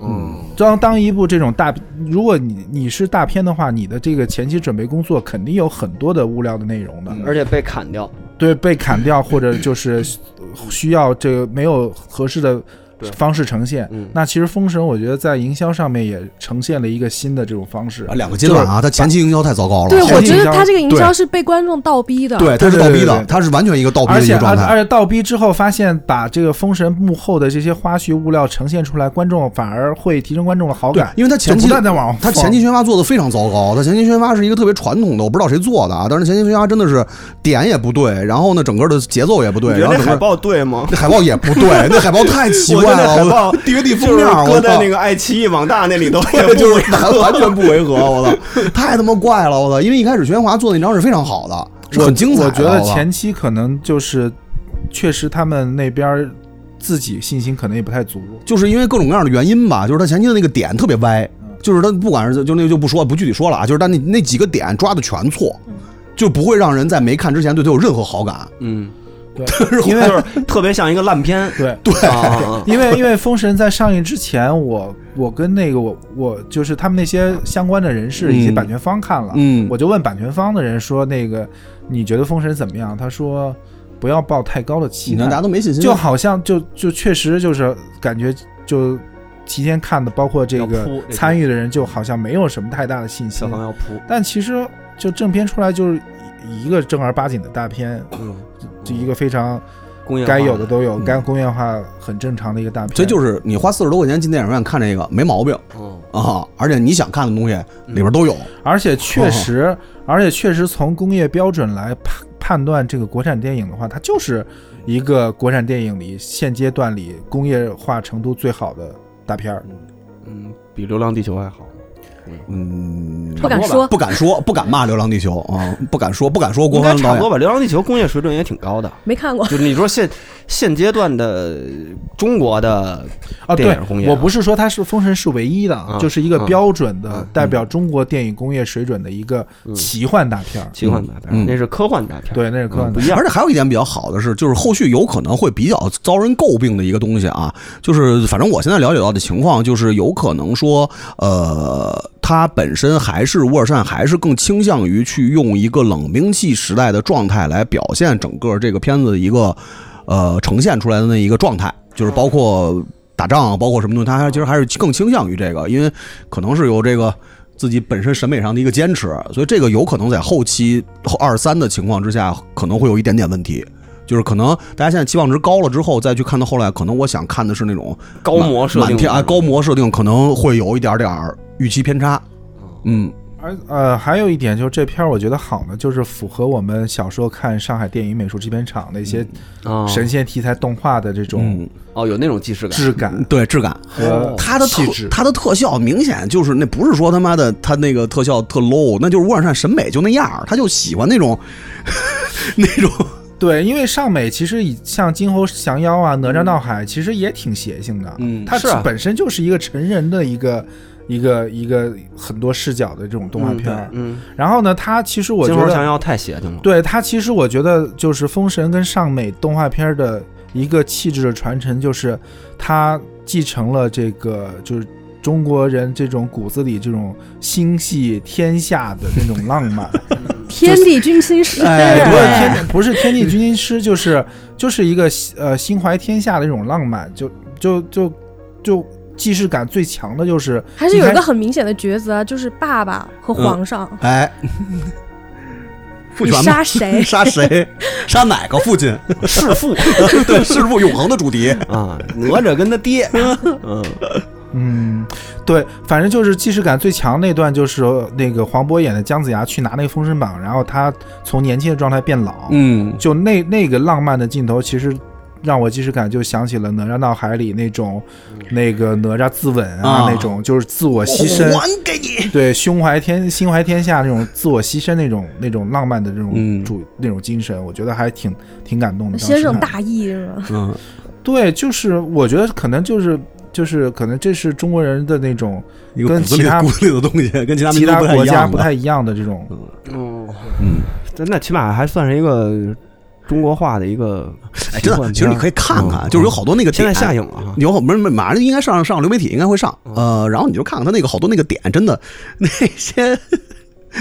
Speaker 2: 嗯
Speaker 4: 当当一部这种大，如果你你是大片的话，你的这个前期准备工作肯定有很多的物料的内容的，
Speaker 3: 嗯
Speaker 2: 嗯而且被砍掉，
Speaker 4: 对，被砍掉或
Speaker 2: 嗯
Speaker 4: 者就是需要这个没有合适的
Speaker 2: 对
Speaker 4: 方式呈现。
Speaker 2: 嗯
Speaker 4: 那其实《封神》我觉得在营销上面也呈现了一个新的这种方式
Speaker 3: 啊，。两个阶段啊，他前期哦营销太糟糕了，
Speaker 5: 对，
Speaker 4: 前
Speaker 5: 我
Speaker 4: 期
Speaker 5: 觉得
Speaker 4: 营销
Speaker 5: 他这个营
Speaker 3: 对
Speaker 5: 销是被观众倒逼的。
Speaker 3: 对，他是倒逼
Speaker 4: 对对
Speaker 3: 的
Speaker 4: 对，
Speaker 3: 他是完全一个倒逼
Speaker 4: 而
Speaker 3: 的一
Speaker 4: 且
Speaker 3: 个状
Speaker 4: 而而
Speaker 3: 态。
Speaker 4: 且倒逼之后，发现把这个《封神》幕后的这些花絮物料呈现出来，观众反而会提升观众的好
Speaker 3: 对
Speaker 4: 感，，
Speaker 3: 因为他前期
Speaker 4: 就不断在往
Speaker 3: 他前期宣发做的非常糟糕，他前期宣发是一个特别传统的，我不知道谁做的啊，但是前期宣发真的是点也不对，然后呢，整个的节奏也不
Speaker 2: 你觉
Speaker 3: 对，然
Speaker 2: 得这
Speaker 3: 后整
Speaker 2: 海
Speaker 3: 个
Speaker 2: 报对吗？
Speaker 3: 那海报也不对，那海报太奇怪
Speaker 2: 我觉得海
Speaker 3: 了，
Speaker 2: 报
Speaker 3: 我 DVD
Speaker 2: 就
Speaker 3: 封
Speaker 2: 是
Speaker 3: 面儿
Speaker 2: 搁
Speaker 3: 我
Speaker 2: 在
Speaker 3: 操
Speaker 2: 那。个爱奇艺网大那里头，
Speaker 3: 对，就是 完完全不违和，我操，太他妈怪了，我操！因为一开始宣华做的那张是非常好的，是很精彩的
Speaker 4: 我觉得
Speaker 3: 好吧
Speaker 4: 前期可能就是，确实他们那边儿自己信心可能也不太 足。
Speaker 3: 就是因为各种各样的原因吧，就是他前期的那个点特别歪，
Speaker 5: 嗯
Speaker 3: 就是他不管是就那个就不说不具体说了啊，就是他那那几个点抓的全错，
Speaker 5: 嗯
Speaker 3: 就不会让人在没看之前对他有任何好感。啊
Speaker 2: 嗯，
Speaker 4: 对，因为
Speaker 2: 就是特别像一个烂片，啊
Speaker 4: 对。
Speaker 2: 对，
Speaker 4: 因为因为《封神》在上映之前，我我跟那个我我就是他们那些相关的人士以及
Speaker 3: 嗯
Speaker 4: 版权方看了，
Speaker 3: 嗯
Speaker 4: 我就问版权方的人说，那个你觉得《封神》怎么样？他说不要抱太高的期
Speaker 3: 你看大家
Speaker 4: 待，
Speaker 3: 都没信心，
Speaker 4: 就好像就就确实就是感觉就提前看的，包括这
Speaker 2: 要
Speaker 4: 个
Speaker 2: 铺这个
Speaker 4: 参与的人，就好像没有什么太大的信
Speaker 2: 小
Speaker 4: 心。
Speaker 2: 朋要扑，
Speaker 4: 但其实就正片出来就是一个正儿八经的大片，
Speaker 2: 嗯，
Speaker 4: 就一个非常
Speaker 2: 工业化
Speaker 4: 该有的都有，
Speaker 3: 嗯
Speaker 4: 该工业化很正常的一个大片。
Speaker 3: 这就是你花四十多块钱进电影院看这个没毛病
Speaker 2: 嗯
Speaker 3: 啊，而且你想看的东西
Speaker 5: 嗯
Speaker 3: 里边都有。
Speaker 4: 而且确实，
Speaker 2: 哦
Speaker 4: 而且确实从工业标准来判判断这个国产电影的话，它就是一个国产电影里现阶段里工业化程度最好的大片儿。
Speaker 2: 嗯嗯，比《流浪地球》还好。
Speaker 3: 嗯，
Speaker 5: 不敢
Speaker 2: 差不多吧
Speaker 5: 说，
Speaker 3: 不敢说，不敢骂《流浪地球》啊，不敢说，不敢说郭
Speaker 2: 应该
Speaker 3: 帆
Speaker 2: 差
Speaker 3: 导
Speaker 2: 不多
Speaker 3: 演。
Speaker 2: 吧。《流浪地球》工业水准也挺高的，
Speaker 5: 没看过。
Speaker 2: 就是你说现现阶段的中国的
Speaker 4: 啊，
Speaker 2: 电
Speaker 4: 对
Speaker 2: 影工业，啊
Speaker 4: 我不是说它是《封神》是唯一的啊
Speaker 2: 嗯，
Speaker 4: 就是一个标准的
Speaker 2: 嗯
Speaker 4: 代表中国电影工业水准的一个奇幻大片儿。
Speaker 2: 奇幻大片，
Speaker 3: 嗯
Speaker 2: 那是科幻大片，嗯
Speaker 4: 对，那是科幻
Speaker 2: 不
Speaker 4: 大
Speaker 2: 一样
Speaker 3: 而。且还有一点比较好的是，就是后续有可能会比较遭人诟病的一个东西啊，就是反正我现在了解到的情况，就是有可能说，呃，它本身还是乌尔善，还是更倾向于去用一个冷兵器时代的状态来表现整个这个片子的一个呃呈现出来的那一个状态，
Speaker 2: 嗯
Speaker 3: 就是包括打仗，包括什么东西，它还其实还是更倾向于这个，因为可能是有这个。自己本身审美上的一个坚持，所以这个有可能在后期后二三的情况之下，可能会有一点点问题。就是可能大家现在期望值高了之后，再去看到后来，可能我想看的是那种
Speaker 2: 高模设
Speaker 3: 满
Speaker 2: 定
Speaker 3: 天啊，高模设定可能会有一点点儿预期偏差。嗯，
Speaker 4: 而呃，还有一点就是这片儿我觉得好呢，就是符合我们小时候看上海电影美术制片厂的一些
Speaker 2: 啊
Speaker 4: 神仙题材动画的这种
Speaker 3: 嗯，
Speaker 2: 哦，有那种既视感，
Speaker 4: 质感
Speaker 3: 对质感，
Speaker 2: 哦
Speaker 4: 和
Speaker 3: 它的特
Speaker 4: 气质。
Speaker 3: 它的特效明显就是那不是说他妈的它那个特效特 low，那就是乌尔善审美就那样儿，他就喜欢那种 那种
Speaker 4: 对，因为上美其实以像《金猴降妖》啊，《哪吒闹海》其实也挺邪性的，
Speaker 3: 嗯
Speaker 4: 它
Speaker 2: 是啊
Speaker 4: 本身就是一个成人的一个一个一个很多视角的这种动画片儿。
Speaker 2: 嗯，
Speaker 4: 然后呢，它其实我
Speaker 2: 金
Speaker 4: 觉
Speaker 2: 猴
Speaker 4: 得
Speaker 2: 降妖太邪性了，
Speaker 4: 对它，其实我觉得就是《封神》跟上美动画片的一个气质的传承，就是它继承了这个就是中国人这种骨子里这种心系天下的那种浪漫。
Speaker 5: 天地君亲师，
Speaker 3: 哎
Speaker 4: 不是
Speaker 3: 对
Speaker 4: 天地，不是天地君亲师，就是就是一个呃心怀天下的一种浪漫，就就就就既视感最强的就是
Speaker 5: 还是有一
Speaker 4: 你
Speaker 5: 个
Speaker 4: 看
Speaker 5: 很明显的抉择，就是爸爸和皇上，
Speaker 3: 哎，父
Speaker 5: 你
Speaker 3: 权吧
Speaker 5: 杀 谁？
Speaker 3: 杀谁？杀哪个父亲？
Speaker 2: 弑父
Speaker 3: 对，弑父永恒的 主题。
Speaker 2: 啊，哪吒跟他爹，嗯，
Speaker 4: 嗯，对，反正就是既视感最强那段，就是那个黄渤演的姜子牙去拿那个封神榜，然后他从年轻的状态变老，
Speaker 3: 嗯，
Speaker 4: 就那那个浪漫的镜头，其实让我既视感就想起了哪吒闹海里那种，那个哪吒自刎啊，
Speaker 3: 啊
Speaker 4: 那种就是自我牺牲，
Speaker 3: 还给 你。
Speaker 4: 对，胸怀天心怀天下那种自我牺牲那种那种浪漫的这种
Speaker 3: 嗯
Speaker 4: 主、那种精神，我觉得还挺挺感动的。当时
Speaker 5: 先生
Speaker 4: 看
Speaker 5: 大义是吧？
Speaker 3: 嗯，
Speaker 4: 对，就是我觉得可能就是就是可能这是中国人的那种
Speaker 3: 一个
Speaker 4: 跟
Speaker 3: 骨子
Speaker 4: 其
Speaker 3: 里
Speaker 4: 他
Speaker 3: 骨子里的东西，跟其他民
Speaker 4: 其
Speaker 3: 族
Speaker 4: 他
Speaker 3: 不太
Speaker 4: 国
Speaker 3: 一
Speaker 4: 家
Speaker 3: 样
Speaker 4: 不
Speaker 3: 的。
Speaker 4: 太一样的这种。
Speaker 2: 哦，
Speaker 3: 嗯，
Speaker 2: 那起码还算是一个中国化的一个
Speaker 3: 哎，
Speaker 2: 奇
Speaker 3: 真
Speaker 2: 幻片儿，
Speaker 3: 的，其实你可以看看，
Speaker 2: 嗯
Speaker 3: 就是有好多那个
Speaker 2: 现在下
Speaker 3: 映。
Speaker 2: 映了啊，
Speaker 3: 有好不是马上应该上上流媒体应该会
Speaker 4: 嗯
Speaker 3: 上，呃，然后你就看看他那个好多那个点，真的那些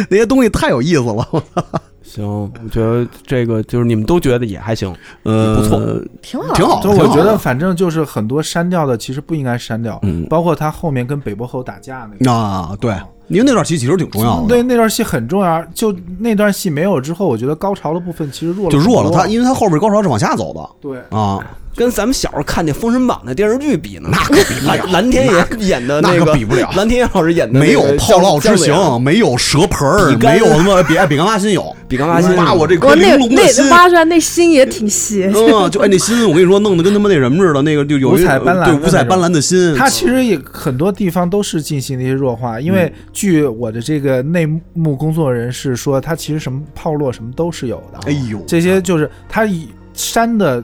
Speaker 3: 那些东西太有意思了，
Speaker 2: 行，我觉得这个就是你们都觉得也还行，
Speaker 3: 呃，
Speaker 2: 不错
Speaker 5: 挺好，
Speaker 3: 挺好
Speaker 4: 就我
Speaker 3: 挺好
Speaker 4: 觉得，
Speaker 3: 的
Speaker 4: 反正就是很多删掉的，其实不应该删掉，
Speaker 3: 嗯
Speaker 4: 包括他后面跟北伯侯打架那个。
Speaker 3: 啊，对，因为那段戏其实挺重要的，
Speaker 4: 对那段戏很重要，就那段戏没有之后，我觉得高潮的部分其实弱了，
Speaker 3: 就弱了，他
Speaker 4: 他
Speaker 3: 因为他后边高潮是往下走的
Speaker 4: 对，
Speaker 3: 啊，
Speaker 2: 跟咱们小时候看那《封神榜》的电视剧比呢，那可比不了。蓝天野演的
Speaker 3: 那
Speaker 2: 个
Speaker 3: 可比不了
Speaker 2: 蓝天野老师演的那
Speaker 3: 没有
Speaker 2: 个
Speaker 3: 炮烙之
Speaker 2: 姜
Speaker 4: 啊
Speaker 2: 子牙，
Speaker 3: 刑，没有蛇盆儿
Speaker 2: 比，干
Speaker 3: 没有什么比哎比干嘛心有，
Speaker 2: 比干嘛心有
Speaker 3: 哇，我这颗
Speaker 5: 我那
Speaker 3: 玲珑的心
Speaker 5: 那。挖出来那心也挺邪性。
Speaker 3: 嗯，就哎，那心我跟你说，弄得跟他妈那什么似的，那个就有一
Speaker 4: 五彩斑斓的
Speaker 3: 对五彩斑斓的心。
Speaker 4: 它其实也很多地方都是进行了一些弱化，因
Speaker 3: 嗯
Speaker 4: 为据我的这个内幕工作人士说，它其实什么炮烙什么都是有的，
Speaker 3: 哎呦，
Speaker 4: 这些就是它以删的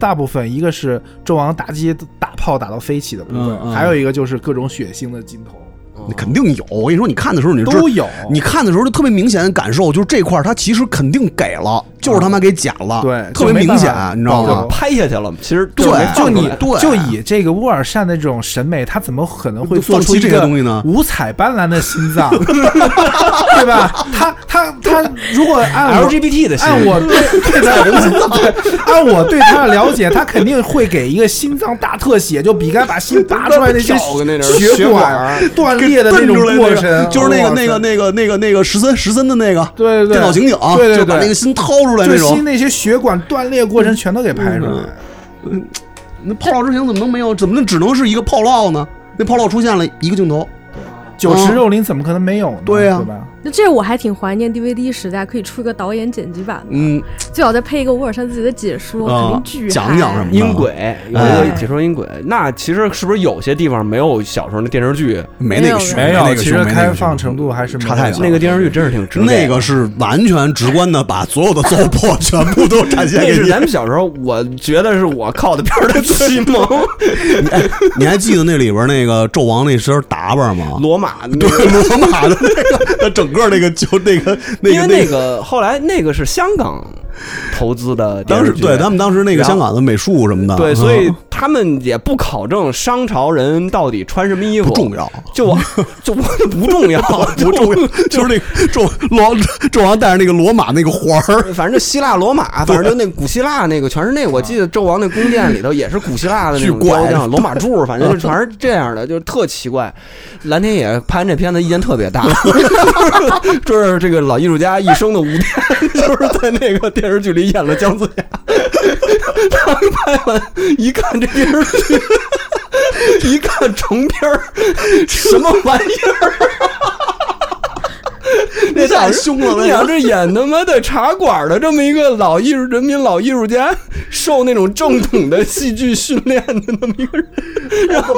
Speaker 4: 大部分，一个是纣王妲己打炮打到飞起的部分，
Speaker 3: 嗯嗯
Speaker 4: 还有一个就是各种血腥的镜头
Speaker 3: 你肯定有。我跟你说，你看的时候你就知道
Speaker 4: 都有，
Speaker 3: 你看的时候就特别明显的感受，就是这块儿它其实肯定给了，就是他妈给剪了，
Speaker 4: 啊对
Speaker 3: 特别明
Speaker 4: 就没
Speaker 3: 显
Speaker 4: 办法，
Speaker 3: 你知道
Speaker 4: 保留
Speaker 3: 吗？
Speaker 2: 啊拍下去了，其实
Speaker 3: 对
Speaker 2: 没
Speaker 4: 就
Speaker 2: 放出
Speaker 4: 你
Speaker 2: 来
Speaker 3: 对
Speaker 4: 就以这个乌尔善的这种审美，他怎么可 能会做
Speaker 3: 放
Speaker 4: 出
Speaker 3: 弃
Speaker 4: 一
Speaker 3: 这些
Speaker 4: 个
Speaker 3: 东西呢
Speaker 4: 五彩斑斓的心 脏，对吧？他他他如果按我
Speaker 2: LGBT 的戏
Speaker 4: 按我对对他对按我对他的了解，他肯定会给一个心脏大特写，就比干把心拔出来那些
Speaker 2: 挑个那点儿
Speaker 4: 血
Speaker 2: 血管
Speaker 4: 管
Speaker 2: 儿
Speaker 4: 断裂的那
Speaker 3: 奔
Speaker 4: 种
Speaker 3: 出来
Speaker 4: 过
Speaker 3: 那
Speaker 4: 程
Speaker 3: 个，就是那个
Speaker 4: 哇塞
Speaker 3: 那个那个那个那个石森石森的那个，
Speaker 4: 对对对
Speaker 3: 电脑刑警，啊
Speaker 4: 对对
Speaker 3: 就把
Speaker 4: 对
Speaker 3: 那个心掏出来
Speaker 4: 就
Speaker 3: 那
Speaker 4: 是心
Speaker 3: 种。嗯
Speaker 4: 那些血管断裂过程全都给拍出来。
Speaker 3: 那炮烙之刑怎么能没有？怎么能只能是一个炮烙呢？那炮烙出现了一个镜头，
Speaker 4: 九十
Speaker 3: 嗯
Speaker 4: 肉林怎么可能没有呢？
Speaker 3: 对呀
Speaker 4: 对吧？
Speaker 5: 就这我还挺怀念 DVD 时代，可以出一个导演剪辑版的，
Speaker 2: 嗯，
Speaker 5: 最好再配一个沃尔善自己的解说，
Speaker 3: 啊
Speaker 5: 肯定巨
Speaker 3: 讲讲
Speaker 5: 嗨
Speaker 3: 什么
Speaker 2: 音轨有一
Speaker 5: 哎
Speaker 2: 个解说音轨，那其实是不是有些地方没有小时候那电视剧？
Speaker 3: 没那个凶，
Speaker 4: 没
Speaker 3: 那个
Speaker 4: 有，其
Speaker 3: 凶，没
Speaker 4: 实
Speaker 3: 那
Speaker 4: 开
Speaker 3: 个
Speaker 4: 放
Speaker 3: 凶。
Speaker 4: 程度还是
Speaker 3: 差太远
Speaker 4: 远。
Speaker 2: 那个电视剧真是挺值得的
Speaker 3: 那个是完全直观的，把所有的糟粕 全部都 展现
Speaker 2: 那
Speaker 3: 给
Speaker 2: 是
Speaker 3: 你
Speaker 2: 咱。们小时候，我觉得是我靠的片儿的启蒙。
Speaker 3: 你还记得那里边那个纣王那身打扮吗？
Speaker 2: 罗马那个
Speaker 3: 对，罗马的那个，他整个那个就那个那
Speaker 2: 因为
Speaker 3: 个
Speaker 2: 那
Speaker 3: 那。
Speaker 2: 个后来那个是香港投资的电
Speaker 3: 当
Speaker 2: 视
Speaker 3: 时
Speaker 2: 剧，
Speaker 3: 对他们当时那个香港的美术什么的，
Speaker 2: 对，
Speaker 3: 嗯
Speaker 2: 所以他们也不考证商朝人到底穿什么衣服，
Speaker 3: 不重要，
Speaker 2: 就我就我不重要，
Speaker 3: 不重要，就是那个纣罗纣王带着那个罗马那个环儿，
Speaker 2: 反正就希腊罗马，反正就那古希腊那个全是那个，我记得纣王那宫殿里头也是古希腊的那种
Speaker 3: 巨怪
Speaker 2: 雕 像，罗马柱，反正就全是这样的，就是特奇怪。蓝天野拍完这片子意见特别大， 这是这个老艺术家一生的污点， 就是在那个电视剧里演了姜子牙。他们拍完一看这电视剧， 一看成片儿，什么玩意儿？ 那
Speaker 3: 太凶了那个
Speaker 2: 你想这演他妈的茶馆的这么一个老艺术人民老艺术家，受那种正统的戏剧训练的那么一个 人，然后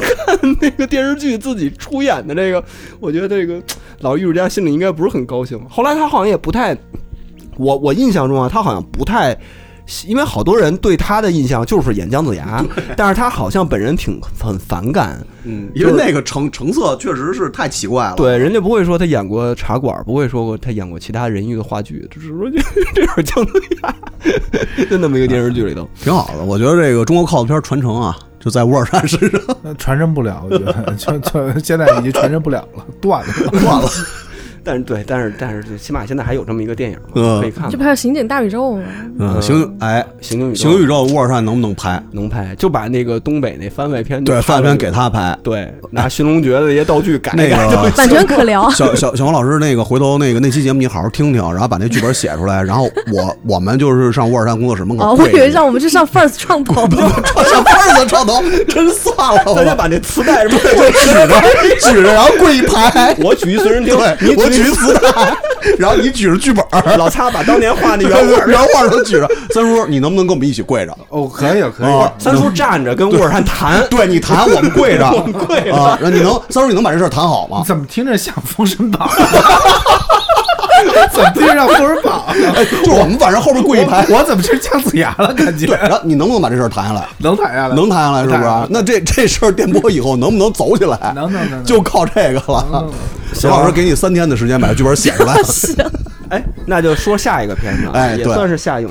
Speaker 2: 看那个电视剧自己出演的这个，我觉得这个老艺术家心里应该不是很高兴。后来他好像也不太，我我印象中啊，他好像不太。因为好多人对他的印象就是演姜子牙，但是他好像本人挺很反感，
Speaker 3: 嗯，因为那个成成色确实是太奇怪了。
Speaker 2: 对，人家不会说他演过茶馆，不会说过他演过其他人鱼的话剧，只是说这是姜子牙，就那么一个电视剧里头。
Speaker 3: 挺好的，我觉得这个中国靠片传承啊，就在沃尔善身上
Speaker 4: 呃传承不了，我觉得 就就现在已经传承不了了，断了。
Speaker 3: 断了。
Speaker 2: 但是对，但是但是，就起码现在还有这么一个电影嘛，
Speaker 3: 嗯
Speaker 2: 可以看嘛。
Speaker 5: 这不还有刑警大宇宙 吗？
Speaker 3: 嗯，行，哎，
Speaker 2: 行警宇
Speaker 3: 行宇宙沃尔善能不能拍？
Speaker 2: 能拍，就把那个东北那番外篇就
Speaker 3: 对，
Speaker 2: 拍
Speaker 3: 范
Speaker 2: 了
Speaker 3: 片给他拍。
Speaker 2: 对，拿寻龙诀的那些道具改
Speaker 3: 那
Speaker 2: 一改就
Speaker 3: 个，
Speaker 5: 版权可聊
Speaker 3: 小小小王老师，那个回头那个那期节目你好好听听，然后把那剧本写出来，然后我我们就是上沃尔善工作室门口
Speaker 5: 哦，我
Speaker 3: 跪
Speaker 5: 以为
Speaker 3: 着。
Speaker 5: 让我们去上 First 创投，
Speaker 3: 上上班子创头，真算了，
Speaker 2: 大家
Speaker 3: 我
Speaker 2: 把那磁带什么
Speaker 3: 就 举着举着，然后跪一排。
Speaker 2: 我举一随身听，
Speaker 3: 对，
Speaker 2: 你
Speaker 3: 我
Speaker 2: 举
Speaker 3: 举磁带，然后你举着剧本，
Speaker 2: 老擦把当年画那原
Speaker 3: 然后
Speaker 2: 画儿。
Speaker 3: 然后沃尔善举着。三叔，你能不能跟我们一起跪着？
Speaker 4: 哦，可以可
Speaker 3: 啊，
Speaker 2: 三叔站着跟沃尔善谈，
Speaker 3: 对你谈，我们跪着，
Speaker 2: 我们跪着
Speaker 3: 啊。然后你能，三叔，你能把这事儿 谈好吗？
Speaker 4: 怎么听着像《封神榜》？啊 怎么听着像《封神榜》？啊
Speaker 3: 哎，就是我们反正后边 跪一排。
Speaker 4: 我怎么成姜子牙了？感觉
Speaker 3: 对，然后你能不能把这事儿谈下来？
Speaker 4: 能谈下来，
Speaker 3: 能谈下来是不
Speaker 4: 能谈下
Speaker 3: 是
Speaker 4: 来？
Speaker 3: 那这这事儿电波以后能不能走起来？
Speaker 4: 能能能
Speaker 3: 就靠这个了。小老师给你三天的时间把剧本写出来。
Speaker 2: 哎，那就说下一个片子啊，
Speaker 3: 哎
Speaker 2: 也
Speaker 3: 对
Speaker 2: 算是下一个。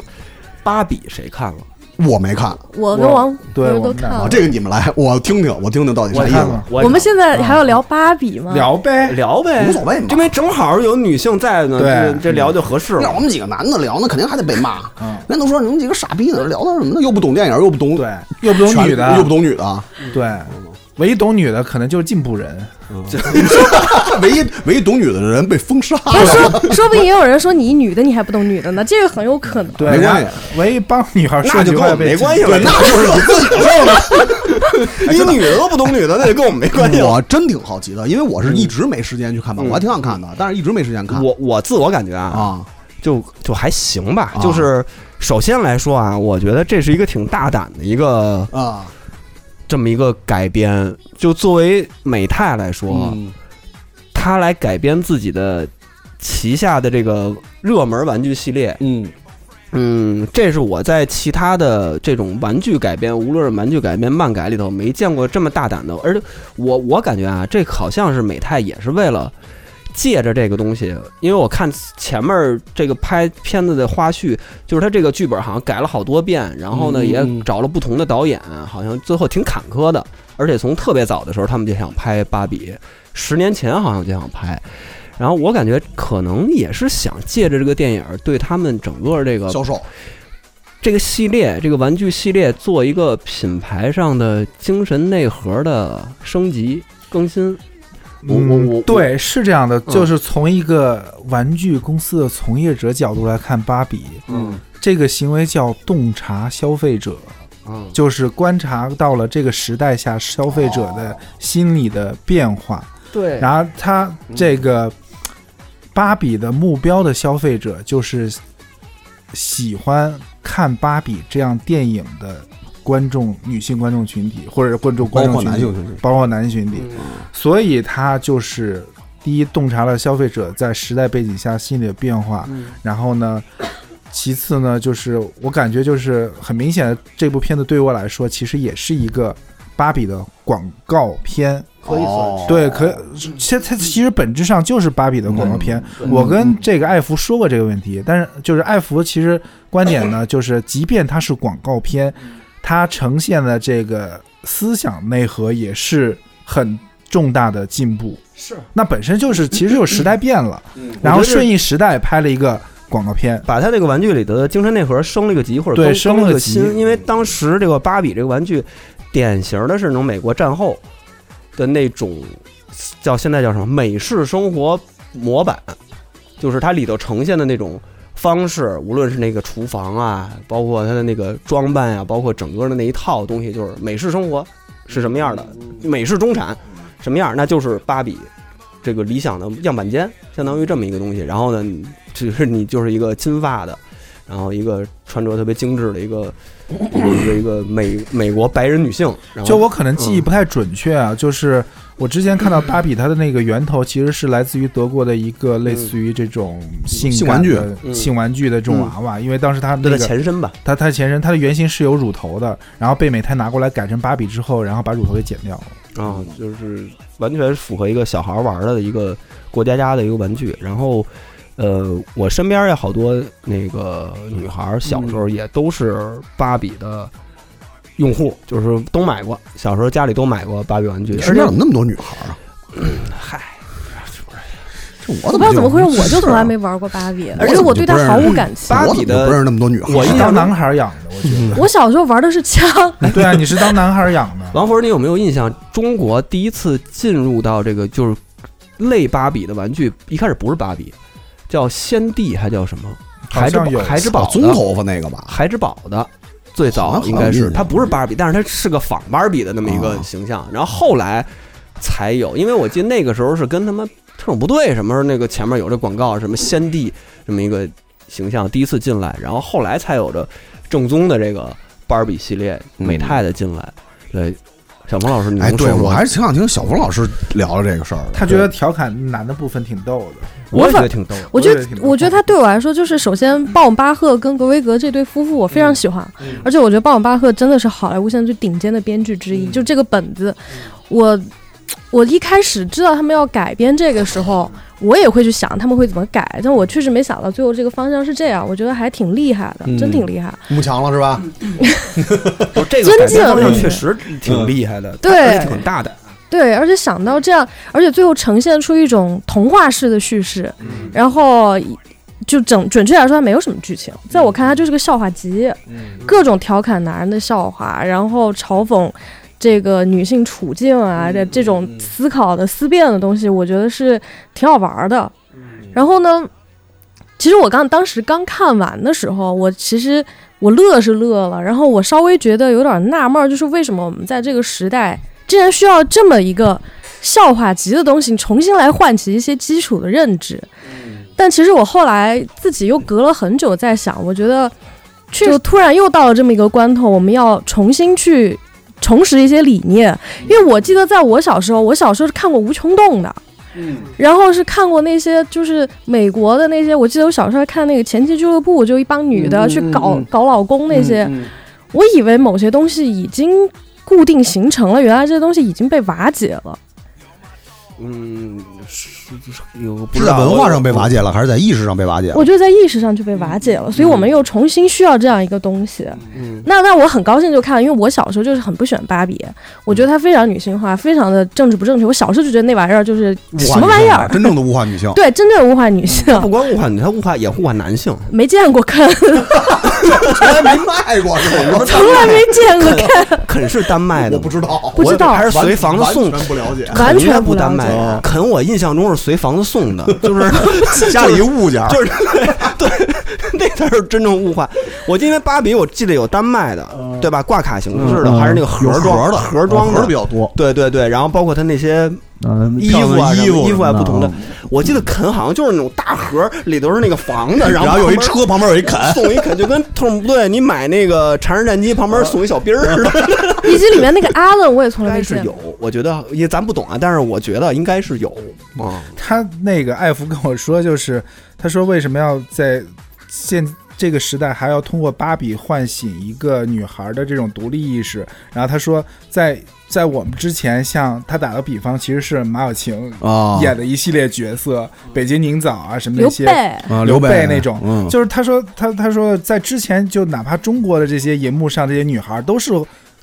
Speaker 2: 芭比谁看了？
Speaker 3: 我没看
Speaker 5: 我跟王
Speaker 4: 对
Speaker 5: 博
Speaker 4: 我
Speaker 5: 都
Speaker 4: 们俩
Speaker 5: 看
Speaker 3: 啊，
Speaker 5: 了。
Speaker 3: 这个你们来，我听听，我听听到底啥意
Speaker 4: 看
Speaker 3: 思
Speaker 4: 了。
Speaker 2: 我
Speaker 5: 我们现在还要聊芭比
Speaker 3: 嗯
Speaker 5: 吗？
Speaker 4: 聊呗，
Speaker 2: 哎聊呗，
Speaker 3: 无所谓嘛
Speaker 2: 因为正好有女性在呢，
Speaker 4: 对
Speaker 2: 这这聊就合适
Speaker 3: 让我
Speaker 2: 了。
Speaker 3: 们几个男的聊，那肯定还得被骂
Speaker 4: 嗯。
Speaker 3: 人都说你们几个傻逼呢，聊的什么呢？又不懂电影，又不懂
Speaker 4: 对，又不懂
Speaker 3: 全
Speaker 4: 女的，
Speaker 3: 又不懂女的，啊
Speaker 4: 对，唯一懂女的可能就是进步人。
Speaker 3: 唯一唯一懂女的人被封杀了。
Speaker 5: 不是哎说，说不定也有人说你女的你还不懂女的呢，这个很有可能。
Speaker 4: 对，
Speaker 3: 没关系
Speaker 4: 然后唯一帮女孩说
Speaker 2: 那就
Speaker 4: 句
Speaker 2: 跟
Speaker 4: 话
Speaker 2: 我们
Speaker 4: 被
Speaker 2: 没
Speaker 4: 禁
Speaker 2: 关系了，
Speaker 3: 对，那就是你自己的事儿了。 哎
Speaker 2: 你女的都不懂女的，那就跟我们没关系了。
Speaker 3: 我真挺好奇的，因为我是一直没时间去看吧，我还挺想看的，但是一直没时间看。
Speaker 2: 我我自我感觉啊，
Speaker 3: 嗯啊，
Speaker 2: 就就还行吧。
Speaker 3: 啊
Speaker 2: 就是首先来说啊，我觉得这是一个挺大胆的一个
Speaker 3: 啊，
Speaker 2: 这么一个改编。就作为美泰来说，
Speaker 3: 嗯
Speaker 2: 她来改编自己的旗下的这个热门玩具系列，
Speaker 3: 嗯
Speaker 2: 嗯，这是我在其他的这种玩具改编，无论是玩具改编、漫改里头没见过这么大胆的。而且我我感觉啊，这好像是美泰也是为了借着这个东西，因为我看前面儿这个拍片子的花絮，就是他这个剧本好像改了好多遍，然后呢
Speaker 3: 嗯
Speaker 2: 也找了不同的导演，好像最后挺坎坷的。而且从特别早的时候，他们就想拍芭比，十年前好像就想拍。然后我感觉可能也是想借着这个电影儿对他们整个这个
Speaker 3: 销售
Speaker 2: 这个系列，这个玩具系列做一个品牌上的精神内核的升级更新。我我我
Speaker 4: 嗯，对，是这样的，
Speaker 2: 嗯
Speaker 4: 就是从一个玩具公司的从业者角度来看，芭比
Speaker 2: 嗯
Speaker 4: 这个行为叫洞察消费者，
Speaker 2: 嗯，
Speaker 4: 就是观察到了这个时代下消费者的心理的变化，
Speaker 2: 对
Speaker 4: 然后他这个芭比的目标的消费者就是喜欢看芭比这样电影的观众，女性观众群体或者观众观
Speaker 3: 包
Speaker 4: 众
Speaker 3: 括
Speaker 4: 群
Speaker 3: 男
Speaker 4: 体
Speaker 3: 性，就是
Speaker 4: 包括男性群体，所以它就是第一洞察了消费者在时代背景下心理的变化，然后呢，其次呢，就是我感觉就是很明显，这部片子对我来说其实也是一个芭比的广告片，
Speaker 2: 可以算
Speaker 3: 哦
Speaker 4: 对，可其实它其实本质上就是芭比的广告片。
Speaker 2: 嗯
Speaker 4: 我跟这个艾弗说过这个问题，但是就是艾弗其实观点呢，就是即便它是广告片，
Speaker 2: 嗯
Speaker 4: 它呈现的这个思想内核也是很重大的进步。
Speaker 2: 是，嗯
Speaker 4: 那本身就是其实就是时代变了，然后顺应时代拍了一个广告片。
Speaker 2: 把他这个玩具里的精神内核升了一个级，或者
Speaker 4: 对
Speaker 2: 更
Speaker 4: 升
Speaker 2: 升
Speaker 4: 了
Speaker 2: 了
Speaker 4: 个
Speaker 2: 个
Speaker 4: 级
Speaker 2: 新，因为当时这个芭比这个玩具，典型的是那种美国战后的那种叫现在叫什么美式生活模板，就是它里头呈现的那种。方式，无论是那个厨房啊，包括它的那个装扮啊，包括整个的那一套东西，就是美式生活是什么样的，美式中产什么样，那就是芭比这个理想的样板间，相当于这么一个东西。然后呢，你只是你就是一个金发的，然后一个穿着特别精致的一个一个一个一个美美国白人女性。然后嗯
Speaker 4: 就我可能记忆不太准确啊，就是我之前看到芭比它的那个源头其实是来自于德国的一个类似于这种性
Speaker 3: 性
Speaker 4: 感
Speaker 3: 玩具
Speaker 4: 的
Speaker 2: 嗯
Speaker 4: 性玩具的这种娃娃，因为当时它
Speaker 2: 它
Speaker 4: 那
Speaker 2: 的
Speaker 4: 个
Speaker 2: 前身吧，
Speaker 4: 它它前身它的原型是有乳头的，然后被美泰拿过来改成芭比之后，然后把乳头给剪掉了。
Speaker 2: 啊、就是完全符合一个小孩玩的一个过家家的一个玩具。然后，呃，我身边也好多那个女孩儿小时候也都是芭比的用户，就是都买过，小时候家里都买过芭比玩具
Speaker 3: 你，身
Speaker 2: 而且
Speaker 3: 边怎么那么多女孩啊？
Speaker 2: 嗨。
Speaker 3: 这
Speaker 5: 我
Speaker 3: 我怎
Speaker 5: 不知
Speaker 3: 么
Speaker 5: 道怎么回事，
Speaker 3: 就
Speaker 5: 我就从来没玩过芭比，而且我对它毫无感情。
Speaker 2: 芭
Speaker 3: 我
Speaker 2: 比
Speaker 3: 怎么就
Speaker 2: 的
Speaker 3: 不认识那么多女孩儿？
Speaker 2: 我
Speaker 4: 是
Speaker 2: 印
Speaker 4: 当
Speaker 2: 象中
Speaker 4: 男孩养的，我觉 得。
Speaker 5: 我小时候玩的是枪，
Speaker 4: 对啊，你是当男孩养的。
Speaker 2: 王佛，你有没有印象？中国第一次进入到这个就是类芭比的玩具，一开始不是芭比，叫先帝，还叫什么？
Speaker 4: 好
Speaker 2: 孩之
Speaker 4: 像有
Speaker 2: 宝，孩之
Speaker 3: 哦
Speaker 2: 宝
Speaker 3: 棕
Speaker 2: 的，
Speaker 3: 头发那个吧？
Speaker 2: 孩之宝的。最
Speaker 3: 好
Speaker 2: 早
Speaker 3: 像
Speaker 2: 应该
Speaker 3: 好像
Speaker 2: 是
Speaker 3: 是
Speaker 2: 它不是芭比，但是它是个仿芭比的那么一个
Speaker 3: 哦
Speaker 2: 形象。然后后来才有，因为我记得那个时候是跟他们特种部队什么那个前面有这广告什么先帝这么一个形象第一次进来，然后后来才有着正宗的这个芭比系列
Speaker 3: 嗯
Speaker 2: 美泰的进来。对，小鹏老师，你
Speaker 3: 哎，
Speaker 2: 能说
Speaker 3: 对
Speaker 2: 说
Speaker 3: 我还是挺想听小冯老师聊聊这个事儿的。
Speaker 4: 他觉得调侃男的部分挺逗的。
Speaker 2: 我也觉得挺逗的。
Speaker 5: 我觉
Speaker 4: 我也
Speaker 5: 得
Speaker 4: 挺，
Speaker 5: 我觉得他对我来说就是，首先鲍姆巴赫跟格威格这对夫妇我非
Speaker 4: 嗯
Speaker 5: 常喜欢，而且我觉得鲍姆巴赫真的是好莱坞现在最顶尖的编剧之
Speaker 4: 嗯
Speaker 5: 一。就这个本子，我我一开始知道他们要改编这个时候，我也会去想他们会怎么改，但我确实没想到最后这个方向是这样，我觉得还挺厉害的，
Speaker 4: 嗯
Speaker 5: 真挺厉害。
Speaker 3: 慕强了是吧？
Speaker 2: 我这
Speaker 5: 尊
Speaker 2: 个改编
Speaker 5: 敬
Speaker 2: 方向确实
Speaker 3: 嗯
Speaker 2: 挺厉害的，
Speaker 5: 对
Speaker 2: 而且挺大胆。
Speaker 5: 对，而且想到这样，而且最后呈现出一种童话式的叙事，然后就整准确来说，它没有什么剧情，在我看它就是个笑话集，各种调侃男人的笑话，然后嘲讽这个女性处境啊，这这种思考的思辨的东西，我觉得是挺好玩儿的。然后呢，其实我刚当时刚看完的时候，我其实我乐是乐了，然后我稍微觉得有点纳闷儿，就是为什么我们在这个时代竟然需要这么一个笑话级的东西，重新来唤起一些基础的认知。但其实我后来自己又隔了很久在想，我觉得就突然又到了这么一个关头，我们要重新去重拾一些理念，因为我记得在我小时候，我小时候是看过《无穷动》的。然后是看过那些，就是美国的那些，我记得我小时候还看那个《前妻俱乐部》，就一帮女的去搞、搞老公那
Speaker 2: 嗯
Speaker 5: 些，
Speaker 3: 嗯
Speaker 5: 我以为某些东西已经固定形成了，原来这些东西已经被瓦解了。
Speaker 2: 嗯，是是有个不
Speaker 3: 是
Speaker 2: 知
Speaker 3: 在
Speaker 2: 道
Speaker 3: 文化上被瓦解了，还是在意识上被瓦解了？
Speaker 5: 我觉得在意识上就被瓦解了，所以我们又重新需要这样一个东西。
Speaker 2: 嗯
Speaker 5: 那那我很高兴就看，因为我小时候就是很不喜欢芭比，我觉得它非常女性化，非常的政治不正确。我小时候就觉得那玩意儿就是
Speaker 3: 物化
Speaker 5: 什么
Speaker 3: 女
Speaker 5: 玩
Speaker 3: 性
Speaker 5: 意
Speaker 3: 啊
Speaker 5: 儿，
Speaker 3: 真正的物化女性。
Speaker 5: 对，真正物化女性，
Speaker 2: 不光物化女，它物化也物化男性。
Speaker 5: 没见过看，
Speaker 3: 从来没卖过是吧？我
Speaker 5: 从来没见过看，
Speaker 2: 肯是丹麦的
Speaker 3: 我
Speaker 2: 吗，
Speaker 3: 不知道，
Speaker 5: 不知道
Speaker 2: 还是随房子送
Speaker 3: 完全不了解，
Speaker 5: 完
Speaker 2: 肯应该
Speaker 5: 全
Speaker 2: 不丹
Speaker 5: 了
Speaker 2: 麦
Speaker 5: 解。
Speaker 2: 的，肯我印象中是随房子送的，就是
Speaker 3: 家里一物件 儿，
Speaker 2: 就是 对，那才是真正物化。我因为芭比，我记得有丹麦的，对吧？挂卡形式的，还是那个盒
Speaker 3: 有
Speaker 2: 装
Speaker 3: 的
Speaker 2: 盒装
Speaker 3: 盒的比较多。
Speaker 2: 对对对，然后包括它那些
Speaker 6: 呃，
Speaker 2: 衣服啊
Speaker 6: 漂亮
Speaker 2: 什
Speaker 6: 衣
Speaker 2: 么
Speaker 6: 服
Speaker 2: 衣服啊
Speaker 6: 什么
Speaker 2: 不同的
Speaker 6: 啊，
Speaker 2: 我记得肯好像就是那种大盒，里头是那个房子，
Speaker 3: 然
Speaker 2: 后
Speaker 3: 后有
Speaker 2: 旁
Speaker 3: 一
Speaker 2: 边
Speaker 3: 车旁边有一肯，
Speaker 2: 送一肯，就跟特种部队你买那个长城战机旁边送一小兵儿似的，
Speaker 5: 以及里面那个阿伦，我
Speaker 4: 啊
Speaker 5: 也从
Speaker 2: 应
Speaker 5: 来
Speaker 2: 该
Speaker 5: 没
Speaker 2: 是
Speaker 5: 见
Speaker 2: 有
Speaker 5: 过。。
Speaker 2: 我觉得也咱不懂啊，但是我觉得应该是有啊。
Speaker 4: 他那个艾弗跟我说，就是他说为什么要在现这个时代还要通过芭比唤醒一个女孩的这种独立意识？然后他说在，在我们之前，像他打个比方，其实是马小晴
Speaker 3: 啊
Speaker 4: 演的一系列角色，北京宁枣啊什么那
Speaker 5: 刘
Speaker 4: 些。
Speaker 5: 备，
Speaker 3: 啊
Speaker 4: 刘
Speaker 3: 备
Speaker 4: 备那种
Speaker 3: 嗯，
Speaker 4: 就是他说他他说在之前就哪怕中国的这些银幕上这些女孩都是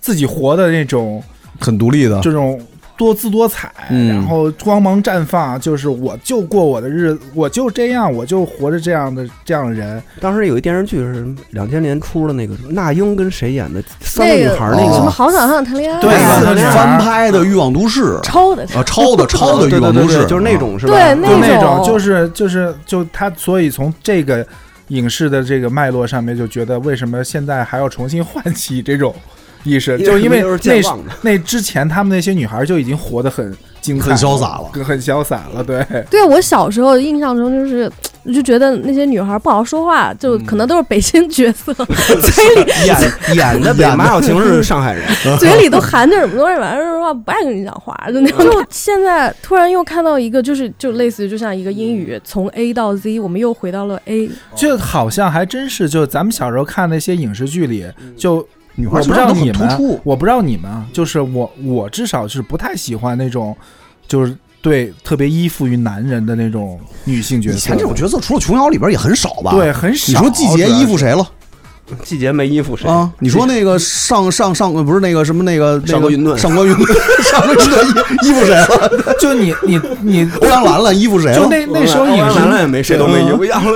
Speaker 4: 自己活的那种
Speaker 3: 很独立的，
Speaker 4: 这种多姿多彩，
Speaker 3: 啊嗯
Speaker 4: 然后光芒绽放，就是我就过我的日子，我就这样，我就活着这样的这样的人。
Speaker 2: 当时有一电视剧是两千年出的那个那英跟谁演的三个
Speaker 5: 那
Speaker 2: 女孩儿
Speaker 3: 那个
Speaker 5: 什么好想好想谈恋爱啊，
Speaker 4: 对
Speaker 3: 那
Speaker 4: 四
Speaker 3: 个
Speaker 4: 个女孩
Speaker 3: 翻拍的《欲望都市》
Speaker 5: 抽 的，
Speaker 3: 啊，抄的抄
Speaker 2: 哦对
Speaker 3: 的《欲
Speaker 2: 对
Speaker 3: 望
Speaker 2: 对
Speaker 3: 都
Speaker 2: 对
Speaker 3: 市》
Speaker 2: 就是那种是吧？
Speaker 5: 对
Speaker 4: 就那
Speaker 5: 种
Speaker 4: 就是就是就他，所以从这个影视的这个脉络上面，就觉得为什么现在还要重新唤起这种意识，就因为
Speaker 2: 都是
Speaker 4: 那
Speaker 2: 健忘的。
Speaker 4: 那之前他们那些女孩就已经活得很精彩、
Speaker 3: 很潇洒了，
Speaker 4: 很潇洒了，对。
Speaker 5: 对啊我小时候印象中就是，就觉得那些女孩不好说话，就
Speaker 2: 嗯
Speaker 5: 可能都是北京角色， 嘴 里
Speaker 2: 演演的比 马小晴是上海人，
Speaker 5: 嘴里都含着什么东西，完了说话不爱跟你讲话，就那种。就现在突然又看到一个，就是就类似于就像一个英语
Speaker 2: 嗯
Speaker 5: 从 A 到 Z，我们又回到了 A，
Speaker 4: 就好像还真是，就咱们小时候看那些影视剧里，
Speaker 3: 嗯
Speaker 4: 就
Speaker 3: 女
Speaker 4: 我
Speaker 3: 孩
Speaker 4: 不
Speaker 3: 形
Speaker 4: 知
Speaker 3: 象
Speaker 4: 道
Speaker 3: 都
Speaker 4: 你
Speaker 3: 很突
Speaker 4: 们
Speaker 3: 出，，
Speaker 4: 我不知道你们，啊，就是我，我至少是不太喜欢那种，就是对特别依附于男人的那种女性角
Speaker 3: 以
Speaker 4: 色
Speaker 3: 前这。种角色除了琼瑶里边也很少吧？
Speaker 4: 对，，很少。
Speaker 3: 你说季节衣服谁了
Speaker 2: 季节没衣服谁
Speaker 3: 啊？你说那个上上上呃不是那个什么那个那个
Speaker 2: 上官云顿
Speaker 3: 上官云顿上官云顿衣衣服谁了？
Speaker 4: 主要是，就你你 你，
Speaker 3: 欧阳兰兰衣服谁了？
Speaker 4: 就那那时候影视
Speaker 2: 兰兰也没谁都没衣服，杨澜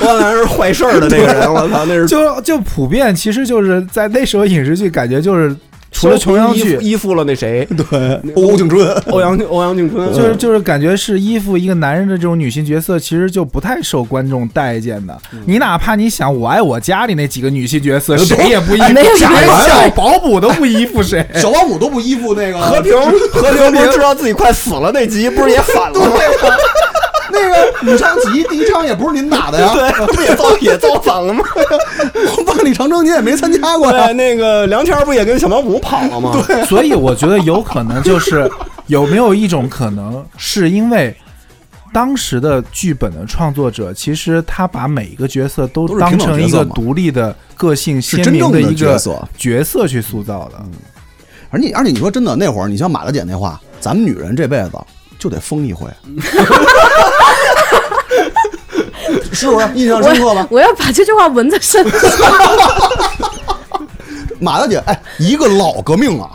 Speaker 2: 欧阳兰是坏事儿的那个人，我操，那是
Speaker 4: 就就普遍，其实就是在那时候影视剧，感觉就是除了琼瑶剧，
Speaker 2: 依附了那 谁，
Speaker 3: 欧景春，
Speaker 2: 欧阳欧阳靖
Speaker 3: 嗯
Speaker 2: 春，
Speaker 4: 就是就是感觉是依附一个男人的这种女性角色，其实就不太受观众待见的。
Speaker 3: 嗯
Speaker 4: 你哪怕你想《我爱我家》里那几个女性角
Speaker 3: 呃
Speaker 4: 色，谁也不依
Speaker 5: 哎没有
Speaker 4: 附，
Speaker 5: 没
Speaker 4: 连
Speaker 5: 有
Speaker 4: 小保姆都不依 附谁。
Speaker 3: 小保姆都不依附那个
Speaker 2: 和平和平不是知道自己快死了那集不是也反了吗？
Speaker 3: 那个李昌吉第一枪也不是您打的呀，
Speaker 2: 对，不也造也造反了吗？
Speaker 3: 万里长征你也没参加过呀
Speaker 2: 对，。那个梁天儿不也跟小保姆跑了吗？ 对，
Speaker 4: 所以我觉得有可能就是有没有一种可能，是因为当时的剧本的创作者，其实他把每一个角色都
Speaker 3: 都是
Speaker 4: 当
Speaker 3: 平等
Speaker 4: 成
Speaker 3: 角
Speaker 4: 一
Speaker 3: 色
Speaker 4: 个
Speaker 3: 嘛
Speaker 4: 独立的个性
Speaker 3: 是
Speaker 4: 鲜
Speaker 3: 真
Speaker 4: 明
Speaker 3: 正的
Speaker 4: 一个
Speaker 3: 角色嗯
Speaker 4: 角色去塑造的。
Speaker 3: 而且而且你说真的，那会儿你像马大姐那话，咱们女人这辈子就得疯一回， 是不是印象深刻吧
Speaker 5: 我？我要把这句话纹在身 上。
Speaker 3: 马大姐，哎，一个老革命啊，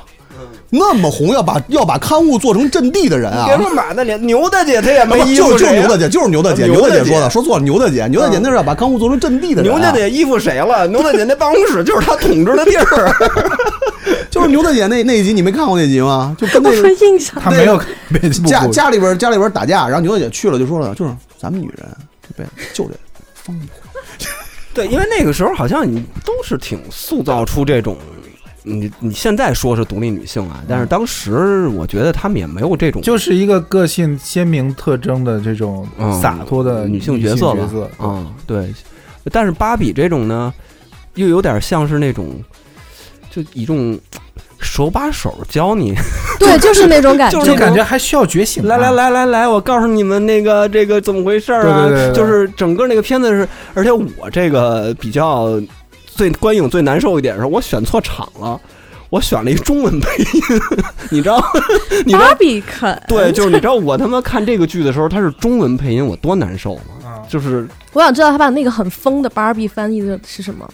Speaker 3: 那么红，要把要把刊物做成阵地的人啊
Speaker 2: 别。说马大姐，牛大姐她也
Speaker 3: 那
Speaker 2: 没
Speaker 3: 不
Speaker 2: 衣
Speaker 3: 就
Speaker 2: 服
Speaker 3: 就是
Speaker 2: 谁
Speaker 3: 牛
Speaker 2: 啊
Speaker 3: 大。姐，就是牛大姐，
Speaker 2: 牛大
Speaker 3: 牛大
Speaker 2: 姐
Speaker 3: 姐
Speaker 2: 嗯
Speaker 3: 说的，说错了，牛大姐，牛大姐那是要把刊物做成阵地的人啊。
Speaker 2: 牛大姐衣服谁了？牛大姐那办公室就是她统治的地儿。
Speaker 3: 就是牛大姐那那一集，你没看过那集吗？就跟
Speaker 5: 我
Speaker 3: 那个
Speaker 5: 没印象，
Speaker 4: 他没
Speaker 3: 啊
Speaker 4: 有没不
Speaker 3: 家
Speaker 4: 不
Speaker 3: 家里边家里边打架，然后牛大姐去了就说了，就是咱们女人这辈子就得疯一回。
Speaker 2: 对，因为那个时候好像你都是挺塑造出这种，你你现在说是独立女性啊，但是当时我觉得他们也没有这种
Speaker 4: 就是一个个性鲜明特征的这种
Speaker 2: 嗯
Speaker 4: 洒脱的
Speaker 2: 女
Speaker 4: 性
Speaker 2: 性角色吧
Speaker 4: 角色，
Speaker 2: 嗯，对。但是芭比这种呢，又有点像是那种，就一种手把手教你，
Speaker 5: 对，就是那种感觉，
Speaker 2: 就是
Speaker 4: 就感觉还需要觉醒啊。
Speaker 2: 嗯来来 来来来，我告诉你们那个这个怎么回事儿啊？
Speaker 4: 对对对对
Speaker 2: 就是整个那个片子是，而且我这个比较最观影最难受一点是，我选错场了。我选了一中文配音， 你知道？你知道
Speaker 5: 芭比肯，
Speaker 2: 对，就是你知道我他妈看这个剧的时候，它是中文配音，我多难受吗？
Speaker 4: 嗯
Speaker 2: 就是
Speaker 5: 我想知道他把那个很疯的芭比翻译的是什么？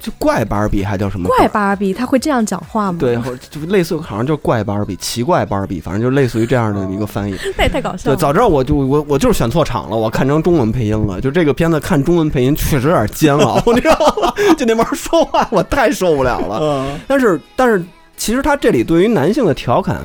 Speaker 2: 就怪芭比还叫什么
Speaker 5: 怪芭比，他会这样讲话吗？
Speaker 2: 对，，或者就类似好像就怪芭比、奇怪芭比，反正就类似于这样的一个翻译。
Speaker 5: 那也太搞笑
Speaker 2: 对，
Speaker 5: 了。
Speaker 2: 早知道我就我我就是选错场了，我看成中文配音了。就这个片子看中文配音确实有点煎 熬，你知道吗？就那帮人说
Speaker 4: 嗯
Speaker 2: 话，我太受不了了。但是但是，其实他这里对于男性的调侃，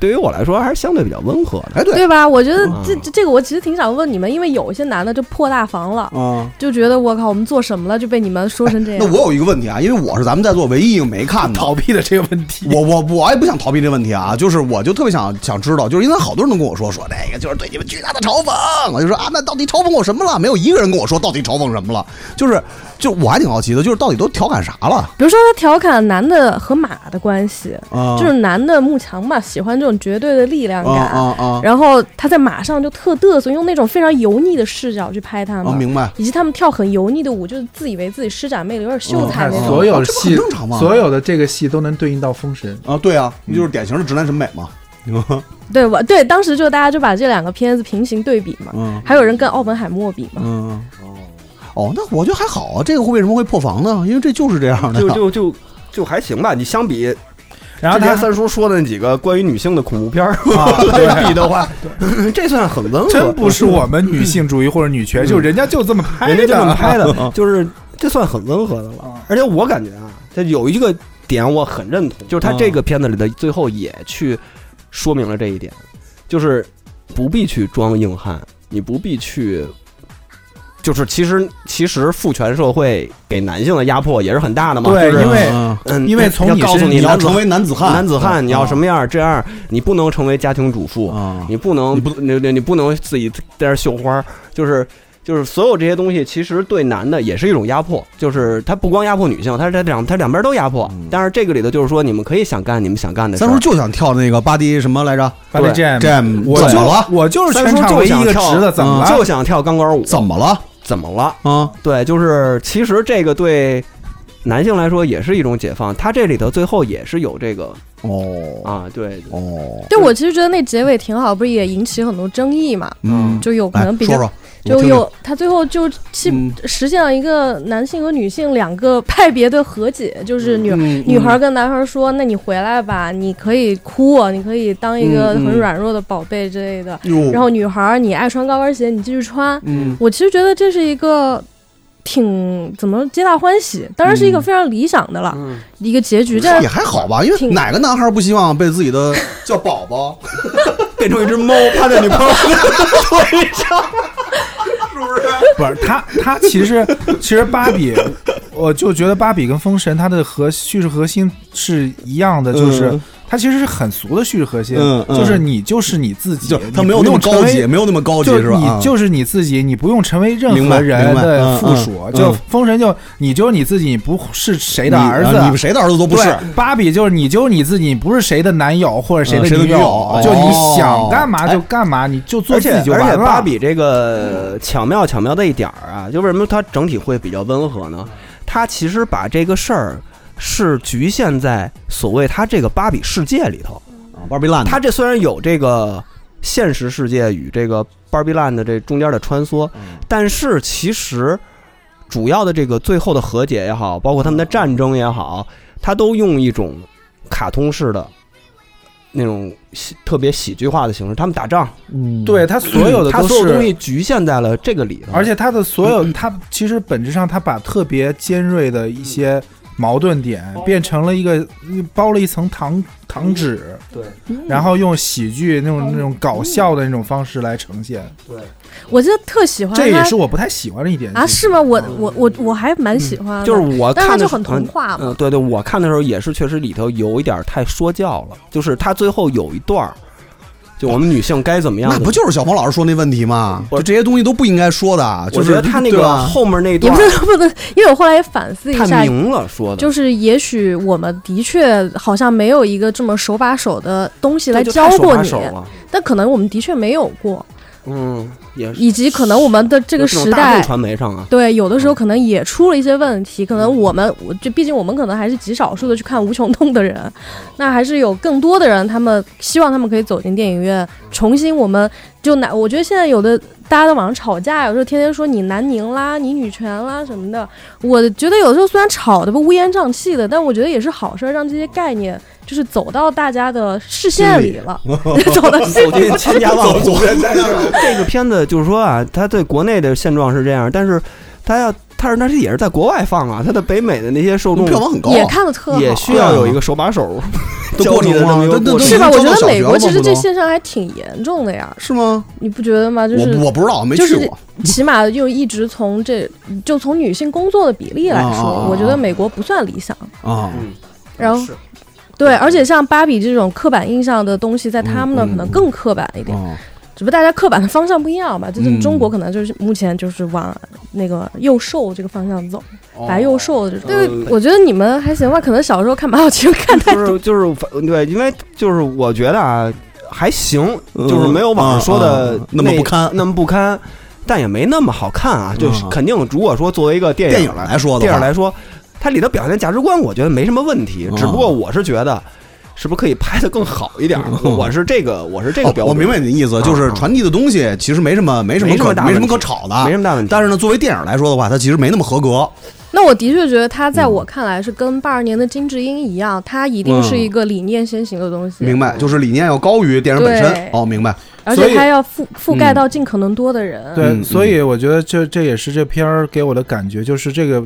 Speaker 2: 对于我来说还是相对比较温和 的。
Speaker 3: 哎，对，
Speaker 5: 对吧？我觉得
Speaker 2: 嗯
Speaker 5: 这这这个我其实挺想问你们，因为有一些男的就破大防了，
Speaker 3: 啊。
Speaker 5: 就觉得我靠，我们做什么了就被你们说成这
Speaker 3: 那
Speaker 5: 样。
Speaker 3: 我有一个问题啊，因为我是咱们在座唯一一个没 看的，
Speaker 4: 逃避了这个问题。
Speaker 3: 我我我也不想逃避这问题啊，就是我就特别想想知道，就是因为好多人都跟我说说这个就是对你们巨大的嘲讽，我就说啊，那到底嘲讽我什么了？没有一个人跟我说到底嘲讽什么了，就是就我还挺好奇的，就是到底都调侃啥了
Speaker 5: 比如说他调侃男的和马的关系，
Speaker 3: 啊？
Speaker 5: 就是男的慕强嘛，喜欢这种绝对的力量
Speaker 2: 嗯
Speaker 3: 啊啊
Speaker 5: 感，
Speaker 3: 啊
Speaker 5: 然后他在马上就特嘚瑟，用那种非常油腻的视角去拍他
Speaker 3: 啊！
Speaker 5: 们，
Speaker 3: 明白，
Speaker 5: 以及他们跳很油腻的舞，就是自以为自己施展魅力，有点秀才
Speaker 4: 看
Speaker 5: 那
Speaker 3: 嗯
Speaker 5: 种。
Speaker 4: 所
Speaker 2: 哦
Speaker 4: 有的
Speaker 3: 这不
Speaker 4: 戏
Speaker 3: 很正常吗？
Speaker 4: 所有的这个戏都能对应到《封神》，
Speaker 3: 啊，对啊，就是典型的直男审美嘛。
Speaker 5: 对，我对当时就大家就把这两个片子平行对比嘛，
Speaker 3: 嗯
Speaker 5: 还有人跟奥本海默比嘛。
Speaker 3: 嗯哦，那我觉得还好啊，这个会为什么会破防呢？因为这就是这样的
Speaker 2: 就
Speaker 3: 呀。
Speaker 2: 就就就还行吧。你相比
Speaker 4: 然后
Speaker 2: 之前
Speaker 4: 他
Speaker 2: 三叔说的那几个关于女性的恐怖片 儿
Speaker 4: 啊，
Speaker 2: 来比的 话， 这算很温和，
Speaker 4: 真不是我们女性主义或者女权，就人家就这么拍的，
Speaker 2: 嗯
Speaker 4: 嗯
Speaker 2: 人家就这么拍 的，就是这算很温和的了。而且我感觉啊，它有一个点我很认同，就是他
Speaker 4: 嗯
Speaker 2: 这个片子里的最后也去说明了这一点，就是不必去装硬汉，你不必去。就是其实其实父权社会给男性的压迫也是很大的嘛，
Speaker 4: 对
Speaker 2: 就是
Speaker 4: 因为
Speaker 3: 嗯
Speaker 2: 嗯，
Speaker 4: 因为从
Speaker 2: 要
Speaker 4: 你
Speaker 2: 告诉
Speaker 4: 身
Speaker 2: 你
Speaker 3: 你要
Speaker 2: 男子
Speaker 3: 成为男子汉，啊
Speaker 2: 男子汉，你
Speaker 4: 啊
Speaker 2: 要什
Speaker 3: 么
Speaker 2: 么样儿？这样你不能成为家庭主妇，
Speaker 3: 啊？
Speaker 2: 你不能
Speaker 3: 你
Speaker 2: 不你你你不能自己在那儿绣花儿，就是就是所有这些东西，其实对男的也是一种压迫，就是他不光压迫女性，他他两他两边都压迫
Speaker 3: 嗯。
Speaker 2: 但是这个里头就是说，你们可以想干你们想干的事
Speaker 3: 三叔
Speaker 2: 儿。
Speaker 3: 就想跳那个巴迪什么来着？
Speaker 4: 巴黎
Speaker 2: 对
Speaker 4: Jam
Speaker 3: Jam，
Speaker 4: 我
Speaker 3: 怎
Speaker 4: 就
Speaker 3: 么了？
Speaker 4: 我就是
Speaker 2: 三
Speaker 4: 全
Speaker 2: 叔
Speaker 4: 场
Speaker 2: 就
Speaker 4: 唯一
Speaker 2: 想
Speaker 4: 一个
Speaker 2: 跳
Speaker 4: 直的，怎么了？
Speaker 2: 嗯就想跳钢管舞，
Speaker 3: 怎么了？
Speaker 2: 怎么了？
Speaker 3: 啊
Speaker 2: 对，就是其实这个对男性来说也是一种解放，他这里头最后也是有这个
Speaker 3: 哦
Speaker 2: 啊，对，
Speaker 3: 哦，
Speaker 5: 对，我其实觉得那结尾挺好，不是也引起很多争议嘛？
Speaker 3: 嗯，
Speaker 5: 就有可
Speaker 3: 来
Speaker 5: 能比
Speaker 3: 说
Speaker 5: 较，
Speaker 3: 说，我
Speaker 5: 就
Speaker 3: 听
Speaker 5: 有他最后就去
Speaker 3: 嗯
Speaker 5: 实现了一个男性和女性两个派别的和解，就是
Speaker 2: 嗯
Speaker 5: 女、
Speaker 3: 听
Speaker 5: 女孩跟男孩说：“那你回来吧，你可以哭，你可以当一个
Speaker 3: 嗯嗯
Speaker 5: 很软弱的宝贝之类的。
Speaker 3: 哟，
Speaker 5: 然后女孩，你爱穿高跟鞋，你继续穿。
Speaker 3: 嗯
Speaker 5: 我其实觉得这是一个挺怎么皆大欢喜，当然是一个
Speaker 3: 嗯
Speaker 5: 非常理想的了、
Speaker 2: 嗯，
Speaker 5: 一个结局。但
Speaker 3: 这也
Speaker 5: 是
Speaker 3: 还好吧，因为
Speaker 5: 挺
Speaker 3: 哪个男孩不希望被自己的叫宝宝？
Speaker 2: 变成一只猫趴在女朋友腿上，
Speaker 4: 不是他，他其实其实芭比，我就觉得芭比跟封神它的核叙事核心是一样的，就是
Speaker 3: 嗯
Speaker 4: 它其实是很俗的叙事核心
Speaker 3: 嗯，嗯
Speaker 4: 就是你就是你自 己
Speaker 3: 就，他
Speaker 4: 你
Speaker 3: 没有
Speaker 4: 不
Speaker 3: 那么
Speaker 4: 用成
Speaker 3: 高
Speaker 4: 为
Speaker 3: 级，没有那么高级
Speaker 4: 就是
Speaker 3: 吧？啊
Speaker 4: 你就是你自己，你不用成为任
Speaker 3: 明白
Speaker 4: 何人
Speaker 3: 明白
Speaker 4: 的
Speaker 3: 嗯
Speaker 4: 附属
Speaker 3: 嗯。
Speaker 4: 就
Speaker 3: 嗯
Speaker 4: 封神就你就是你自己，你不是谁
Speaker 3: 你
Speaker 4: 的儿子
Speaker 3: 啊，你们谁的儿子都不
Speaker 4: 对
Speaker 3: 是。
Speaker 4: 芭比就是你就是你自己，你不是谁的男友或者谁
Speaker 3: 嗯谁的女
Speaker 4: 女
Speaker 3: 友
Speaker 4: 友，就
Speaker 3: 哦
Speaker 4: 你想干嘛就干嘛，你就做
Speaker 2: 而
Speaker 4: 自
Speaker 2: 且
Speaker 4: 己就
Speaker 2: 而且
Speaker 4: 完了。
Speaker 2: 芭比这个巧妙巧妙的一点儿啊，就为什么它整体会比较温和呢？它其实把这个事儿是局限在所谓它这个芭比世界里头。
Speaker 4: 嗯
Speaker 3: 芭比烂的，
Speaker 2: 它这虽然有这个现实世界与这个芭比 land 的这中间的穿梭，
Speaker 4: 嗯
Speaker 2: 但是其实主要的这个最后的和解也好，包括他们的战争也好，它都用一种卡通式的那种喜特别喜剧化的形式，他们打仗。
Speaker 3: 嗯
Speaker 4: 对他所有的
Speaker 2: 他
Speaker 4: 都
Speaker 2: 所有东西
Speaker 4: 是，
Speaker 2: 局限在了这个里头，
Speaker 4: 而且他的所
Speaker 3: 嗯
Speaker 4: 有，他其实本质上他把特别尖锐的一些矛盾点
Speaker 5: 嗯
Speaker 4: 变成了一个嗯包了一层糖糖纸，
Speaker 5: 嗯
Speaker 2: 对
Speaker 4: 然后用喜剧那种那种搞笑的那种方式来呈现，
Speaker 5: 嗯
Speaker 2: 对，
Speaker 5: 我记得特喜欢
Speaker 4: 这也
Speaker 5: 他
Speaker 4: 是我不太喜欢的一点
Speaker 5: 啊，是吗？我我我我还蛮喜欢
Speaker 2: 嗯
Speaker 5: 的，
Speaker 2: 就是我
Speaker 5: 但是
Speaker 2: 看
Speaker 5: 他
Speaker 2: 的
Speaker 5: 就
Speaker 2: 时候
Speaker 5: 很童话
Speaker 2: 嗯，
Speaker 5: 嘛。
Speaker 2: 对对，我看的时候也是，确实里头有一点太说教了，就是他最后有一段儿，就我们女性该怎么样
Speaker 3: 那
Speaker 2: 怎么
Speaker 3: 不就是小黄老师说那问题吗？
Speaker 2: 我
Speaker 3: 就这些东西都不应该说的，啊就
Speaker 2: 我
Speaker 3: 是
Speaker 2: 觉得他那
Speaker 3: 对
Speaker 2: 个
Speaker 3: 吧
Speaker 2: 后面那
Speaker 5: 也
Speaker 2: 段
Speaker 5: 不
Speaker 2: 儿
Speaker 5: 是不能，因为我后来也反思一下
Speaker 2: 太，明了说的，
Speaker 5: 就是也许我们的确好像没有一个这么手把手的东西
Speaker 2: 对
Speaker 5: 来
Speaker 2: 就
Speaker 5: 教
Speaker 2: 太手
Speaker 5: 过
Speaker 2: 把
Speaker 5: 你
Speaker 2: 手，了，
Speaker 5: 但可能我们的确没有过，
Speaker 2: 嗯，也是
Speaker 5: 以及可能我们的这
Speaker 2: 这
Speaker 5: 个时
Speaker 2: 大
Speaker 5: 代
Speaker 2: 众，传媒上 啊，
Speaker 5: 对，有的时候可能也出了一些问题，可能我们，我就毕竟我们可能还是极少数的去看无穷动的人，那还是有更多的人，他们希望他们可以走进电影院，重新我们就拿，我觉得现在有的大家在网上吵架，有时候天天说你南宁啦，你女权啦什么的，我觉得有时候虽然吵的不乌烟瘴气的，但我觉得也是好事儿，让这些概念就是走到大家的视线里 了，走到视
Speaker 2: 走
Speaker 5: 线
Speaker 2: 进千家 万户。这个片子就是说啊，它对国内的现状是这样，但是它要但是那是也是在国外放啊，它的北美的那些受众
Speaker 3: 票房很高啊，
Speaker 5: 也看的特好，
Speaker 2: 也需要有一个手把手
Speaker 3: 都过
Speaker 2: 教你的
Speaker 3: 程
Speaker 2: 这么
Speaker 3: 吗
Speaker 2: 一个
Speaker 3: 都都
Speaker 2: 过
Speaker 3: 都
Speaker 2: 程
Speaker 5: 是吧？我觉
Speaker 3: 上
Speaker 5: 得
Speaker 3: 小
Speaker 5: 美
Speaker 3: 学
Speaker 5: 国
Speaker 3: 了
Speaker 5: 其实
Speaker 3: 不
Speaker 5: 这
Speaker 3: 都
Speaker 5: 线上还挺严重的呀，
Speaker 3: 是吗？
Speaker 5: 你不觉得吗？就
Speaker 3: 我
Speaker 5: 是
Speaker 3: 我不知道，没
Speaker 5: 就
Speaker 3: 去
Speaker 5: 是
Speaker 3: 过。
Speaker 5: 起码就一直从这就从女性工作的比例来
Speaker 3: 啊啊啊
Speaker 5: 说，我觉得美国不算理想。
Speaker 3: 啊
Speaker 5: 然后对，而且像芭比这种刻板印象的东西，在他们那儿可能更刻板一点，
Speaker 3: 啊！
Speaker 5: 只不过大家刻板的方向不一样吧。就是
Speaker 3: 嗯
Speaker 5: 中国可能就是目前就是往那个幼瘦这个方向走，白幼瘦的这种。
Speaker 3: 呃
Speaker 2: 哦
Speaker 5: 对，我觉得你们还行吧，可能小时候看马小晴 看太
Speaker 2: 就是就是反对，因为就是我觉得啊还行，
Speaker 3: 嗯
Speaker 2: 就是没有网上说的
Speaker 3: 啊啊那么不堪
Speaker 2: 那么不堪，但也没那么好看啊。就是
Speaker 3: 嗯
Speaker 2: 肯定，如果说作为一个电
Speaker 3: 电
Speaker 2: 影
Speaker 3: 影来说的话，
Speaker 2: 电影来说，它里头表现价值观，我觉得没什么问题。
Speaker 3: 嗯
Speaker 2: 只不过我是觉得，是不是可以拍的更好一点儿？
Speaker 3: 嗯
Speaker 2: 我是这个，我是这个标
Speaker 3: 哦，我
Speaker 2: 准，
Speaker 3: 明白你的意思，就是传递的东西其实没什么，没什么
Speaker 2: 啊没什么
Speaker 3: 可
Speaker 2: 大
Speaker 3: 没什么
Speaker 2: 问题
Speaker 3: 可吵的，
Speaker 2: 没什么大问题。
Speaker 3: 但是呢，作为电影来说的话，它其实没那么合格。
Speaker 5: 那我的确觉得他在我
Speaker 3: 嗯
Speaker 5: 看来是跟八二年的金智英一样，他一定是一个理念先行的东西，
Speaker 3: 明白，就是理念要高于电影本身
Speaker 5: 对。
Speaker 3: 哦，明白。
Speaker 5: 而
Speaker 4: 所以
Speaker 5: 且他要覆覆
Speaker 2: 嗯
Speaker 5: 盖到尽可能多的人。
Speaker 4: 对，
Speaker 3: 嗯
Speaker 4: 所以我觉得这这也是这片儿给我的感觉，就是这个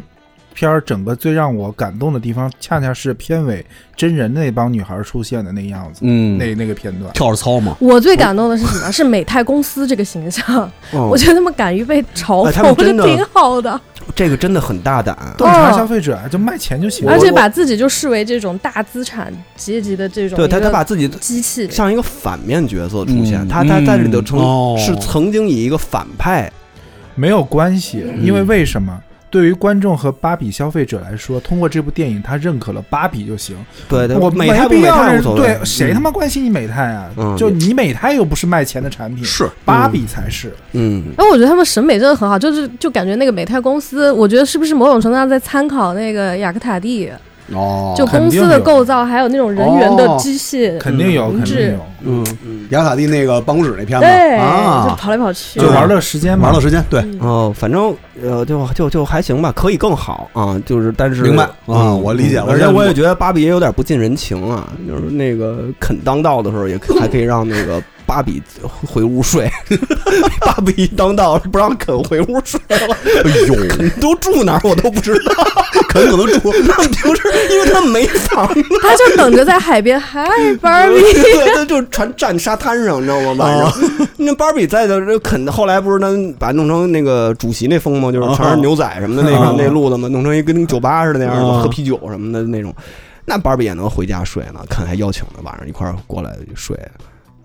Speaker 4: 片儿整个最让我感动的地方，恰恰是片尾真人那帮女孩出现的那样子，
Speaker 3: 嗯
Speaker 4: 那那个片
Speaker 5: 哦
Speaker 4: 段。
Speaker 3: 跳着操嘛。
Speaker 5: 我最感动的是什么？是美泰公司这个形象，
Speaker 2: 嗯
Speaker 5: 我觉得他们敢于被嘲
Speaker 2: 哎他
Speaker 5: 讽，
Speaker 2: 们
Speaker 5: 我觉
Speaker 2: 真的
Speaker 5: 得挺好的，嗯
Speaker 2: 这个真的很大胆。
Speaker 4: 洞察消费者啊就卖钱就行了，
Speaker 5: 而且把自己就视为这种大资产阶级的这种
Speaker 2: 对他，
Speaker 5: 一
Speaker 2: 他
Speaker 5: 个
Speaker 2: 把自己
Speaker 5: 机器，
Speaker 2: 像一个反面角色出现，
Speaker 3: 嗯
Speaker 2: 他他在里头曾、
Speaker 3: 嗯哦
Speaker 2: 是曾经以一个反派，
Speaker 4: 没有关系，
Speaker 2: 嗯
Speaker 4: 因为为什么？对于观众和芭比消费者来说，通过这部电影，他认可了芭比就行。
Speaker 2: 对对，
Speaker 4: 我
Speaker 2: 美
Speaker 4: 没
Speaker 2: 泰不
Speaker 4: 必
Speaker 2: 美
Speaker 4: 要
Speaker 2: 泰
Speaker 4: 认
Speaker 2: 无所谓，嗯
Speaker 4: 对，谁他
Speaker 2: 妈
Speaker 4: 妈关心你美泰啊？
Speaker 2: 嗯
Speaker 4: 就你美泰又不是卖钱的产品，
Speaker 3: 嗯是
Speaker 4: 芭比才是。
Speaker 2: 嗯
Speaker 5: 哎，我觉得他们审美真的很好，就是就感觉那个美泰公司，我觉得是不是某种程度上在参考那个雅克塔蒂，
Speaker 3: 哦，
Speaker 5: 就公司的构造，还有那种人员的
Speaker 2: 哦
Speaker 5: 机械，
Speaker 4: 肯定有，
Speaker 5: 嗯
Speaker 4: 肯定有。
Speaker 2: 嗯嗯
Speaker 3: 雅塔蒂那个办公室那片
Speaker 5: 对，
Speaker 3: 子
Speaker 5: 就
Speaker 3: 啊，
Speaker 5: 跑来跑去
Speaker 4: 就。玩乐时间嘛
Speaker 3: 玩，乐时间对，
Speaker 2: 哦，反正呃，就就就还行吧，可以更好啊，就是但是
Speaker 3: 明白啊我理解
Speaker 2: 嗯
Speaker 3: 我
Speaker 2: 而且
Speaker 3: 认
Speaker 2: 我也觉得芭比也有点不近人情啊，就是那个肯当道的时候，也可以还可以让那个芭比回屋睡， 芭比一当道不让肯回屋睡了，
Speaker 3: 哎呦，
Speaker 2: 肯都住哪儿我都不知道，
Speaker 3: 肯可能 住。
Speaker 2: 他们平时因为他们没房子
Speaker 5: 他就等着在海 边，嗨，芭比，
Speaker 2: 对，他就船站沙滩上，你知道吗？晚上， 那芭比在的这肯，后来不是咱把弄成那个主席那风吗？就是全是牛仔什么的那
Speaker 3: 哦
Speaker 2: 个那路子嘛，弄成一跟酒吧似的那样
Speaker 3: 哦
Speaker 2: 的，喝啤酒什么的那种。那芭比也能回家睡呢，肯还邀请呢，晚上一块儿过来睡。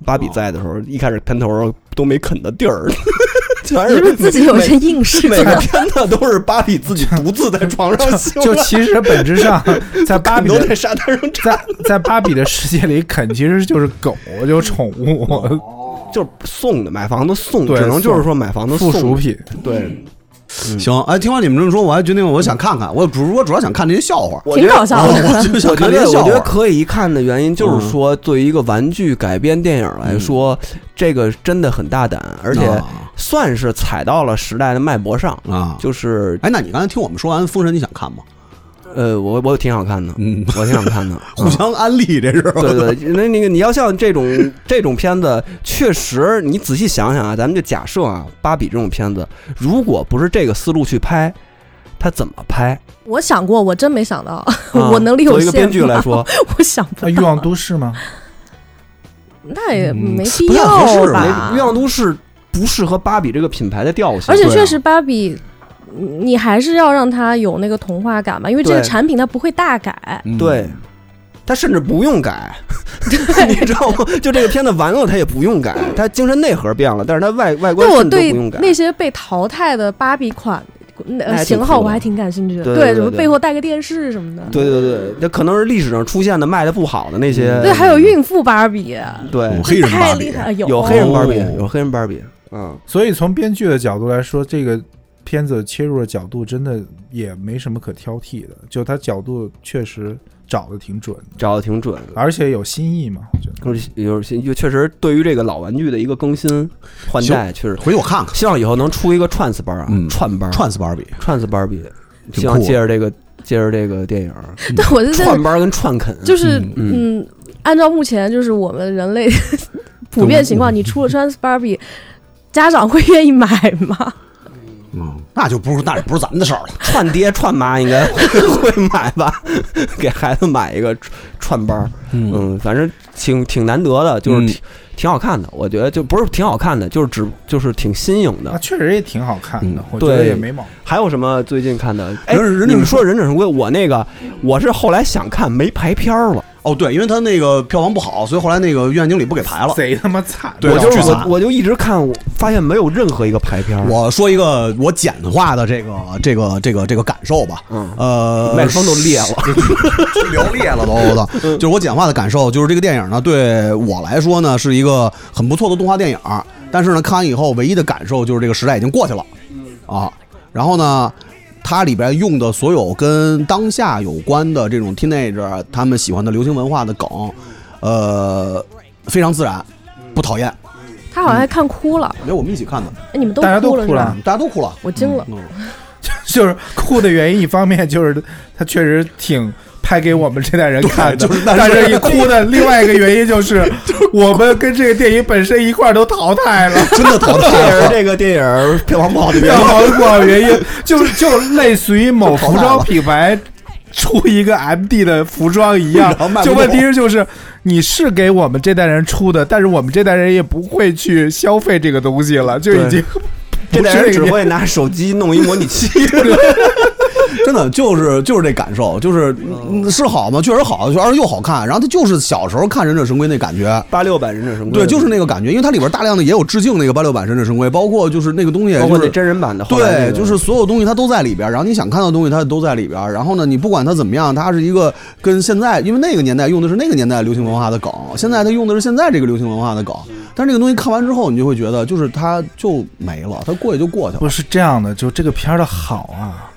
Speaker 2: 芭比在的时候，一开始片头都没肯的地儿， 全
Speaker 5: 你是
Speaker 2: 是
Speaker 5: 不是自己有
Speaker 2: 每
Speaker 5: 些映射？
Speaker 2: 每个片子都是芭比自己独自在床上休
Speaker 4: 就
Speaker 2: 了，
Speaker 4: 其实本质 上，在芭比
Speaker 2: 都
Speaker 4: 的
Speaker 2: 在沙滩上
Speaker 4: 在在芭比的世界里，肯其实就是狗，就是宠物，
Speaker 2: 就是送的，买房子送，
Speaker 4: 对
Speaker 2: 只哦能就是
Speaker 4: 送
Speaker 2: 说买房子
Speaker 4: 附
Speaker 2: 送
Speaker 4: 属品。
Speaker 2: 对，嗯
Speaker 3: 行，哎，听完你们这么说，我还决定我想看看，我主我主要想看这些笑话。
Speaker 2: 我
Speaker 5: 挺搞笑
Speaker 3: 啊
Speaker 5: 的，
Speaker 3: 我就想
Speaker 2: 我觉
Speaker 3: 看这
Speaker 2: 得
Speaker 3: 些
Speaker 2: 我
Speaker 3: 笑
Speaker 2: 觉得
Speaker 3: 话。
Speaker 2: 可以一看的原因就是说，作为一个玩具改编电影来说，
Speaker 4: 嗯
Speaker 2: 这个真的很大胆，而
Speaker 4: 啊
Speaker 2: 且算是踩到了时代的脉搏上。
Speaker 3: 啊，
Speaker 2: 就是
Speaker 3: 哎，那你刚才听我们说完《封神》，你想看吗？
Speaker 2: 呃，我我挺想 看的，
Speaker 3: 嗯，
Speaker 2: 我挺想看的
Speaker 3: 。互相安利，这是
Speaker 2: 对对，那那个你要像这种这种片子，确实你仔细想想啊，咱们就假设啊，芭比这种片子，如果不是这个思路去拍，它怎么 拍？
Speaker 5: 我想过，我真没 想到，
Speaker 2: 啊
Speaker 5: 我能力有
Speaker 2: 作为一个
Speaker 5: 限
Speaker 2: 编剧来
Speaker 5: 吗
Speaker 2: 说，
Speaker 5: 我想不
Speaker 4: 那
Speaker 5: 到。
Speaker 4: 欲望都市吗？
Speaker 5: 那也
Speaker 3: 嗯
Speaker 5: 没
Speaker 3: 不
Speaker 5: 必
Speaker 3: 太
Speaker 5: 要
Speaker 3: 合
Speaker 2: 没
Speaker 3: 适
Speaker 5: 吧？
Speaker 2: 欲望都市不适合芭比这个品牌的调性，
Speaker 5: 而且
Speaker 3: 对啊
Speaker 5: 确实，芭比，嗯你还是要让它有那个童话感嘛，因为这个
Speaker 2: 对
Speaker 5: 产品它不会大改。
Speaker 3: 嗯
Speaker 2: 对，他甚至不用 改， 你知道吗？就这个片子完了，他也不用改，他精神内核变了，但是他外外观
Speaker 5: 对，我
Speaker 2: 甚至都
Speaker 5: 对
Speaker 2: 不用改。
Speaker 5: 那些被淘汰的芭比款
Speaker 2: 那还
Speaker 5: 呃
Speaker 2: 挺
Speaker 5: 型号，
Speaker 2: 酷的
Speaker 5: 我还挺感兴趣的。
Speaker 2: 对对对
Speaker 5: 什么
Speaker 2: 对
Speaker 5: 背后带个电视什么的。
Speaker 2: 对对对，那可能是历史上出现的卖的不好的那些。
Speaker 5: 对，还有孕妇芭比，
Speaker 2: 对
Speaker 3: 嗯黑人芭
Speaker 5: 太
Speaker 3: 比
Speaker 5: 厉害了，
Speaker 2: 嗯有黑人芭比
Speaker 3: 哦，
Speaker 2: 有黑人芭比，嗯，
Speaker 4: 所以从编剧的角度来说，这个片子切入的角度真的也没什么可挑剔的，就它角度确实找的挺准的，
Speaker 2: 找的挺准的。
Speaker 4: 而且有新意嘛，我觉得。
Speaker 2: 有有有确实对于这个老玩具的一个更新换代，确实
Speaker 3: 回去我看看。
Speaker 2: 希望以后能出一个串 e 班啊
Speaker 3: 嗯，
Speaker 2: 串班
Speaker 3: 串死芭比，
Speaker 2: 串 e 芭比，
Speaker 3: 挺
Speaker 2: 希望
Speaker 3: 酷
Speaker 2: 借着这个借着这个电影
Speaker 5: 但我是真的
Speaker 2: 串班跟串啃，
Speaker 5: 就是
Speaker 2: 嗯
Speaker 5: 嗯，按照目前就是我们人 类
Speaker 4: 嗯
Speaker 5: 普遍情况，你出了 Trans Barbie，家长会愿意买吗？
Speaker 3: 嗯，那就不是，那也不是咱们的事儿了。
Speaker 2: 串爹串妈应该 会买吧，给孩子买一个串串班儿，
Speaker 3: 嗯
Speaker 2: 嗯，反正挺挺难得的，就是
Speaker 3: 嗯
Speaker 2: 挺、挺好看的，我觉得就不是挺好看的，就是只就是挺新颖的。
Speaker 3: 哎
Speaker 4: 那啊确实也挺好看的
Speaker 3: 嗯，
Speaker 4: 我觉得
Speaker 2: 对
Speaker 4: 也没毛病。
Speaker 2: 还有什么最近看的？哎，
Speaker 3: 忍者忍者
Speaker 2: 你们说忍者神龟，我那个我是后来想看没排片儿了，
Speaker 3: 哦，对，因为他那个票房不好，所以后来那个院经理不给排了。
Speaker 4: 贼他妈惨！
Speaker 3: 对
Speaker 2: 我就
Speaker 3: 巨惨
Speaker 2: 我我就一直看，我发现没有任何一个排片儿。
Speaker 3: 我说一个我简化的这个这个这个这个感受吧，
Speaker 2: 嗯
Speaker 3: 呃，
Speaker 2: 麦克风都裂了，
Speaker 3: 聊裂了都， 我操！就是我简化的感受，就是这个电影呢，对我来说呢是一个很不错的动画电影，但是呢看完以后唯一的感受就是这个时代已经过去了，啊，然后呢。它里边用的所有跟当下有关的这种 teenager 他们喜欢的流行文化的梗，呃，非常自然，不讨厌。
Speaker 5: 他好像还看哭了，
Speaker 3: 没有，我们一起看的，嗯
Speaker 5: 哎，你们都
Speaker 4: 大家都
Speaker 5: 哭了
Speaker 4: 哭
Speaker 5: 是
Speaker 4: 了
Speaker 2: 啊
Speaker 5: 吧？
Speaker 3: 大家都哭了。
Speaker 5: 我惊了，
Speaker 3: 嗯，
Speaker 4: 就是哭的原因，一方面就是他确实挺拍给我们这代人看的，
Speaker 3: 对就是但
Speaker 4: 但
Speaker 3: 是
Speaker 4: 是一哭的另外一个原因就是我们跟这个电影本身一块儿都淘汰了。
Speaker 3: 真的淘汰
Speaker 2: 这是
Speaker 3: 了。
Speaker 2: 这个电影票房不好的原
Speaker 4: 票
Speaker 2: 因。
Speaker 4: 房不好原因就是就类似于某服装品牌出一个 MD 的服装一样
Speaker 3: 然后卖，不
Speaker 4: 就
Speaker 3: 动
Speaker 4: 问题是就是你是给我们这代人出的，但是我们这代人也不会去消费这个东西了，就已经
Speaker 2: 这代人
Speaker 4: 不是
Speaker 2: 只
Speaker 4: 那个
Speaker 2: 会拿手机弄一模拟器。
Speaker 3: 真的就是就是这感受，就是、嗯是好吗？确实好，而且又好看。然后它就是小时候看《忍者神龟》那感觉，
Speaker 2: 八六版忍者神龟，
Speaker 3: 对，就是那个感觉，因为它里边大量的也有致敬那个八六版《忍者神龟》，包括就是那个东西、就是，
Speaker 2: 包括那真人版的，后来那
Speaker 3: 对，
Speaker 2: 个
Speaker 3: 就是所有东西它都在里边儿，然后你想看到的东西它都在里边儿。然后呢，你不管它怎么样，它是一个跟现在，因为那个年代用的是那个年代流行文化的梗，现在它用的是现在这个流行文化的梗。但是这个东西看完之后，你就会觉得，就是它就没了，它过去就过去了。
Speaker 4: 不是这样的，就这个片儿的好啊，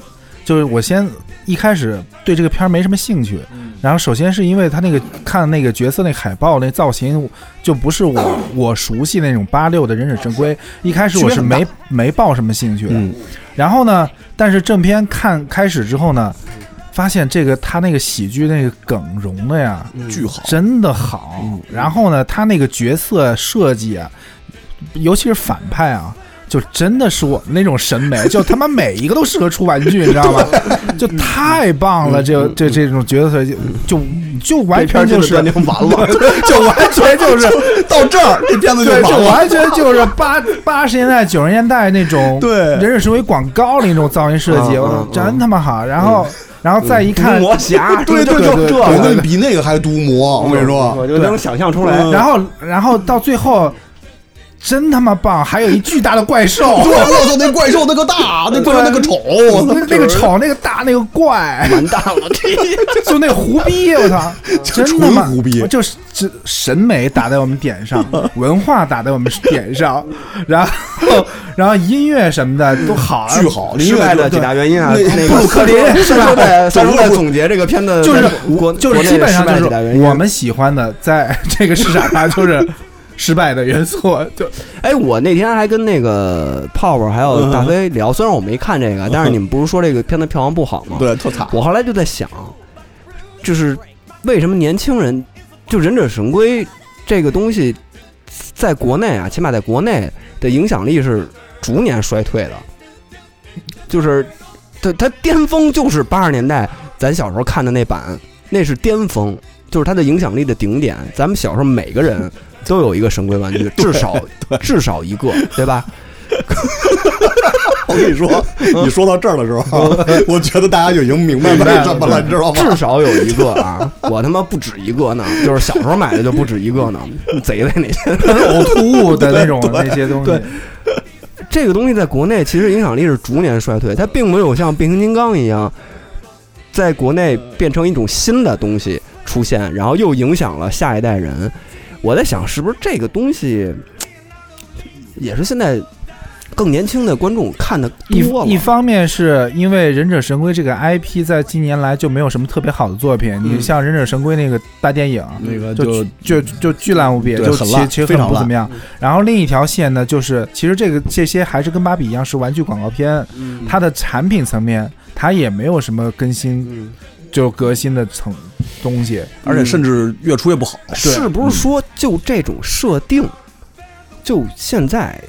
Speaker 4: 就是我先一开始对这个片儿没什么兴趣，
Speaker 3: 嗯
Speaker 4: 然后首先是因为他那个看那个角色那海报那造型就不是 我我熟悉那种八六的忍者神龟，一开始我是
Speaker 3: 区别很
Speaker 4: 没没抱什么兴趣的。
Speaker 3: 嗯
Speaker 4: 然后呢，但是正片看开始之后呢，发现这个他那个喜剧那个梗融的呀，
Speaker 3: 巨好，
Speaker 4: 真的好。然后呢，他那个角色设计啊，尤其是反派啊。就真的是我们那种审美， 就他妈每一个都适合出玩具，你知道吗？就太棒了，这这这种角色设计，就就完全就是
Speaker 3: 这片儿真的断定完了，
Speaker 4: 就完全就是
Speaker 3: 到这儿这片子就
Speaker 4: 对，
Speaker 3: 完
Speaker 4: 就
Speaker 3: 了。
Speaker 4: 完全就是八八十年代、九十年代那种，
Speaker 3: 对
Speaker 4: 忍者神龟广告里那种造型设计，
Speaker 2: 嗯
Speaker 4: 我操
Speaker 2: 嗯，
Speaker 4: 真他妈好。然后，然后再一看，
Speaker 2: 魔侠，
Speaker 4: 对
Speaker 2: 就
Speaker 4: 对
Speaker 2: 就
Speaker 4: 对
Speaker 2: 这嗯
Speaker 4: 对
Speaker 2: 个
Speaker 3: 那比那个还毒魔，我跟你
Speaker 2: 我
Speaker 3: 说，
Speaker 2: 就能想象出来。
Speaker 4: 然后，然后到最后，真他妈棒，还有一巨大的怪兽，
Speaker 3: 对，我操，那怪兽那个大，那怪兽那个丑，我操，
Speaker 4: 那个丑，那个大，那个怪，
Speaker 2: 完蛋了，
Speaker 4: 就那胡逼，我操，真他
Speaker 3: 纯
Speaker 4: 妈
Speaker 3: 胡逼
Speaker 4: 就是这审美打在我们点上，文化打在我们点上，然后，然后音乐什么的都好，啊
Speaker 3: 巨好，
Speaker 2: 失败的几大原因啊，那
Speaker 4: 布
Speaker 2: 个
Speaker 4: 鲁克林
Speaker 2: 三
Speaker 4: 是
Speaker 2: 叔
Speaker 4: 吧？
Speaker 2: 在三
Speaker 3: 总
Speaker 2: 叔
Speaker 3: 共
Speaker 2: 在
Speaker 3: 是
Speaker 2: 总结这个片子，
Speaker 4: 就是
Speaker 2: 国
Speaker 4: 就是基本上就是我
Speaker 2: 我们
Speaker 4: 们喜欢的，在 这个市场上就是失败的元素， 就
Speaker 2: 哎，我那天还跟那个泡泡还
Speaker 3: 嗯
Speaker 2: 有大飞聊，虽然我没看这个，但是你们不是说这个片子票房不好吗？，
Speaker 3: 对，特惨。
Speaker 2: 我后来就在想，就是为什么年轻人就《忍者神龟》这个东西，在国内啊，起码在国内的影响力是逐年衰退的，就是它它巅峰就是八十年代咱小时候看的那版，那是巅峰，就是它的影响力的顶点。咱们小时候每个人都有一个神龟 玩具，至少至少一个，对吧？
Speaker 3: 我跟你说，你说到这儿的时候， 我觉得大家就已经明白为什么了，你知道
Speaker 2: 至
Speaker 3: 吗？
Speaker 2: 少有一个啊！我他妈不止一个呢，就是小时候买的就不止一个呢，贼的那些。
Speaker 4: 呕吐物的那种那些东西。
Speaker 2: 这个东西在国内其实影响力是逐年衰退，它并没有像变形金刚一样，在国内变成一种新的东西出现，然后又影响了下一代人。我在想，是不是这个东西也是现在更年轻的观众看的
Speaker 4: 一
Speaker 2: 多了？
Speaker 4: 一方面是因为《忍者神龟》这个 IP 在近年来就没有什么特别好的作品，你像《忍者神龟》那个大电影，
Speaker 3: 嗯那个
Speaker 4: 就就就巨烂无比，
Speaker 3: 对
Speaker 4: 就
Speaker 3: 很
Speaker 4: 其
Speaker 3: 烂
Speaker 4: 其实
Speaker 3: 非
Speaker 4: 很
Speaker 3: 常
Speaker 4: 不
Speaker 3: 烂嗯
Speaker 4: 怎么样。然后另一条线呢，就是其实这个这些还是跟芭比一样是玩具广告片，
Speaker 3: 嗯
Speaker 4: 它的产品层面它也没有什么更新，
Speaker 2: 嗯
Speaker 4: 就革新的层东西。
Speaker 3: 而且甚至越出越不好。
Speaker 2: 嗯
Speaker 3: 嗯
Speaker 2: 是不是说就这种设定，就现在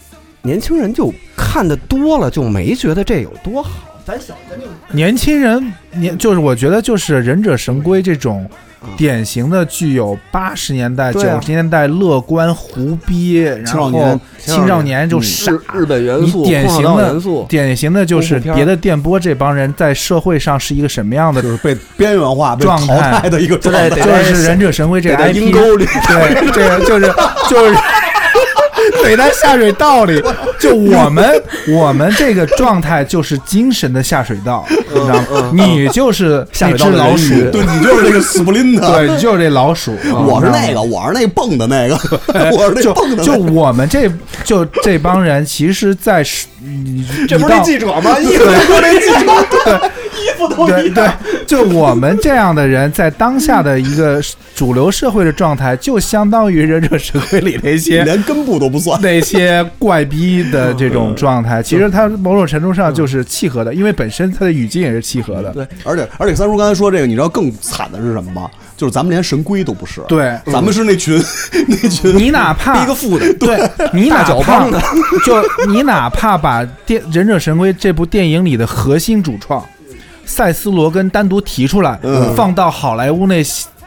Speaker 2: 年轻人就看的多了就没觉得这有多好。咱小咱就
Speaker 4: 年轻人，年就是我觉得就是《忍者神龟》这种
Speaker 2: 嗯
Speaker 4: 典型的具有八十年代、九
Speaker 2: 对啊
Speaker 4: 十年代乐观、胡逼，然
Speaker 3: 青少年
Speaker 4: 后青少年就傻。
Speaker 2: 日日本嗯元素、
Speaker 4: 你典型的
Speaker 2: 荒岛元素，
Speaker 4: 典型的就是
Speaker 2: 功夫片儿
Speaker 4: 别的电波这帮人在社会上是一个什么样的
Speaker 3: 就是被边缘化、被
Speaker 4: 状态
Speaker 3: 淘汰的一个状态。
Speaker 2: 哎对
Speaker 4: 就是忍者神龟这
Speaker 2: 这
Speaker 4: 个
Speaker 2: 在
Speaker 4: IP，
Speaker 2: 阴沟里，
Speaker 4: 对，这个就是就是 怼在下水道里。就我们我们这个状态就是精神的下水道，你知道吗？你就是
Speaker 2: 下
Speaker 4: 那
Speaker 2: 水
Speaker 4: 只
Speaker 2: 道的
Speaker 4: 老
Speaker 2: 人
Speaker 4: 鼠，
Speaker 2: 鱼啊
Speaker 3: 对你就是那个斯普林特，
Speaker 4: 对，你就是这老鼠。啊
Speaker 3: 我是
Speaker 4: 你知道吗
Speaker 3: 那个，我是那蹦的那个， 我是那
Speaker 4: 就
Speaker 3: 蹦的那
Speaker 4: 就
Speaker 3: 个。
Speaker 4: 我们这就这帮人，其实在是，你
Speaker 2: 这不是
Speaker 4: 你
Speaker 2: 那
Speaker 4: 到
Speaker 2: 记者吗？衣服都那记者，衣服都
Speaker 4: 对
Speaker 2: 一
Speaker 4: 对
Speaker 2: 样。，
Speaker 4: 就我们这样的人，在当下的一个主流社会的状态，就相当于忍者神龟里那些
Speaker 3: 连根部都 不算，
Speaker 4: 那些怪逼的这种状态，其实它某种程度上就是契合的，因为本身它的语境也是契合的。
Speaker 3: 而且而且三叔刚才说这个，你知道更惨的是什么吗？就是咱们连神龟都不是，，
Speaker 4: 对，
Speaker 3: 咱们是那群那群
Speaker 4: 你哪 怕
Speaker 2: 逼个负的，
Speaker 4: 对你哪
Speaker 2: 大脚
Speaker 4: 怕
Speaker 2: 帮的
Speaker 4: 就你哪怕把电《忍者神龟》这部电影里的核心主创塞斯罗根单独提出来，
Speaker 3: 嗯
Speaker 4: 放到好莱坞那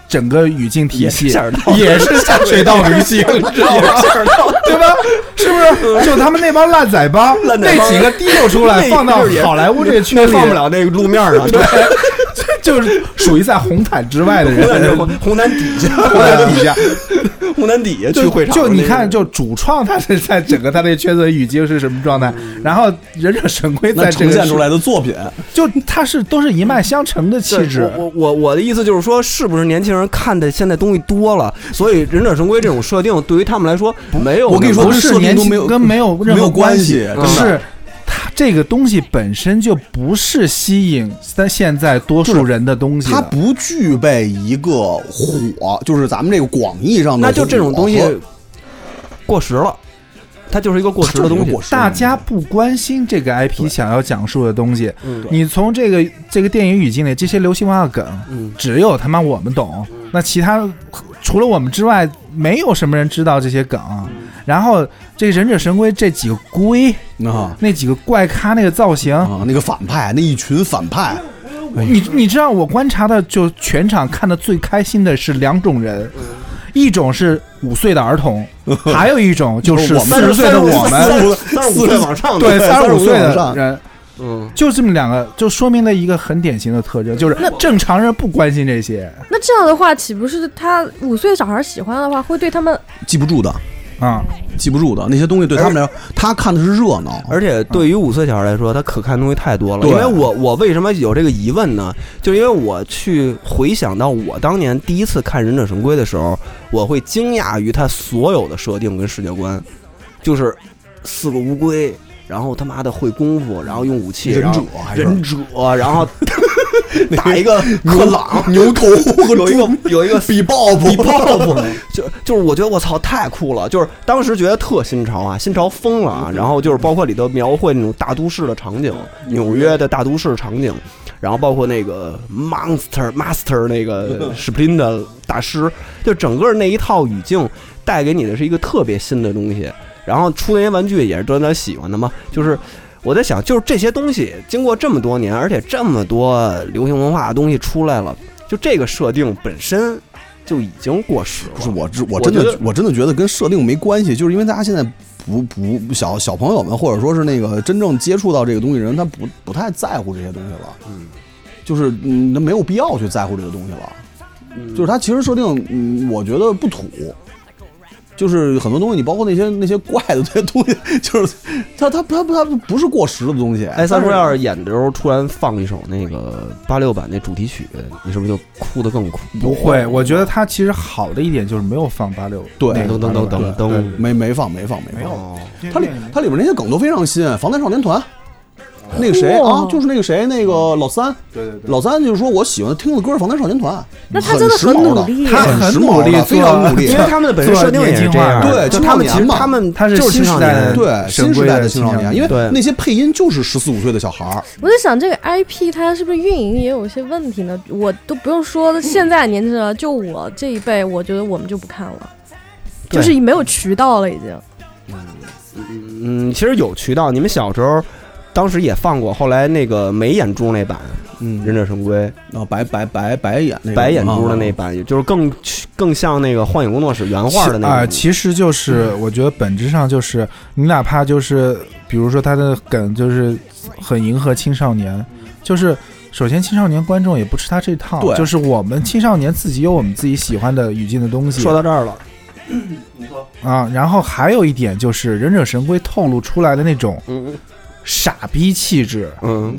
Speaker 4: 整个语境体系，
Speaker 2: 也是下水道
Speaker 4: 也是下水道 明 星，你知道吗？对吧？是不是？就他们那帮烂仔帮，
Speaker 2: 烂仔帮
Speaker 4: 那几个提溜出 来，
Speaker 2: 那
Speaker 4: 放到好莱坞这个圈里，
Speaker 2: 放不了那个路面上，对，
Speaker 4: 就是属于在红毯之外 的 人。
Speaker 2: 红红南底下，
Speaker 4: 红毯底下，
Speaker 2: 红南底下去
Speaker 4: 就
Speaker 2: 会场，
Speaker 4: 就你看，就主创他是在整个他这圈子的语境是什么状态，然后忍者神龟
Speaker 3: 嗯那
Speaker 4: 在这
Speaker 3: 呈
Speaker 4: 个
Speaker 3: 现出来的作品，
Speaker 4: 就它是都是一脉相承的气
Speaker 2: 对
Speaker 4: 质。
Speaker 2: 我我我我的意思就是说，是不是年轻人看的现在东西多了，所以忍者神龟这种设定对于他们来说没有那么。
Speaker 3: 我跟你说
Speaker 4: 不
Speaker 3: 跟设
Speaker 4: 是
Speaker 3: 定
Speaker 4: 年
Speaker 3: 都
Speaker 4: 轻
Speaker 3: 没有
Speaker 4: 跟没有任
Speaker 3: 没
Speaker 4: 何
Speaker 3: 有关系
Speaker 4: 系
Speaker 3: 真，
Speaker 4: 嗯
Speaker 3: 的
Speaker 4: 是它这个东西本身就不是吸引咱现在多数人的东西
Speaker 3: 它
Speaker 4: 的。
Speaker 3: 不具备一个火，就是咱们这个广义上的
Speaker 2: 那
Speaker 3: 火，
Speaker 2: 就这种东西过时了，它就是一个过时的东
Speaker 3: 它就是一
Speaker 2: 西
Speaker 3: 个过。时
Speaker 4: 大家不关心这个 IP 想要讲述的东西，
Speaker 2: 嗯
Speaker 4: 你从这个这个电影语境里这些流行文化梗，
Speaker 2: 嗯，
Speaker 4: 只有他妈我们懂，
Speaker 3: 嗯
Speaker 4: 那其他除了我们之外，没有什么人知道这些梗。
Speaker 3: 嗯
Speaker 4: 然后这忍者神龟这几个龟，
Speaker 3: 啊
Speaker 4: 那几个怪咖那个造型，
Speaker 3: 啊，那个反派那一群反派，
Speaker 4: 你你知道我观察的，就全场看的最开心的是两种人，
Speaker 3: 嗯
Speaker 4: 一种是五岁的 儿童，还有一种就是
Speaker 3: 我
Speaker 4: 四
Speaker 3: 们
Speaker 4: 十岁的我们，
Speaker 2: 三十哎五岁往上的，
Speaker 4: 对三十五岁
Speaker 3: 往
Speaker 4: 的
Speaker 3: 上
Speaker 4: 人，
Speaker 2: 嗯，
Speaker 4: 就这么两个，就说明了一个很典型的特征，就是正常人不关心这些
Speaker 5: 那这样的话，岂不是他五岁小孩喜欢的话，会对他们
Speaker 3: 记不住的，
Speaker 4: 啊。
Speaker 3: 记不住的那些东西，对他们来说，他看的是 热闹，
Speaker 2: 而且对于五岁小孩来说，他可看的东西太多了。
Speaker 3: 嗯对
Speaker 2: 因为我我为什么有这个疑问呢？就是因为我去回想到我当年第一次看《忍者神龟》的时候，我会惊讶于它所有的设定跟世界观，就是四个乌龟，然后他妈的会功夫，然后用武器，
Speaker 3: 忍
Speaker 2: 然
Speaker 3: 者
Speaker 2: 后
Speaker 3: 还是
Speaker 2: 忍者，然后 打一个克
Speaker 3: 牛
Speaker 2: 朗，
Speaker 3: 牛头和
Speaker 2: 有一个有一个
Speaker 3: 比鲍
Speaker 2: 比
Speaker 3: 勃，
Speaker 2: 泡 芙，就就是我觉得我操太酷了，就是当时觉得特新潮啊，新潮疯了啊。然后就是包括里头描绘那种大都市的场景，纽约的大都市场景，然后包括那个 Monster Master 那个 Splin 的大师，就整个那一套语境带给你的是一个特别新的东西。然后出那些玩具也是专咱喜欢的嘛，就是。我在想，就是这些东西经过这么多年，而且这么多流行文化的东西出来了，就这个设定本身就已经过时了。
Speaker 3: 不是我真
Speaker 2: 我
Speaker 3: 我真
Speaker 2: 觉
Speaker 3: 的
Speaker 2: 得
Speaker 3: 我真的觉得跟设定没关系，就是因为大家现在不不小小朋友们，或者说是那个真正接触到这个东西的人，他不不太在乎这些东西了。
Speaker 2: 嗯，
Speaker 3: 就是嗯，那没有必要去在乎这个东西了。就是它其实设定，嗯，我觉得不土。就是很多东西，你包括那些那些怪的 这些东西，就是它它它它不是过时的东西。
Speaker 2: 哎，三叔
Speaker 3: 但是
Speaker 2: 要是演的时候突然放一首那个八六版那主题曲，你是不是就哭得更哭？
Speaker 4: 不会，我觉得它其实好的一点就是没有放八六，
Speaker 3: 对
Speaker 4: 那个
Speaker 2: 等等等等
Speaker 4: 八六版
Speaker 2: 等
Speaker 4: 对
Speaker 3: 没没放没放没
Speaker 4: 没
Speaker 3: 放，
Speaker 4: 有，
Speaker 3: 它里它里边那些梗都非常新，防弹少年团。那个谁啊
Speaker 5: 哇，
Speaker 3: 就是那个谁，那个老三，
Speaker 4: 对对对，
Speaker 3: 老三就是说我喜欢听的歌是防弹少年团，
Speaker 5: 那他真的
Speaker 3: 时
Speaker 5: 很
Speaker 3: 髦
Speaker 5: 努
Speaker 3: 的，
Speaker 5: 力耶，
Speaker 4: 他
Speaker 3: 很
Speaker 4: 很
Speaker 3: 时
Speaker 4: 努
Speaker 3: 髦
Speaker 4: 力
Speaker 3: 的，非常
Speaker 4: 做
Speaker 3: 努力
Speaker 2: 因。为他们的本身设定也是这样，
Speaker 3: 做年轻化对
Speaker 2: 就他们其
Speaker 3: 青少
Speaker 2: 实
Speaker 3: 年嘛
Speaker 2: 他们
Speaker 4: 他是
Speaker 2: 就是青
Speaker 4: 新时
Speaker 2: 少
Speaker 4: 代的
Speaker 2: 年，
Speaker 3: 对，
Speaker 4: 神
Speaker 3: 新时
Speaker 4: 龟
Speaker 3: 代
Speaker 4: 的
Speaker 3: 的青少
Speaker 4: 形
Speaker 3: 年，
Speaker 4: 象
Speaker 3: 因为
Speaker 2: 对
Speaker 3: 那些配音就是十四五岁的小孩儿，
Speaker 5: 我在想，这个 IP 它是不是运营也有一些问题呢？我都不用说，现在年轻人了，就我这一辈，我觉得我们就不看了，
Speaker 2: 对
Speaker 5: 就
Speaker 4: 啊
Speaker 5: 是没有渠道了，已经。
Speaker 2: 嗯，其实有渠道，你们小时候当时也放过，后来那个没眼珠那版《忍
Speaker 3: 嗯，
Speaker 2: 者神龟
Speaker 3: 哦，白白白白眼那》，个
Speaker 2: 白眼珠的
Speaker 3: 啊
Speaker 2: 那版，也就是更更像那个幻影工作室原画的那
Speaker 4: 啊、
Speaker 2: 个。嗯
Speaker 4: 其实就是我觉得本质上就是你哪怕就是比如说他的梗就是很迎合青少年，就是首先青少年观众也不吃他这套，
Speaker 3: 对
Speaker 4: 就是我们青少年自己有我们自己喜欢的语境的东西。
Speaker 2: 说到这儿了，
Speaker 4: 啊，然后还有一点就是忍者神龟透露出来的那种
Speaker 2: 嗯
Speaker 4: 傻逼气质，
Speaker 2: 嗯，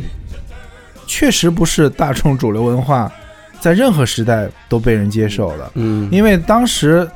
Speaker 4: 确实不是大众主流文化在任何时代都被人接受的。
Speaker 2: 嗯，
Speaker 4: 因为当时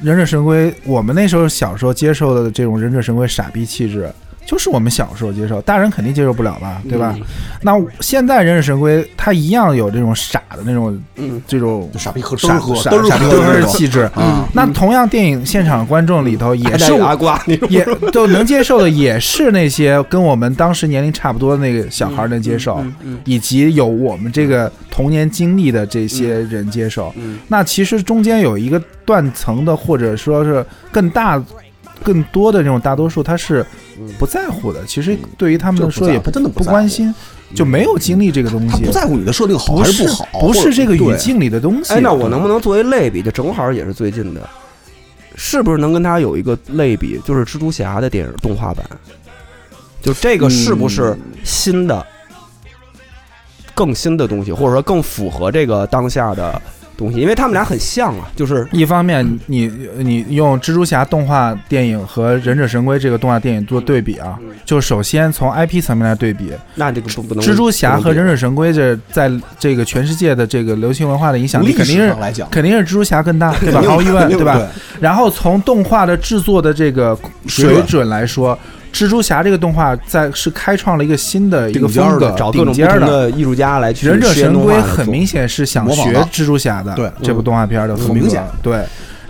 Speaker 4: 忍者神龟，我们那时候小时候接受的这种忍者神龟傻逼气质，就是我们小时候接受，大人肯定接受不了吧，对吧？那现在忍者神龟它一样有这种傻的那种
Speaker 2: 嗯，
Speaker 4: 这种
Speaker 3: 就傻逼喝
Speaker 4: 傻
Speaker 3: 喝
Speaker 4: 傻
Speaker 3: 嘚儿
Speaker 4: 傻逼
Speaker 3: 喝
Speaker 4: 的
Speaker 3: 那种
Speaker 4: 气质。
Speaker 3: 啊，
Speaker 4: 那同样，电影现场观众里头也
Speaker 2: 还带
Speaker 4: 是
Speaker 2: 着阿瓜， 你
Speaker 4: 也都能接受的，也是那些跟我们当时年龄差不多的那个小孩儿能接受，
Speaker 3: 嗯
Speaker 4: 以及有我们这个童年经历的这些人接受。
Speaker 2: 嗯
Speaker 4: 那其实中间有一个断层的，或者说是更大、更多的这种大多数，他是不在乎的。其实对于他们来说，也
Speaker 3: 他真的
Speaker 4: 不
Speaker 3: 嗯在乎
Speaker 4: 关，心，就没有经历这个东
Speaker 3: 他
Speaker 4: 西
Speaker 3: 不。在乎你的设定好还
Speaker 4: 是
Speaker 3: 不好，
Speaker 4: 不
Speaker 3: 或者
Speaker 4: 是这个语
Speaker 3: 对
Speaker 4: 境里的东西。嗯
Speaker 2: 哎，那我能不能作为类比，就正好也是最近的，是不是能跟它有一个类比，就是蜘蛛侠的电影动画版？就这个是不是新的、更新的东西，或者说更符合这个当下的东西？因为他们俩很像啊，就是
Speaker 4: 一方面，你你用蜘蛛侠动画电影和忍者神龟这个动画电影做对比啊，
Speaker 3: 嗯
Speaker 4: 就首先从 IP 层面来对比，
Speaker 2: 那这个不不能
Speaker 4: 蜘蛛侠和忍
Speaker 2: 者
Speaker 4: 者神龟这在这个全世界的这个流行文化的影响力
Speaker 3: 历
Speaker 4: 肯定
Speaker 3: 史
Speaker 4: 是
Speaker 3: 上来讲，
Speaker 4: 肯定是蜘蛛侠更大，对
Speaker 3: 肯
Speaker 4: 吧？
Speaker 3: 定
Speaker 4: 毫无疑问，
Speaker 3: 肯定
Speaker 4: 对吧？然后从动画的制作的这个
Speaker 3: 水
Speaker 4: 水
Speaker 3: 准
Speaker 4: 准来说，蜘蛛侠这个动画在是开创了一个新的一个
Speaker 3: 顶尖
Speaker 4: 风
Speaker 3: 儿的
Speaker 4: 格，
Speaker 2: 找各
Speaker 4: 顶
Speaker 2: 种不
Speaker 4: 尖儿
Speaker 2: 同
Speaker 4: 的。
Speaker 2: 的艺术家来去
Speaker 4: 忍者
Speaker 2: 实验
Speaker 4: 神
Speaker 2: 动画
Speaker 4: 龟
Speaker 2: 来做
Speaker 4: 很明显是想
Speaker 3: 模仿
Speaker 4: 学
Speaker 3: 的
Speaker 4: 蜘蛛侠的，
Speaker 3: 对
Speaker 4: 这部动画片的
Speaker 3: 嗯
Speaker 4: 风格，
Speaker 3: 很明显
Speaker 4: 对。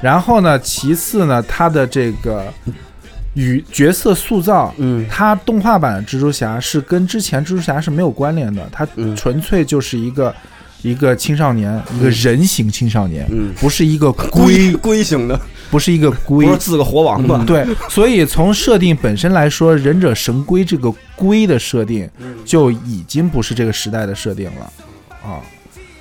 Speaker 4: 然后呢，其次呢，它的这个与角色塑造，
Speaker 2: 嗯
Speaker 4: 它动画版的蜘蛛侠是跟之前蜘蛛侠是没有关联的，它
Speaker 2: 嗯
Speaker 4: 纯粹就是一个一个青少年，一个人形青少年，
Speaker 2: 嗯
Speaker 4: 不是一个龟，
Speaker 2: 龟龟型的，
Speaker 4: 不是一个龟嗯
Speaker 2: 不。是自个活王八，
Speaker 4: 对，所以从设定本身来说，忍者神龟这个龟的设定
Speaker 2: 嗯
Speaker 4: 就已经不是这个时代的设定了啊，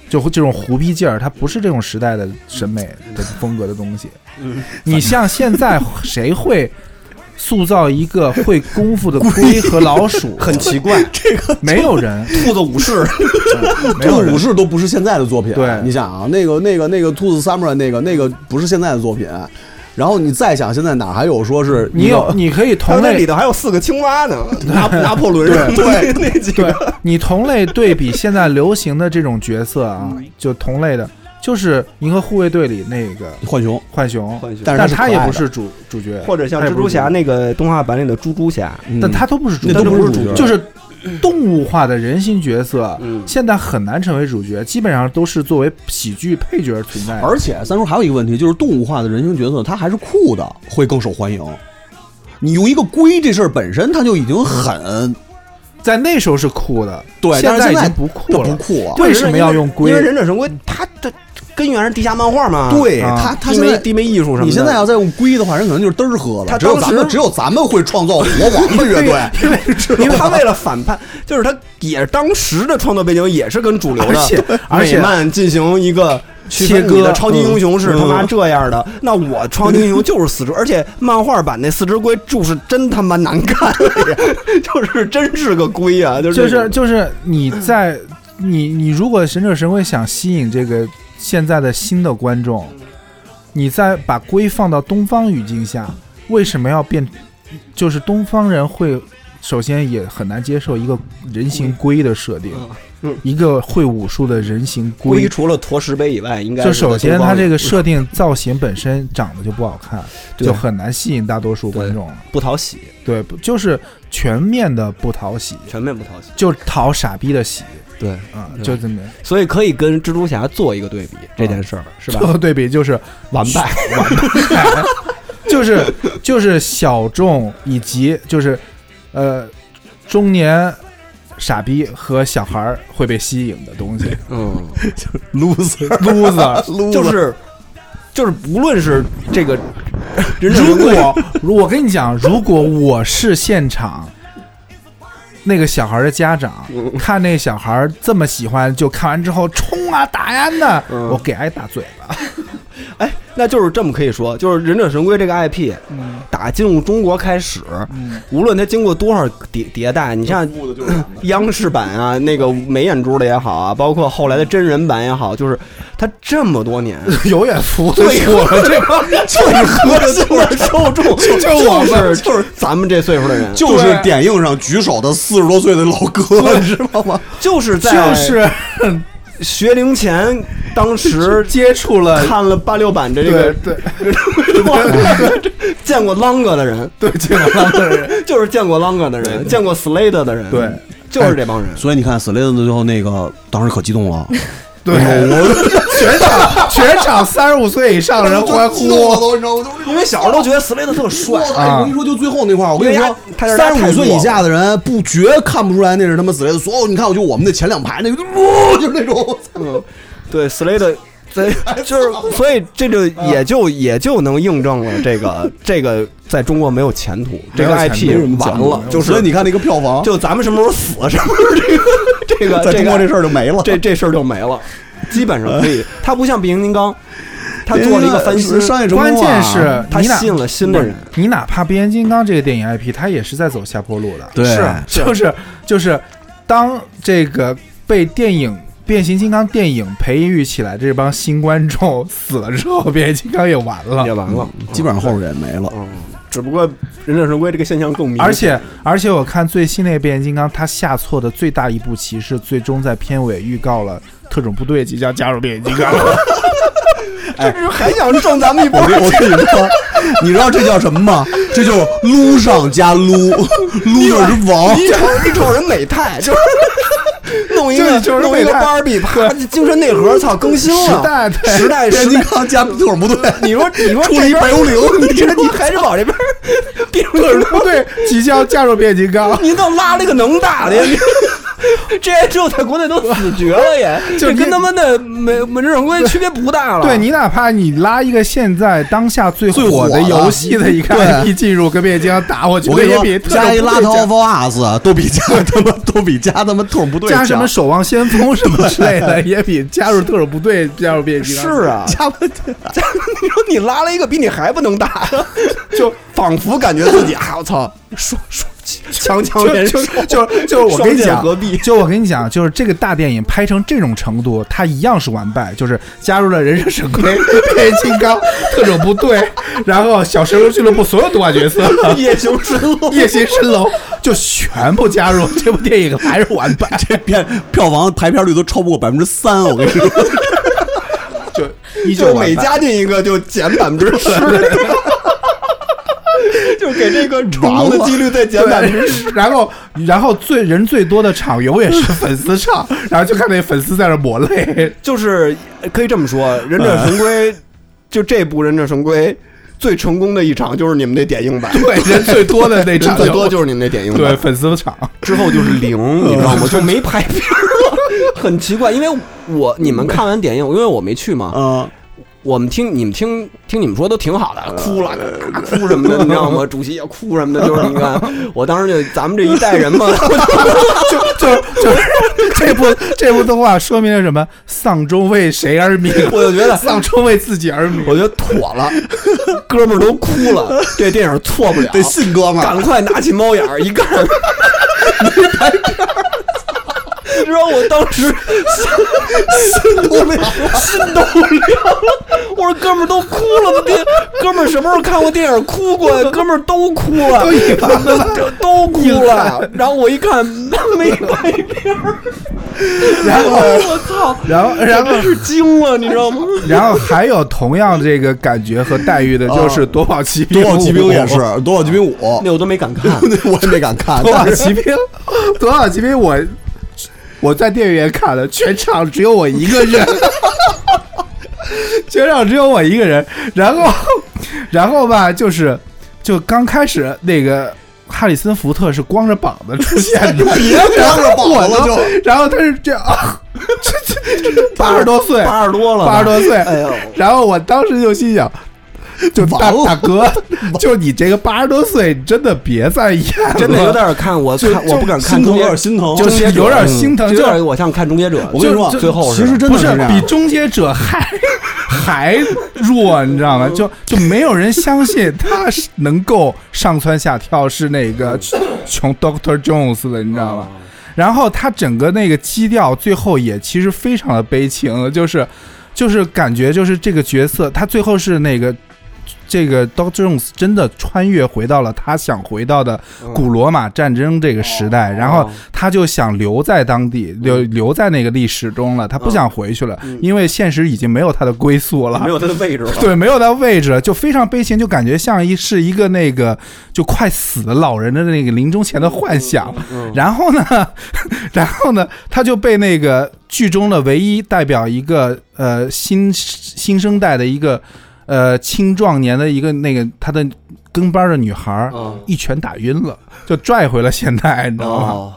Speaker 4: 就这种胡逼劲儿，它不是这种时代的审美的风格的东西。
Speaker 2: 嗯
Speaker 4: 你像现在谁会塑造一个会功夫的龟和老鼠？
Speaker 2: 很奇怪，
Speaker 4: 没有人，
Speaker 2: 兔子武士，
Speaker 4: 没有
Speaker 3: 兔子
Speaker 4: 人
Speaker 3: 武。士都不是现在的作品，
Speaker 4: 对
Speaker 3: 你想啊，那个那个那个兔子 summer 那个那个不是现在的作品，然后你再想现在哪还有说是
Speaker 4: 你
Speaker 3: 一个
Speaker 4: 有，你可以
Speaker 2: 它
Speaker 4: 同
Speaker 2: 那里
Speaker 4: 类，
Speaker 2: 头还有四个青蛙 呢，拿拿破仑什么的那几
Speaker 4: 对
Speaker 2: 个，
Speaker 4: 你同类对比现在流行的这种角色啊，就同类的，就是《银河护卫队》里那个
Speaker 3: 浣熊，
Speaker 4: 浣熊，
Speaker 2: 浣熊
Speaker 3: 但
Speaker 4: 但
Speaker 3: 是它是
Speaker 4: 他
Speaker 3: 可
Speaker 4: 也
Speaker 3: 爱
Speaker 4: 不
Speaker 3: 的
Speaker 4: 是主主角，
Speaker 2: 或者像
Speaker 4: 它也
Speaker 2: 蜘
Speaker 4: 不
Speaker 2: 蛛
Speaker 4: 是
Speaker 2: 侠那个动画版里的猪猪侠，
Speaker 3: 嗯
Speaker 4: 但他都不是主
Speaker 3: 那
Speaker 4: 角，
Speaker 3: 都
Speaker 4: 它
Speaker 3: 不
Speaker 4: 就是
Speaker 3: 主角
Speaker 4: 就是动物化的人形角色，
Speaker 2: 嗯
Speaker 4: 现在很难成为主角，基本上都是作为喜剧配角存在的。
Speaker 3: 而且三叔还有一个问题，就是动物化的人形角色，它还是酷的，会更受欢迎。你用一个龟这事儿本身，它就已经
Speaker 4: 嗯
Speaker 3: 很
Speaker 4: 在那时候是酷的，
Speaker 3: 对，但
Speaker 4: 现
Speaker 3: 是
Speaker 4: 在
Speaker 3: 现
Speaker 4: 已
Speaker 3: 在
Speaker 4: 经不
Speaker 3: 这
Speaker 4: 酷
Speaker 3: 不
Speaker 4: 了。
Speaker 3: 酷了。
Speaker 4: 为什么要用龟
Speaker 2: 因为忍者神龟它的根源是地下漫画嘛，，
Speaker 3: 对
Speaker 4: 啊
Speaker 3: 它，它
Speaker 2: 低
Speaker 3: 现
Speaker 2: 眉
Speaker 3: 在
Speaker 2: 低眉艺术什么的。
Speaker 3: 你现在啊要再用龟的话，人可能就是嘚儿喝了。
Speaker 2: 他
Speaker 3: 只有
Speaker 2: 当
Speaker 3: 咱
Speaker 2: 时
Speaker 3: 们只有咱们会创 造国王的乐队，
Speaker 2: 因为因为他为了反叛，就是他也当时的创作背景也是跟主流的
Speaker 4: 啊而且而且
Speaker 2: 美漫进行一个区分
Speaker 4: 切割
Speaker 2: 你的超级英雄是
Speaker 3: 嗯
Speaker 2: 他妈这样的，那我超级英雄就是四只，而且漫画版那四只龟就是真他妈难看，哎 就是真是个龟啊，就是
Speaker 4: 就
Speaker 2: 那
Speaker 4: 是
Speaker 2: 种
Speaker 4: 就是你在你你如果神者神龟想吸引这个现在的新的观众，你再把龟放到东方语境下，为什么要变？就是东方人会首先也很难接受一个人形龟的设定
Speaker 2: 嗯嗯，
Speaker 4: 一个会武术的人形
Speaker 2: 龟
Speaker 4: 龟。
Speaker 2: 除了驮石碑以外，应该
Speaker 4: 就是
Speaker 2: 在
Speaker 4: 首先，
Speaker 2: 东
Speaker 4: 它
Speaker 2: 方
Speaker 4: 这个设定造型本身长得就不好看，
Speaker 2: 对
Speaker 4: 就很难吸引大多数观众。
Speaker 2: 不讨喜，
Speaker 4: 对，不就是全面的不讨喜，
Speaker 2: 全面不讨喜。
Speaker 4: 就讨傻逼的喜。
Speaker 2: 对，
Speaker 4: 啊，
Speaker 2: 对
Speaker 4: 就这么
Speaker 2: 所以可以跟蜘蛛侠做一个对比这件事儿，是吧
Speaker 4: 最？后 对比就是
Speaker 2: 完败，
Speaker 4: 就是就是小众以及就是呃中年傻逼和小孩儿会被吸引的 东西
Speaker 2: 嗯，
Speaker 3: loser
Speaker 4: ，loser。
Speaker 2: 就是就是，无论是这个忍者
Speaker 4: 如
Speaker 2: 神龟
Speaker 4: 果如我跟你讲，如果我是现场那个小孩的家长，看那小孩这么喜欢，就看完之后冲啊打呀的，
Speaker 2: 嗯
Speaker 4: 我给挨打嘴巴。
Speaker 2: 哎，那就是这么可以说，就是忍者神龟这个 IP
Speaker 4: 嗯
Speaker 2: 打进入中国开始，
Speaker 4: 嗯，
Speaker 2: 无论它经过多少迭迭代，你像央视版啊，那个美眼珠的也好啊，包括后来的真人版也好，就是它这么多年
Speaker 4: 永远服 务
Speaker 2: 最
Speaker 4: 我
Speaker 2: 核这帮最核心的受众就
Speaker 4: 就我
Speaker 2: 是
Speaker 4: 们
Speaker 2: 就是咱们这岁数的人，
Speaker 3: 就是点映上举手的四十多岁的老哥， 你知道吗？
Speaker 2: 就是在
Speaker 4: 就是
Speaker 2: 学龄前，当时
Speaker 4: 接触了，
Speaker 2: 看了八六版的这
Speaker 4: 对
Speaker 2: 个
Speaker 4: 对
Speaker 2: 见过啷哥的人，
Speaker 4: 对，接触了的人，
Speaker 2: 就是见过啷哥的人，见过 Slade 的人，
Speaker 4: 对，哎
Speaker 2: 就是这帮人。
Speaker 3: 所以你看死雷的最后那个，当时可激动 了，
Speaker 4: 对，
Speaker 2: 哎
Speaker 4: 全场全场三十五岁以上的人欢
Speaker 3: 激动 了
Speaker 4: 呼，
Speaker 3: 都，你知道吗？就是
Speaker 2: 因为小时候都觉得 Slade 特帅，
Speaker 3: 哎，我跟你说，就最后那块儿，我跟你
Speaker 2: 因为
Speaker 3: 说
Speaker 2: 他，他
Speaker 3: 三十
Speaker 2: 太
Speaker 3: 五
Speaker 2: 弱
Speaker 3: 岁
Speaker 2: 了
Speaker 3: 以下的人不绝看不出来那是他妈死雷的。所有你看，我就我们那前两排那个， 呜就是那种，
Speaker 2: 嗯，对，Slade 在就是，所以这就也就也就能印证了这个这个在中国没有前途，这个
Speaker 4: 没有前途
Speaker 2: IP 完了，就
Speaker 3: 所以
Speaker 2: 是
Speaker 3: 你看那个票房，
Speaker 2: 就咱们什么时候死，啊什么时候这个这个
Speaker 3: 在中国
Speaker 2: 这个
Speaker 3: 这事儿就没了。
Speaker 2: 这这事儿就没了，基本上可以。它不像变形金刚，它做了一个翻新，
Speaker 3: 商业成功啊
Speaker 4: 关键是
Speaker 2: 它
Speaker 4: 你哪
Speaker 2: 吸引了新的人。
Speaker 4: 你哪怕《变形金刚》这个电影 IP，它也是在走下坡路的。
Speaker 3: 对
Speaker 4: 是啊就是就是，当这个被电影。变形金刚电影培育起来这帮新观众 死了之后，变形金刚也完了
Speaker 2: 也。完了，
Speaker 3: 基本上后边也没了。
Speaker 2: 嗯，只不过忍者神龟这个现象更明显，
Speaker 4: 而且而且，我看最新那个变形金刚，它下错的最大一步棋是最终在片尾预告了特种部队即将加入变形金刚。
Speaker 2: 就是还想挣咱们一波
Speaker 3: 我。跟我 跟你说，你知道这叫什么吗？这就是撸上加撸，撸就是王。
Speaker 2: 你瞅你啊瞅人美 泰，就是弄一个
Speaker 4: 就是
Speaker 2: 弄一个
Speaker 4: 美泰
Speaker 2: 芭比，啪，精神内核，操，更新了，
Speaker 4: 时代对
Speaker 2: 时代
Speaker 3: 变
Speaker 2: 时
Speaker 3: 形金
Speaker 2: 代。
Speaker 3: 刚哎加特种部队，
Speaker 2: 你说你说
Speaker 3: 出了一白幽灵，
Speaker 2: 你这你还是往这边儿， 别
Speaker 4: 特种部队即将加入变形金刚，
Speaker 2: 你倒拉了个能打的呀！ 你这些就在国内都死绝了也，
Speaker 4: 就
Speaker 2: 这跟
Speaker 4: 你
Speaker 2: 他妈的美美这种关系区别不大了。
Speaker 4: 对你哪怕你拉一个现在当下最
Speaker 3: 最火
Speaker 4: 火的
Speaker 3: 的
Speaker 4: 游戏的一个
Speaker 3: 对
Speaker 4: IP 进入跟变形金刚打，我觉
Speaker 3: 我
Speaker 4: 得
Speaker 3: 跟你
Speaker 4: 也
Speaker 3: 说
Speaker 4: 比，特
Speaker 3: 加一
Speaker 4: 种部
Speaker 3: 拉
Speaker 4: 队
Speaker 3: 头 of us 都比加他妈都比加他妈特种部队
Speaker 4: 加
Speaker 3: 强
Speaker 4: 什么守望先锋什么之类的， 也比加入特种部队加入变形金刚
Speaker 2: 是啊，
Speaker 3: 加不
Speaker 2: 你说你拉了一个比你还不能打的， 就仿佛感觉自己啊，我 操，双双强强联手
Speaker 4: 就，就 就就我跟你
Speaker 2: 双剑
Speaker 4: 讲
Speaker 2: 合璧，
Speaker 4: 就我跟你 讲，就是这个大电影拍成这种程度，它一样是完败，就是加入了人生神 龟、变形金刚、特种部队，然后小神龙俱乐部所有动画角色、
Speaker 2: 夜行神龙。
Speaker 4: 夜行神龙，就全部加入这部电影，还是完败。
Speaker 3: 这片票房排片率都超不过百分之三，我跟你 说，
Speaker 4: 就 依旧
Speaker 2: 就
Speaker 4: 完
Speaker 2: 每
Speaker 4: 败。
Speaker 2: 加进一个就减百分之十， 就给这 个成功的几率再减百分之十。
Speaker 4: 对，然后然后最人最多的场 永远是粉丝场，然后就看那粉丝在那抹泪。
Speaker 2: 就是呃可以这么说，《忍者神龟》就这部《忍者神龟》最成功的一场就是你们那点映版，
Speaker 4: 对，人最多的那
Speaker 2: 人
Speaker 4: 场
Speaker 2: 最多就是你们那点映
Speaker 4: 对
Speaker 2: 版，
Speaker 4: 粉丝场。
Speaker 2: 之后 就是零，你知道吗？就没拍片儿了，很奇怪。因为我你们看完点映，因为我没去嘛，
Speaker 3: 嗯，
Speaker 2: 我们听你们听听你们说都挺好的，哭了、大哭什么 的，你知道吗？主席也哭什么的，就是你看，我当时就咱们这一代人 嘛，
Speaker 4: 就就就是这部这部动画说明了什么？丧钟为谁而鸣？
Speaker 2: 我就觉得
Speaker 4: 丧钟为自己而鸣。
Speaker 2: 我觉得妥了，哥们儿都哭了，这电影错不了，
Speaker 3: 得信哥们儿
Speaker 2: 赶。快拿起猫眼儿一看，没拍片儿。你知道我当时心心都凉，心都凉了。我说哥们儿都哭了，电哥们儿什么时候看过电影哭过呀？哥们儿都哭了，都都哭了。然后我一看没拍片儿，哎
Speaker 4: 然后
Speaker 2: 我操！
Speaker 4: 然后然后
Speaker 2: 真是惊了，你知道吗？
Speaker 4: 然后还有同样这个感觉和待遇
Speaker 2: 啊
Speaker 4: 的，就是《夺宝奇兵
Speaker 3: 夺》。宝
Speaker 4: 《
Speaker 3: 奇兵
Speaker 2: 哦
Speaker 3: 也是，，夺宝奇兵五，
Speaker 2: 那我都没敢看。
Speaker 3: 那我也没敢看。
Speaker 4: 夺宝
Speaker 3: 但是
Speaker 4: 奇兵》 《夺宝奇兵》我。我在电影院看的，全场只有我一 个人，全场只有我一个人。然后，然后吧，就是，就刚开始那个哈里森福特是光着膀子出现的，
Speaker 3: 别光着膀子就
Speaker 4: 然后他是这样，啊、这这这八十多岁，
Speaker 2: 八十多了吧，
Speaker 4: 八十多岁
Speaker 2: 哎呦，
Speaker 4: 然后我当时就心想，就大
Speaker 3: 完了
Speaker 4: 大哥， 就你这个八十多岁，你真的别再演了，
Speaker 2: 真的有点看我
Speaker 4: 就
Speaker 2: 看我不敢看
Speaker 3: 心疼，
Speaker 2: 终
Speaker 3: 有
Speaker 2: 结
Speaker 3: 点，心疼。
Speaker 4: 就
Speaker 2: 终结
Speaker 4: 是
Speaker 2: 者
Speaker 4: 有点心疼，
Speaker 2: 就有
Speaker 4: 就是
Speaker 2: 点我像看终结者。
Speaker 3: 我跟你说啊，
Speaker 4: 就
Speaker 2: 最后
Speaker 3: 其实真
Speaker 4: 不
Speaker 3: 的
Speaker 4: 是
Speaker 3: 这样
Speaker 4: 比。终结者还 还弱，你知道吗？就就没有人相信他是能够上蹿下跳，是那个穷 Doctor Jones 的，你知
Speaker 3: 哦
Speaker 4: 道吗？然后他整个那个基调最后也其实非常的悲情，就是就是感觉就是这个角色他最后是那个。这个 Doctor Jones 真的穿越回到了他想回到的
Speaker 2: 嗯
Speaker 4: 古罗马战争这个时代，
Speaker 2: 哦
Speaker 4: 然后他就想留在当地，
Speaker 2: 嗯
Speaker 4: 留留在那个历史中了，他不想回去了，因为现实已经没有他的归宿了，
Speaker 2: 没有他的位置了。
Speaker 4: 对，没有他位置了，就非常悲情，就感觉像一是一个那个就快死的老人的那个临终前的幻想。
Speaker 2: 嗯
Speaker 4: 然后呢， 然后呢，他就被那个剧中的唯一代表一个呃新新生代的一个呃青壮年的一个那个他的跟班的女孩儿
Speaker 2: 嗯，
Speaker 4: 一拳打晕了，就拽回了现代，你知道吗？
Speaker 2: 哦，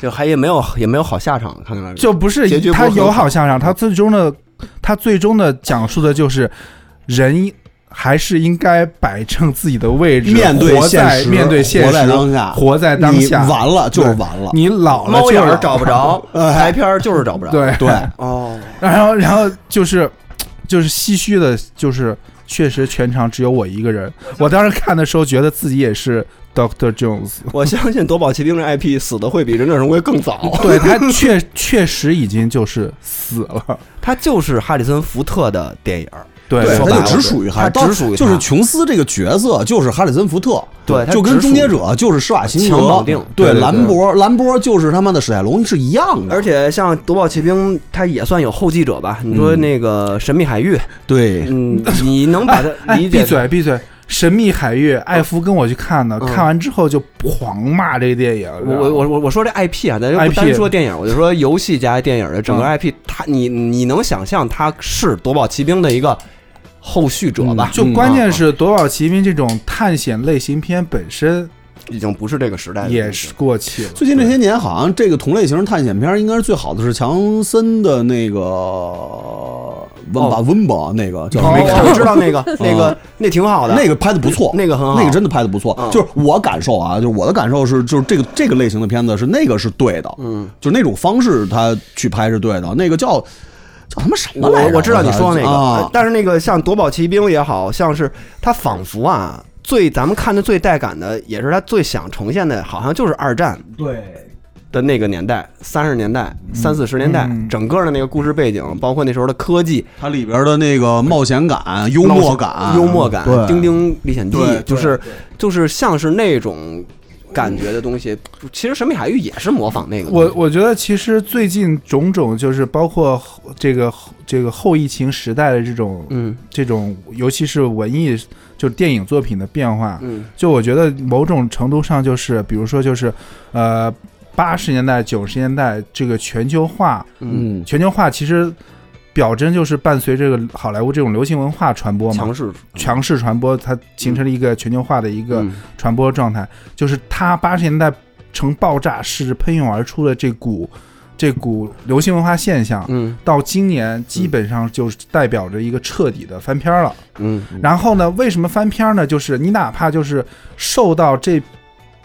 Speaker 2: 就还也没有也没有好下场，看来是
Speaker 4: 就不是
Speaker 2: 结局不是
Speaker 4: 他
Speaker 2: 很
Speaker 4: 有
Speaker 2: 好
Speaker 4: 好下场，他最终的他最终的讲述的就是人还是应该摆正自己的位置，
Speaker 3: 面对
Speaker 4: 活在
Speaker 3: 现实
Speaker 4: 面对现
Speaker 3: 活在
Speaker 4: 实，
Speaker 3: 当下
Speaker 4: 活在当
Speaker 3: 你
Speaker 4: 下
Speaker 3: 完了就是完了，
Speaker 4: 你老了
Speaker 2: 猫
Speaker 4: 就
Speaker 2: 眼
Speaker 4: 老
Speaker 2: 儿
Speaker 4: 了
Speaker 2: 找不着，
Speaker 3: 哎
Speaker 2: 白片儿就是找不着。
Speaker 4: 对
Speaker 3: 对，
Speaker 2: 哦，
Speaker 4: 然后然后就是就是唏嘘的，就是确实全场只有我一 个人。我当时看的时候觉得自己也是 Doctor Jones，
Speaker 2: 我相信夺宝奇兵这 IP 死的会比忍者神龟更早，
Speaker 4: 对他确确实已经就是死了，
Speaker 2: 它就是哈里森福特的电影儿，
Speaker 4: 对
Speaker 3: 对，
Speaker 2: 啊说白
Speaker 3: 他
Speaker 2: 了
Speaker 3: 就只属于哈利，
Speaker 2: 他只属于
Speaker 3: 就是
Speaker 2: 他
Speaker 3: 琼斯这个角色，就是哈里森福特，
Speaker 2: 对他
Speaker 3: 就
Speaker 2: 只
Speaker 3: 跟
Speaker 2: 属
Speaker 3: 终结
Speaker 2: 于
Speaker 3: 者就是施瓦辛
Speaker 2: 强
Speaker 3: 格
Speaker 2: 绑定，
Speaker 3: 对，
Speaker 4: 对对
Speaker 3: 兰
Speaker 4: 对
Speaker 3: 博，兰博就是他妈的史泰龙是一样的，
Speaker 2: 而且像夺宝奇兵，它也算有后继者吧？你说那个神秘海 域，
Speaker 3: 对，
Speaker 2: 嗯，你能把它
Speaker 4: 哎，
Speaker 2: 理
Speaker 4: 闭
Speaker 2: 解？
Speaker 4: 嘴闭嘴！神秘海域，艾夫跟我去看的，
Speaker 2: 嗯
Speaker 4: 看完之后就狂骂这个电影。
Speaker 2: 我我我我我说这 IP 啊，咱就不
Speaker 4: IP
Speaker 2: 单说电影，我就说游戏加电影的整个 IP，它你你能想象它是夺宝奇兵的一个后续者吧？
Speaker 4: 就关键是《夺宝奇兵》这种探险类型片本身
Speaker 2: 已经不是这个时代了，
Speaker 4: 也是过气了。
Speaker 3: 最近这些年好像这个同类型探险片应该是最好的是强森的那个呃温吧温吧那个叫
Speaker 2: 哦。
Speaker 3: 什么？
Speaker 2: 我知道那个那个那挺好的，
Speaker 3: 那个拍的不错，
Speaker 2: 那个很好
Speaker 3: 那个真的拍的不错
Speaker 2: 嗯。
Speaker 3: 就是我感受啊，就是我的感受是，就是这个这个类型的片子是那个是对的，
Speaker 2: 嗯，
Speaker 3: 就那种方式他去拍是对的。那个叫叫他妈什么
Speaker 2: 我
Speaker 3: 来着？
Speaker 2: 我知道你说那个，
Speaker 3: 啊
Speaker 2: 呃，但是那个像夺宝奇兵也好像是他仿佛啊，最咱们看的最带感的，也是他最想呈现的，好像就是二战
Speaker 3: 对，
Speaker 2: 的那个年代，三十年代、三四十年代，
Speaker 4: 嗯
Speaker 2: 整个的那个故事背景，包括那时候的科技、
Speaker 3: 它里边的那个冒险感、幽默感、
Speaker 2: 幽默感，
Speaker 3: 对
Speaker 2: 《丁丁历险记
Speaker 3: 对》
Speaker 2: 就是就是像是那种感觉的东西。其实《神秘海域》也是模仿那个东西，
Speaker 4: 我我觉得其实最近种种就是包括后这个后这个后疫情时代的这种、
Speaker 2: 嗯
Speaker 4: 这种，尤其是文艺就是电影作品的变化，
Speaker 2: 嗯
Speaker 4: 就我觉得某种程度上就是，比如说就是，呃，八十年代九十年代这个全球化，
Speaker 2: 嗯，
Speaker 3: 嗯，
Speaker 4: 全球化其实表征就是伴随这个好莱坞这种流行文化传播嘛
Speaker 2: 强，势
Speaker 4: 强势传播，它形成了一个全球化的一个
Speaker 2: 嗯
Speaker 4: 传播状态，就是它八十年代呈爆炸式喷涌而出的这股这股流行文化现象。
Speaker 2: 嗯
Speaker 4: 到今年基本上就是代表着一个彻底的翻篇儿了。
Speaker 2: 嗯
Speaker 4: 然后呢，为什么翻篇儿呢？就是你哪怕就是受到这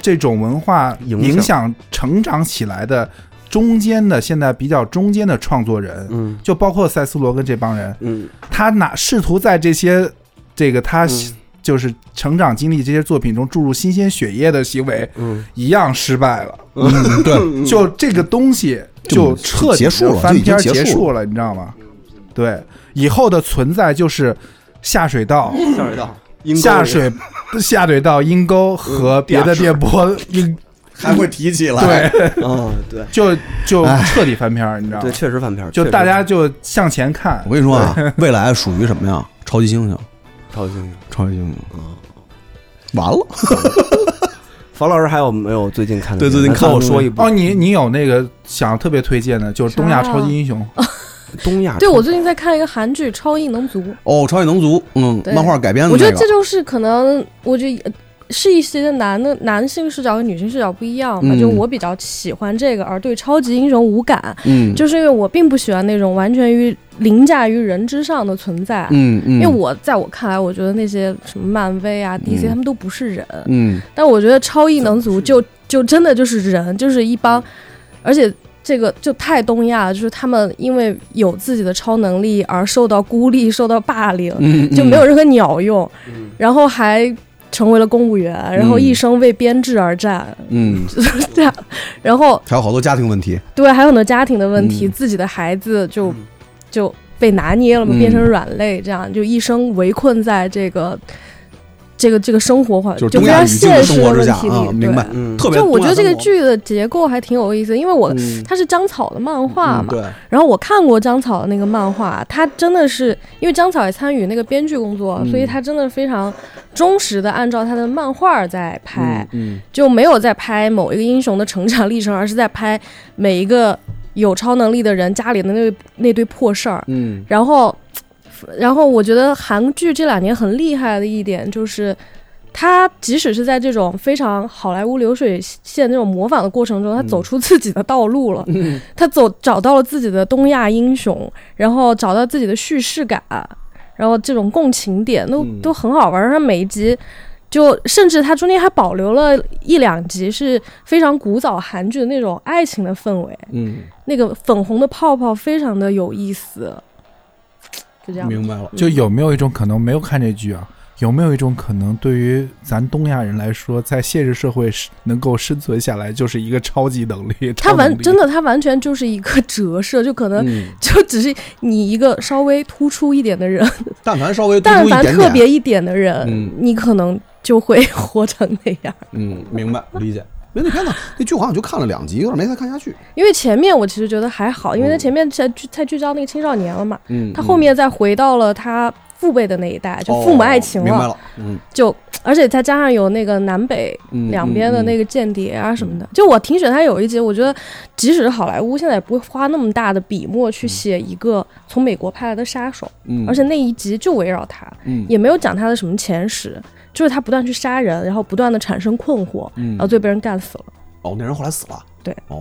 Speaker 4: 这种文化
Speaker 2: 影响
Speaker 4: 影响成长起来的中间的现在比较中间的创作人，
Speaker 2: 嗯
Speaker 4: 就包括塞斯罗根这帮人，
Speaker 2: 嗯
Speaker 4: 他哪试图在这些这个他
Speaker 2: 嗯
Speaker 4: 就是成长经历这些作品中注入新鲜血液的行为，
Speaker 2: 嗯，
Speaker 4: 一样失败了。
Speaker 3: 嗯对，
Speaker 4: 就这个东西
Speaker 3: 就
Speaker 4: 就彻底
Speaker 3: 结束了
Speaker 4: 地翻
Speaker 3: 就
Speaker 4: 篇
Speaker 3: 已经结束
Speaker 4: 结
Speaker 3: 了
Speaker 4: 束了，你知道吗？对，以后的存在就是下水道。
Speaker 2: 下水道，阴沟
Speaker 4: 下
Speaker 2: 里嗯
Speaker 4: 水下水道阴沟和别的电波阴，
Speaker 3: 还会提起 来。
Speaker 4: 对，
Speaker 2: 哦，对
Speaker 4: 就就
Speaker 3: 哎
Speaker 4: 彻底翻篇儿，你知道吗
Speaker 2: 对，？确实翻篇儿，
Speaker 4: 就
Speaker 2: 确实
Speaker 4: 大家就向前看
Speaker 3: 我，跟你说啊，未来属于什么呀？超级猩猩，
Speaker 2: 超级英雄。
Speaker 3: 超级猩猩，完了，
Speaker 2: 冯老师还有没有最近看的
Speaker 3: 对
Speaker 2: 片子？
Speaker 3: 最近看
Speaker 2: 跟我
Speaker 3: 的
Speaker 2: 说一部
Speaker 4: 哦，你你有那个想特别推荐的，就是《东亚
Speaker 5: 啥呀
Speaker 4: 超级英雄》
Speaker 2: 东亚
Speaker 5: 对我最近在看一个韩剧《超异能族》，
Speaker 3: 哦，超级能族，嗯，
Speaker 5: 对
Speaker 3: 漫画改编的
Speaker 5: 我觉
Speaker 3: 那
Speaker 5: 得这
Speaker 3: 个，
Speaker 5: 就是可能，我觉得是一些男的男性视角和女性视角不一样吧，
Speaker 3: 嗯
Speaker 5: 就我比较喜欢这个，而对超级英雄无感，
Speaker 3: 嗯，
Speaker 5: 就是因为我并不喜欢那种完全于凌驾于人之上的存在。
Speaker 3: 嗯嗯，
Speaker 5: 因为我在我看来，我觉得那些什么漫威啊、DC 他们都不是人，
Speaker 3: 嗯
Speaker 5: 但我觉得超异能族就就真的就是人，就是一
Speaker 3: 嗯
Speaker 5: 帮，而且这个就太东亚了，就是他们因为有自己的超能力而受到孤立、受到霸凌，
Speaker 3: 嗯
Speaker 5: 呃就没有任何鸟用，
Speaker 2: 嗯
Speaker 5: 然后还成为了公务员，然后一生为编制而战，
Speaker 3: 嗯，
Speaker 5: 就是这样。然后
Speaker 3: 还有好多家庭问题，
Speaker 5: 对，还有很多家庭的问题，
Speaker 3: 嗯
Speaker 5: 自己的孩子就
Speaker 2: 嗯
Speaker 5: 就被拿捏了嘛，
Speaker 3: 嗯
Speaker 5: 变成软肋，这样就一生围困在这个。这个这个生活环
Speaker 3: 就是
Speaker 5: 就
Speaker 3: 东
Speaker 5: 非
Speaker 3: 亚
Speaker 5: 常
Speaker 3: 语境的
Speaker 5: 现实
Speaker 3: 生活之
Speaker 5: 问
Speaker 3: 下
Speaker 5: 题里，
Speaker 3: 啊，明
Speaker 5: 对
Speaker 3: 白，
Speaker 2: 嗯
Speaker 3: 特别
Speaker 5: 就我觉得这
Speaker 3: 东亚三
Speaker 5: 个
Speaker 3: 国，
Speaker 5: 剧的结构还挺有意思，因为我、
Speaker 3: 嗯
Speaker 5: 它是张草的漫画
Speaker 3: 嗯
Speaker 5: 嘛，
Speaker 3: 对，
Speaker 5: 然后我看过张草的那个漫画，他真的是因为张草也参与那个编剧工作，
Speaker 3: 嗯
Speaker 5: 所以他真的非常忠实的按照他的漫画在拍，
Speaker 3: 嗯
Speaker 5: 就没有在拍某一个英雄的成长历程，而是在拍每一个有超能力的人家里的那那堆破事儿，
Speaker 3: 嗯
Speaker 5: 然后，然后我觉得韩剧这两年很厉害的一点就是，它即使是在这种非常好莱坞流水线那种模仿的过程中，它走出自己的道路了，
Speaker 3: 嗯
Speaker 5: 它走找到了自己的东亚英雄，然后找到自己的叙事感，然后这种共情点都、
Speaker 3: 嗯
Speaker 5: 都很好玩儿。它每一集。就甚至它中间还保留了一两集是非常古早韩剧的那种爱情的氛围，
Speaker 3: 嗯，
Speaker 5: 那个粉红的泡泡非常的有意思，就这样。嗯
Speaker 3: 明白
Speaker 2: 嗯
Speaker 3: 了，
Speaker 4: 就有没有一种可能没有看这剧啊？有没有一种可能，对于咱东亚人来说，在现实社会是能够生存下来，就是一个超级能力？
Speaker 5: 它
Speaker 4: 超能
Speaker 5: 完
Speaker 4: 力
Speaker 5: 真的，它完全就是一个折射，就可能
Speaker 3: 嗯，
Speaker 5: 就只是你一个稍微突出一点的人，
Speaker 3: 但凡稍微突
Speaker 5: 但
Speaker 3: 出一
Speaker 5: 凡
Speaker 3: 点
Speaker 5: 特
Speaker 3: 点，
Speaker 5: 别一点的人，
Speaker 3: 嗯
Speaker 5: 你可能就会活成那样。
Speaker 3: 嗯，明白，理解。因为那片子，那剧我好像就看了两集，有点没太看下去。
Speaker 5: 因为前面我其实觉得还好，因为
Speaker 3: 嗯
Speaker 5: 它前面才聚才聚焦那个青少年了嘛，
Speaker 3: 嗯，
Speaker 5: 它后面再回到了他父辈的那一代，就父母爱情
Speaker 3: 哦明白了，嗯，
Speaker 5: 就而且再加上有那个南北
Speaker 3: 嗯
Speaker 5: 两边的那个间谍啊什么的，就我挺喜欢他有一集，我觉得即使是好莱坞现在也不会花那么大的笔墨去写一个从美国派来的杀手，
Speaker 3: 嗯嗯，嗯
Speaker 5: 而且那一集就围绕他，
Speaker 3: 嗯
Speaker 5: 也没有讲他的什么前史，就是他不断去杀人，然后不断的产生困惑，
Speaker 3: 嗯
Speaker 5: 然后最后被人干死了。
Speaker 3: 哦，那人后来死了。
Speaker 5: 对，
Speaker 3: 哦，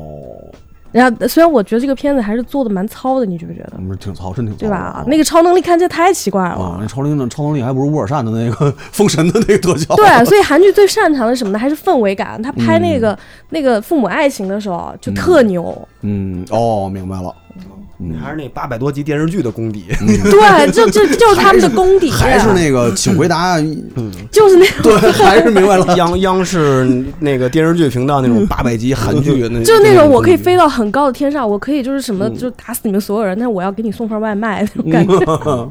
Speaker 5: 然后虽然我觉得这个片子还是做的蛮糙的，你觉不觉得？
Speaker 3: 嗯挺糙，真挺糙的，
Speaker 5: 对吧
Speaker 3: 哦？
Speaker 5: 那个超能力看起来太奇怪了
Speaker 3: 啊，。那超能力超能力还不如沃尔善的那个 封神的那个特效。
Speaker 5: 对，啊所以韩剧最擅长的是什么呢？还是氛围感。他拍那个、那个父母爱情的时候就特牛，
Speaker 3: 嗯，哦，明白了，
Speaker 2: 还是那八百多集电视剧的功底，
Speaker 5: 对，就就就是他们的功底，
Speaker 3: 还是那个，请回答，嗯
Speaker 5: 就是那
Speaker 3: 对，还是明白了。
Speaker 2: 央央视那个电视剧频道那种八百集韩剧，那
Speaker 5: 嗯就是那种我可以飞
Speaker 2: 到
Speaker 5: 到很高的天上，我可以就是什
Speaker 3: 嗯
Speaker 5: 么，就打死你们所有人，但是我要给你送份外卖那种感 觉。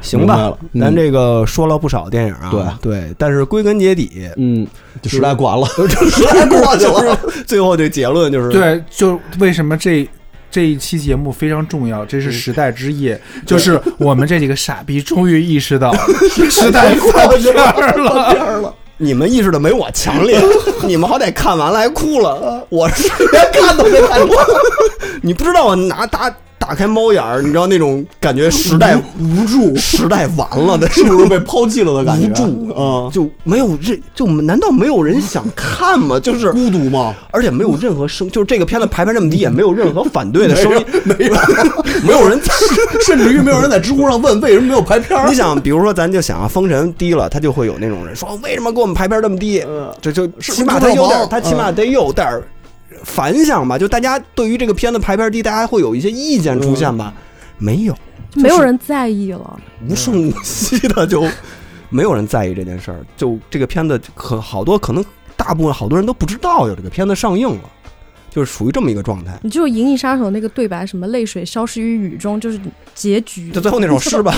Speaker 2: 行
Speaker 3: 明白
Speaker 2: 吧
Speaker 3: 了？嗯
Speaker 2: 咱这个说了不少电影啊，对对，但是归根结底，
Speaker 3: 嗯，这时代 过完了，时代过去了。
Speaker 2: 就是最后这结论就是，
Speaker 4: 对，就为什么这这一期节目非常重要，这是时代之夜，就是我们这几个傻逼终于意识 到时代过这儿了。
Speaker 2: 你们意识的没我强 烈，你们好歹看完了还哭了，我是 连看都没看过。 你不知道我拿打打开猫眼儿，你知道那种感觉时代无助， 时代完了的
Speaker 3: 是不是被抛弃了的感觉？
Speaker 2: 无助
Speaker 3: 啊，
Speaker 2: 就没有这就难道没有人想看吗？就是
Speaker 3: 孤独吗？
Speaker 2: 而且没有任何声，就是这个片子排片这么低，也没有任何反对的声音，
Speaker 3: 没有，
Speaker 2: 没有人在。
Speaker 3: 甚至于没有人在知乎上问为什么没有排片 儿
Speaker 2: 你。想，比如说，咱就想啊，封神低了，他就会有那种人说，为什么给我们排片这么低？
Speaker 3: 嗯
Speaker 2: 这就起码他有点，他起码得有点儿反响吧？就大家对于这个片子排片低，大家会有一些意见出现吧？
Speaker 3: 嗯
Speaker 2: 没有，
Speaker 5: 没有人在意了。
Speaker 2: 无声无息的就没有人在意这件事儿。就这个片子可好多，可能大部分好多人都不知道有这个片子上映了，就是属于这么一个状态。
Speaker 5: 你就《银翼杀手》那个对白，什么泪水消失于雨中，就是结局，
Speaker 2: 就最后那首诗吧，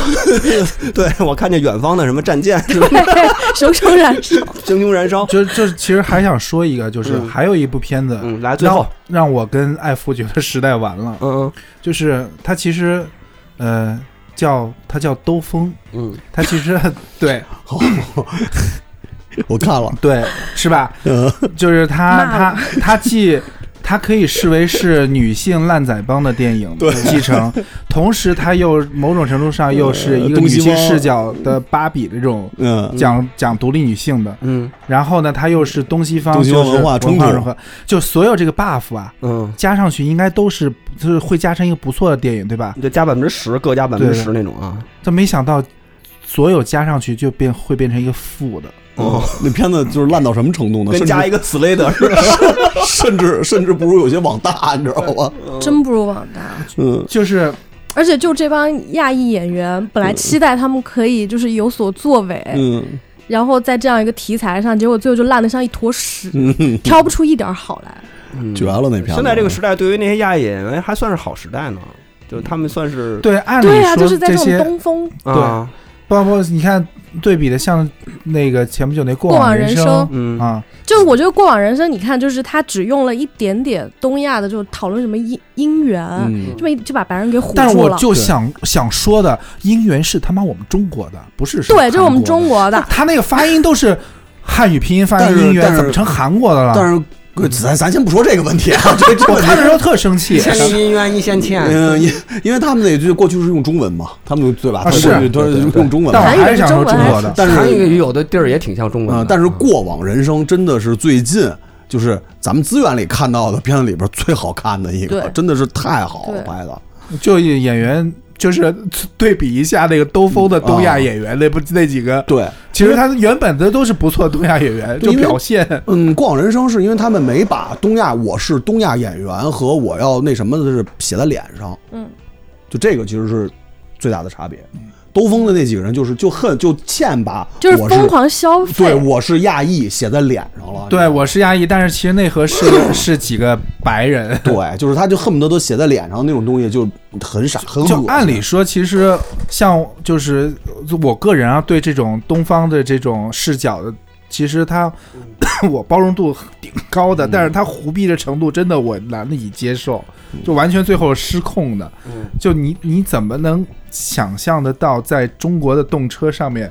Speaker 2: 对我看见远方的什么战舰，是吧？
Speaker 5: 熊熊燃 烧。
Speaker 2: 熊熊燃烧。
Speaker 4: 就就其实还想说一个，就是
Speaker 2: 嗯
Speaker 4: 还有一部片子，
Speaker 2: 嗯，来最后
Speaker 4: 让，让我跟艾夫觉得时代完了，
Speaker 2: 嗯
Speaker 4: 就是它其实，呃，叫它叫兜风，
Speaker 2: 嗯
Speaker 4: 它其实对
Speaker 3: 我看了，嗯
Speaker 4: 对是吧？就是它
Speaker 5: 骂
Speaker 4: 它它既它可以视为是女性烂仔帮的电影继承，同时它又某种程度上又是
Speaker 3: 呃
Speaker 4: 一个女性视角的芭比的这种
Speaker 3: 嗯，
Speaker 4: 讲讲独立女性的，
Speaker 2: 嗯
Speaker 4: 然后呢，它又是东西方
Speaker 3: 东西方
Speaker 4: 就是
Speaker 3: 文
Speaker 4: 文
Speaker 3: 化冲突
Speaker 4: 融合，就所有这个 buff 啊，
Speaker 2: 嗯，
Speaker 4: 加上去应该都是就是会加成一个不错的电影，对吧？
Speaker 2: 你就加百分之十，各加百分之
Speaker 4: 对
Speaker 2: 十那种啊。
Speaker 4: 但没想到所有加上去就变会变成一个负的，
Speaker 2: 哦，
Speaker 3: 那片子就是烂到什么程度呢？
Speaker 2: 跟
Speaker 3: 甚
Speaker 2: 加
Speaker 3: 至
Speaker 2: 一个 Slater 是吧？
Speaker 3: 甚至甚至不如有些网大，你知道吗？
Speaker 5: 真不如网大。
Speaker 3: 嗯，
Speaker 4: 就是
Speaker 5: 而且就这帮亚裔演员，本来期待他们可以就是有所作为，
Speaker 3: 嗯
Speaker 5: 然后在这样一个题材上，结果最后就烂得像一坨屎，
Speaker 3: 嗯，
Speaker 5: 挑不出一点好来。
Speaker 3: 绝了那片子。
Speaker 2: 现在这个时代，对于那些亚裔演员还算是好时代呢，就他们算是
Speaker 4: 对，按理
Speaker 5: 对啊，
Speaker 4: 说
Speaker 5: 就是在
Speaker 4: 这
Speaker 5: 这
Speaker 4: 些
Speaker 5: 种东风，
Speaker 2: 啊，
Speaker 4: 包括你看对比的，像那个前不久那《过
Speaker 5: 过
Speaker 4: 往
Speaker 5: 往人
Speaker 4: 生
Speaker 5: 生》
Speaker 2: 嗯
Speaker 4: 啊，
Speaker 5: 就是我觉得《过往人生》，你看，就是他只用了一点点东亚的，就是讨论什么姻姻缘，
Speaker 3: 嗯，
Speaker 5: 这么一就把白人给唬
Speaker 4: 但是
Speaker 5: 住
Speaker 4: 我
Speaker 5: 了。
Speaker 4: 就
Speaker 3: 对
Speaker 4: 想想说的，姻缘是他妈我们中国的，不是
Speaker 5: 对，这是我们中
Speaker 4: 国
Speaker 5: 国的，
Speaker 4: 他那个发音都是汉语拼音发
Speaker 3: 但
Speaker 4: 音
Speaker 3: 是
Speaker 4: 音
Speaker 3: 但
Speaker 4: 缘，
Speaker 3: 是
Speaker 4: 怎么成韩国的了？
Speaker 3: 但是各位咱咱先不说这个问题啊，这这
Speaker 4: 我
Speaker 3: 问题
Speaker 4: 看的时候特生气，
Speaker 2: 姻缘一线牵
Speaker 3: 嗯，因因为他们那句过去是用中文嘛，他们对吧？
Speaker 4: 啊
Speaker 3: 他们
Speaker 4: 是
Speaker 3: 过去都是用中文
Speaker 4: 但
Speaker 3: 嘛。
Speaker 5: 韩语
Speaker 4: 我还是
Speaker 5: 是
Speaker 4: 想说
Speaker 5: 中文
Speaker 4: 中
Speaker 5: 还是
Speaker 4: 国的。
Speaker 3: 但
Speaker 2: 韩
Speaker 3: 是
Speaker 2: 语有的地儿也挺像
Speaker 5: 嗯
Speaker 2: 中文
Speaker 3: 呃
Speaker 2: 的，
Speaker 3: 但是过往人生真的是最近就是咱们资源里看到的片子里边最好看的一个，
Speaker 5: 对
Speaker 3: 真的是太好了
Speaker 5: 对
Speaker 3: 拍的。
Speaker 4: 就演员就是对比一下那个兜风的东
Speaker 3: 啊
Speaker 4: 亚演员，那不那几个，
Speaker 3: 对，
Speaker 4: 其实他原本的都是不错的东亚演员，
Speaker 3: 对
Speaker 4: 就
Speaker 3: 因为
Speaker 4: 表现
Speaker 3: 嗯，过往人生是因为他们没把东亚我是东亚演员和我要那什么的是写在脸上，
Speaker 5: 嗯，
Speaker 3: 就这个其实是最大的差别。兜风的那几个人就是就恨就欠把我
Speaker 5: 就是
Speaker 3: 是
Speaker 5: 疯狂消费
Speaker 3: 对，我是亚裔写在脸上了。
Speaker 4: 啊对我是亚裔，但是其实内核是是几个白人。
Speaker 3: 对，就是他就恨不得都写在脸上那种东西，就很傻，很恶啊
Speaker 4: 就
Speaker 3: 心。
Speaker 4: 按理说，其实像就是我个人啊，对这种东方的这种视角的，其实他 我包容度挺高的，但是他胡逼的程度真的我难以接受，就完全最后失控的。就你你怎么能想象得到，在中国的动车上面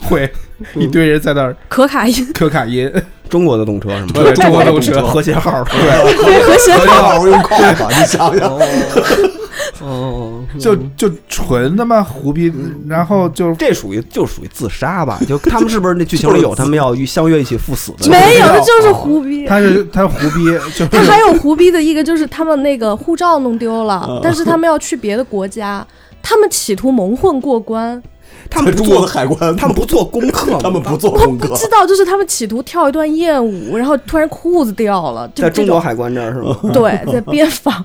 Speaker 4: 会一堆人在那儿
Speaker 5: 可卡因，
Speaker 4: 可卡因？
Speaker 2: 中国的动车是吗？
Speaker 4: 对中国动车
Speaker 2: 和谐 号。
Speaker 3: 对，
Speaker 5: 和谐
Speaker 3: 何老师用扣吧，你想想，
Speaker 2: 哦，
Speaker 4: 就
Speaker 5: 嗯
Speaker 4: 就纯他妈胡逼，然后就
Speaker 2: 这属于就属于自杀 吧？就他们是不是那剧情里有他们要相约一起赴死的？
Speaker 5: 没有，那就是胡逼。
Speaker 4: 他 是他胡逼，就
Speaker 5: 他
Speaker 4: 是
Speaker 5: 还有胡逼的一个就是他们那个护照弄丢了，但是他们要去别的国家，他们企图蒙混过关，
Speaker 2: 他
Speaker 3: 在
Speaker 2: 们不
Speaker 3: 中国的
Speaker 2: 做，
Speaker 3: 海关，
Speaker 2: 他们不做功课吗，
Speaker 3: 他们不做功课
Speaker 5: 不，知道就是他们企图跳一段艳舞，然后突然裤子掉了，就
Speaker 2: 在中国
Speaker 5: 这种
Speaker 2: 海关这儿是 吗？
Speaker 5: 对，在边防，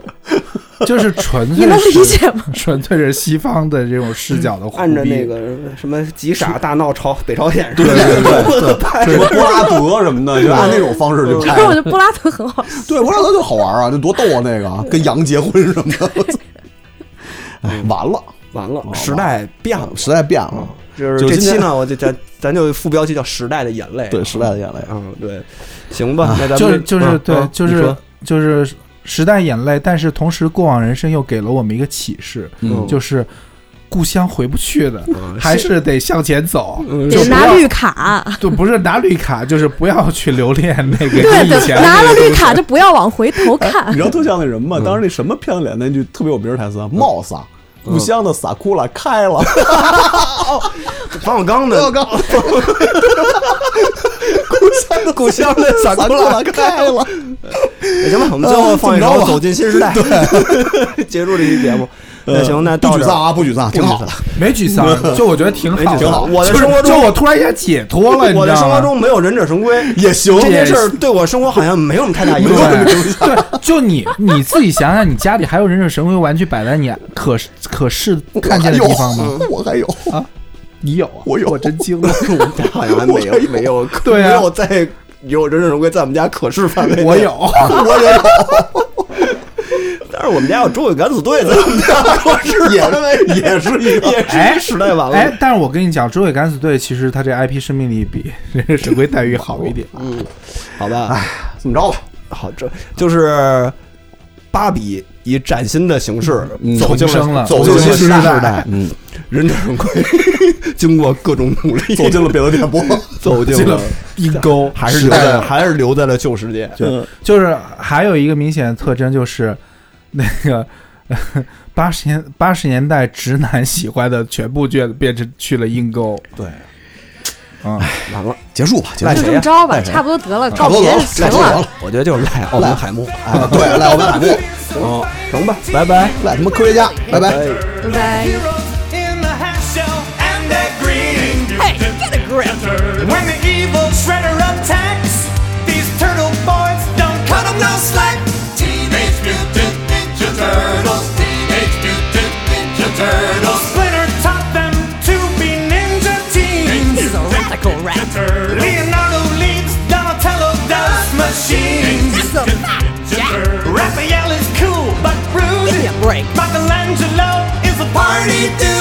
Speaker 4: 就是纯粹
Speaker 5: 你能
Speaker 4: 是
Speaker 5: 理解吗？
Speaker 4: 纯粹是西方的这种视角的胡逼
Speaker 2: 按着那个什么急傻大闹朝北朝鲜是
Speaker 3: 对
Speaker 2: 吧？
Speaker 3: 对对
Speaker 2: 对，拍
Speaker 3: 什么布拉德什么的，就按那种方式去
Speaker 5: 可
Speaker 3: 拍
Speaker 5: 是。 我觉得布拉德很好笑，
Speaker 3: 对，布拉德就好玩啊，就多逗啊，那个跟羊结婚什么的。 哎，完了，
Speaker 2: 完了，哦时代变了。
Speaker 3: 时代变了，嗯
Speaker 2: 就是
Speaker 3: 就
Speaker 2: 这
Speaker 3: 今
Speaker 2: 期
Speaker 3: 天
Speaker 2: 呢，我就咱咱就副标题叫《时代的眼泪》。
Speaker 3: 对，时代的眼泪。
Speaker 2: 嗯，对，行吧，那咱们
Speaker 4: 就是就是
Speaker 2: 嗯
Speaker 4: 对
Speaker 2: 嗯，
Speaker 4: 就
Speaker 2: 你
Speaker 4: 是
Speaker 2: 说
Speaker 4: 就是时代眼泪，但是同时过往人生又给了我们一个启示，
Speaker 3: 嗯
Speaker 4: 就是故乡回不去的，
Speaker 2: 嗯
Speaker 4: 还是得向前走，
Speaker 2: 嗯
Speaker 5: 得
Speaker 4: 就
Speaker 5: 拿绿卡，
Speaker 4: 就不是拿绿卡，就是不要去留恋那 个
Speaker 5: 对
Speaker 4: 以
Speaker 5: 对，
Speaker 4: 前的
Speaker 5: 拿了绿卡就不要往回头
Speaker 3: 你
Speaker 5: 看
Speaker 3: 知。道特像那什么吗？当时那什么片子里那句特别有名儿台词啊，冒撒。故乡的撒库拉开 了，
Speaker 2: 冯小刚的
Speaker 3: 我告诉你，故乡的
Speaker 2: 故乡的
Speaker 3: 撒
Speaker 2: 撒
Speaker 3: 库
Speaker 2: 库
Speaker 3: 拉
Speaker 2: 拉
Speaker 3: 开了，嗯
Speaker 2: 行吧，我们最
Speaker 4: 呃
Speaker 2: 后放一
Speaker 3: 嗯怎么着
Speaker 2: 首
Speaker 3: 吧
Speaker 2: 《走进新时代》， 结束这期节目。
Speaker 4: 呃
Speaker 2: 那行，那
Speaker 3: 不
Speaker 2: 到
Speaker 3: 沮
Speaker 2: 这
Speaker 3: 丧
Speaker 2: 儿。
Speaker 3: 啊，不沮丧，挺好
Speaker 2: 不
Speaker 3: 的
Speaker 2: 沮。
Speaker 4: 没沮丧，就我觉得挺好的，
Speaker 2: 嗯没挺好我的
Speaker 4: 就是
Speaker 2: 生活中
Speaker 4: 就我突然一下解脱了，你
Speaker 2: 我
Speaker 4: 知
Speaker 2: 的
Speaker 4: 道
Speaker 2: 生
Speaker 4: 吗
Speaker 2: 活。中没有忍者神龟，
Speaker 3: 也行
Speaker 2: 这件事儿对我生活好像没有什么太大影响。
Speaker 4: 对对，就你你自己想想，你家里还有忍者神龟玩具摆在你可可视看见的地
Speaker 2: 嗯
Speaker 4: 方吗？？
Speaker 3: 我还有，
Speaker 4: 你有啊？
Speaker 3: 我有
Speaker 4: 我真 惊了。
Speaker 2: 我家好像还没有没有，
Speaker 4: 对啊
Speaker 2: 没有在有忍者神龟在我们家可视范围内。
Speaker 4: 我有，
Speaker 3: 我也有，
Speaker 2: 但是我们家有中国敢死队在我们家可 视范围内，也是一也是
Speaker 4: 哎
Speaker 2: 一时代完
Speaker 4: 哎
Speaker 2: 了。，
Speaker 4: 但是我跟你讲，《周伟敢死队》其实它这 IP 生命力比《忍者神龟》待遇好一点。
Speaker 2: 嗯，好吧，
Speaker 3: 怎么着吧？
Speaker 2: 好，这就是芭比以崭新的形式
Speaker 3: 嗯
Speaker 2: 走进
Speaker 4: 重生了
Speaker 2: 走进
Speaker 4: 走进
Speaker 2: 新时
Speaker 4: 新时
Speaker 2: 代
Speaker 4: 代。
Speaker 3: 嗯，
Speaker 2: 忍者神龟 经过各种努力
Speaker 3: 走进了别的电波，
Speaker 2: 走进
Speaker 3: 进了
Speaker 2: 了
Speaker 4: 阴沟，
Speaker 2: 还是留在
Speaker 3: 哎
Speaker 2: 还是留在了旧世界。
Speaker 4: 对就是还有一个明显的特征就是那个。八十年八十年代直男喜欢的全部变变成去了阴沟，
Speaker 3: 对，
Speaker 4: 啊、
Speaker 2: 完了，
Speaker 3: 结束吧，结
Speaker 2: 赖
Speaker 3: 束
Speaker 5: 就
Speaker 2: 谁
Speaker 5: 这
Speaker 2: 呀
Speaker 5: 么着吧，
Speaker 2: 赖谁
Speaker 5: 差不多得了，
Speaker 3: 哎差
Speaker 5: 告
Speaker 3: 不多得
Speaker 5: 别
Speaker 3: 了，
Speaker 5: 行
Speaker 3: 赖我
Speaker 5: 了
Speaker 3: 了。，
Speaker 2: 我觉得就是赖奥本海默，
Speaker 3: 哎，对，赖我们俩过，嗯，
Speaker 2: 成吧，拜拜，
Speaker 3: 赖他妈科学家，拜拜。
Speaker 5: 拜拜。
Speaker 6: heroes in the half shell and they're green. Hey, get a grip! When the evil shredder attacks, these turtle boys don't cut 'em no slack. Teenage Mutant Ninja Turtles. Teenage Mutant Ninja Turtles. Splinter taught them to be ninja teens. He's a radical rat. Leonardo leads, Donatello does machines. He's a fat Raphael is cool, but rude. Michelangelo is a party dude.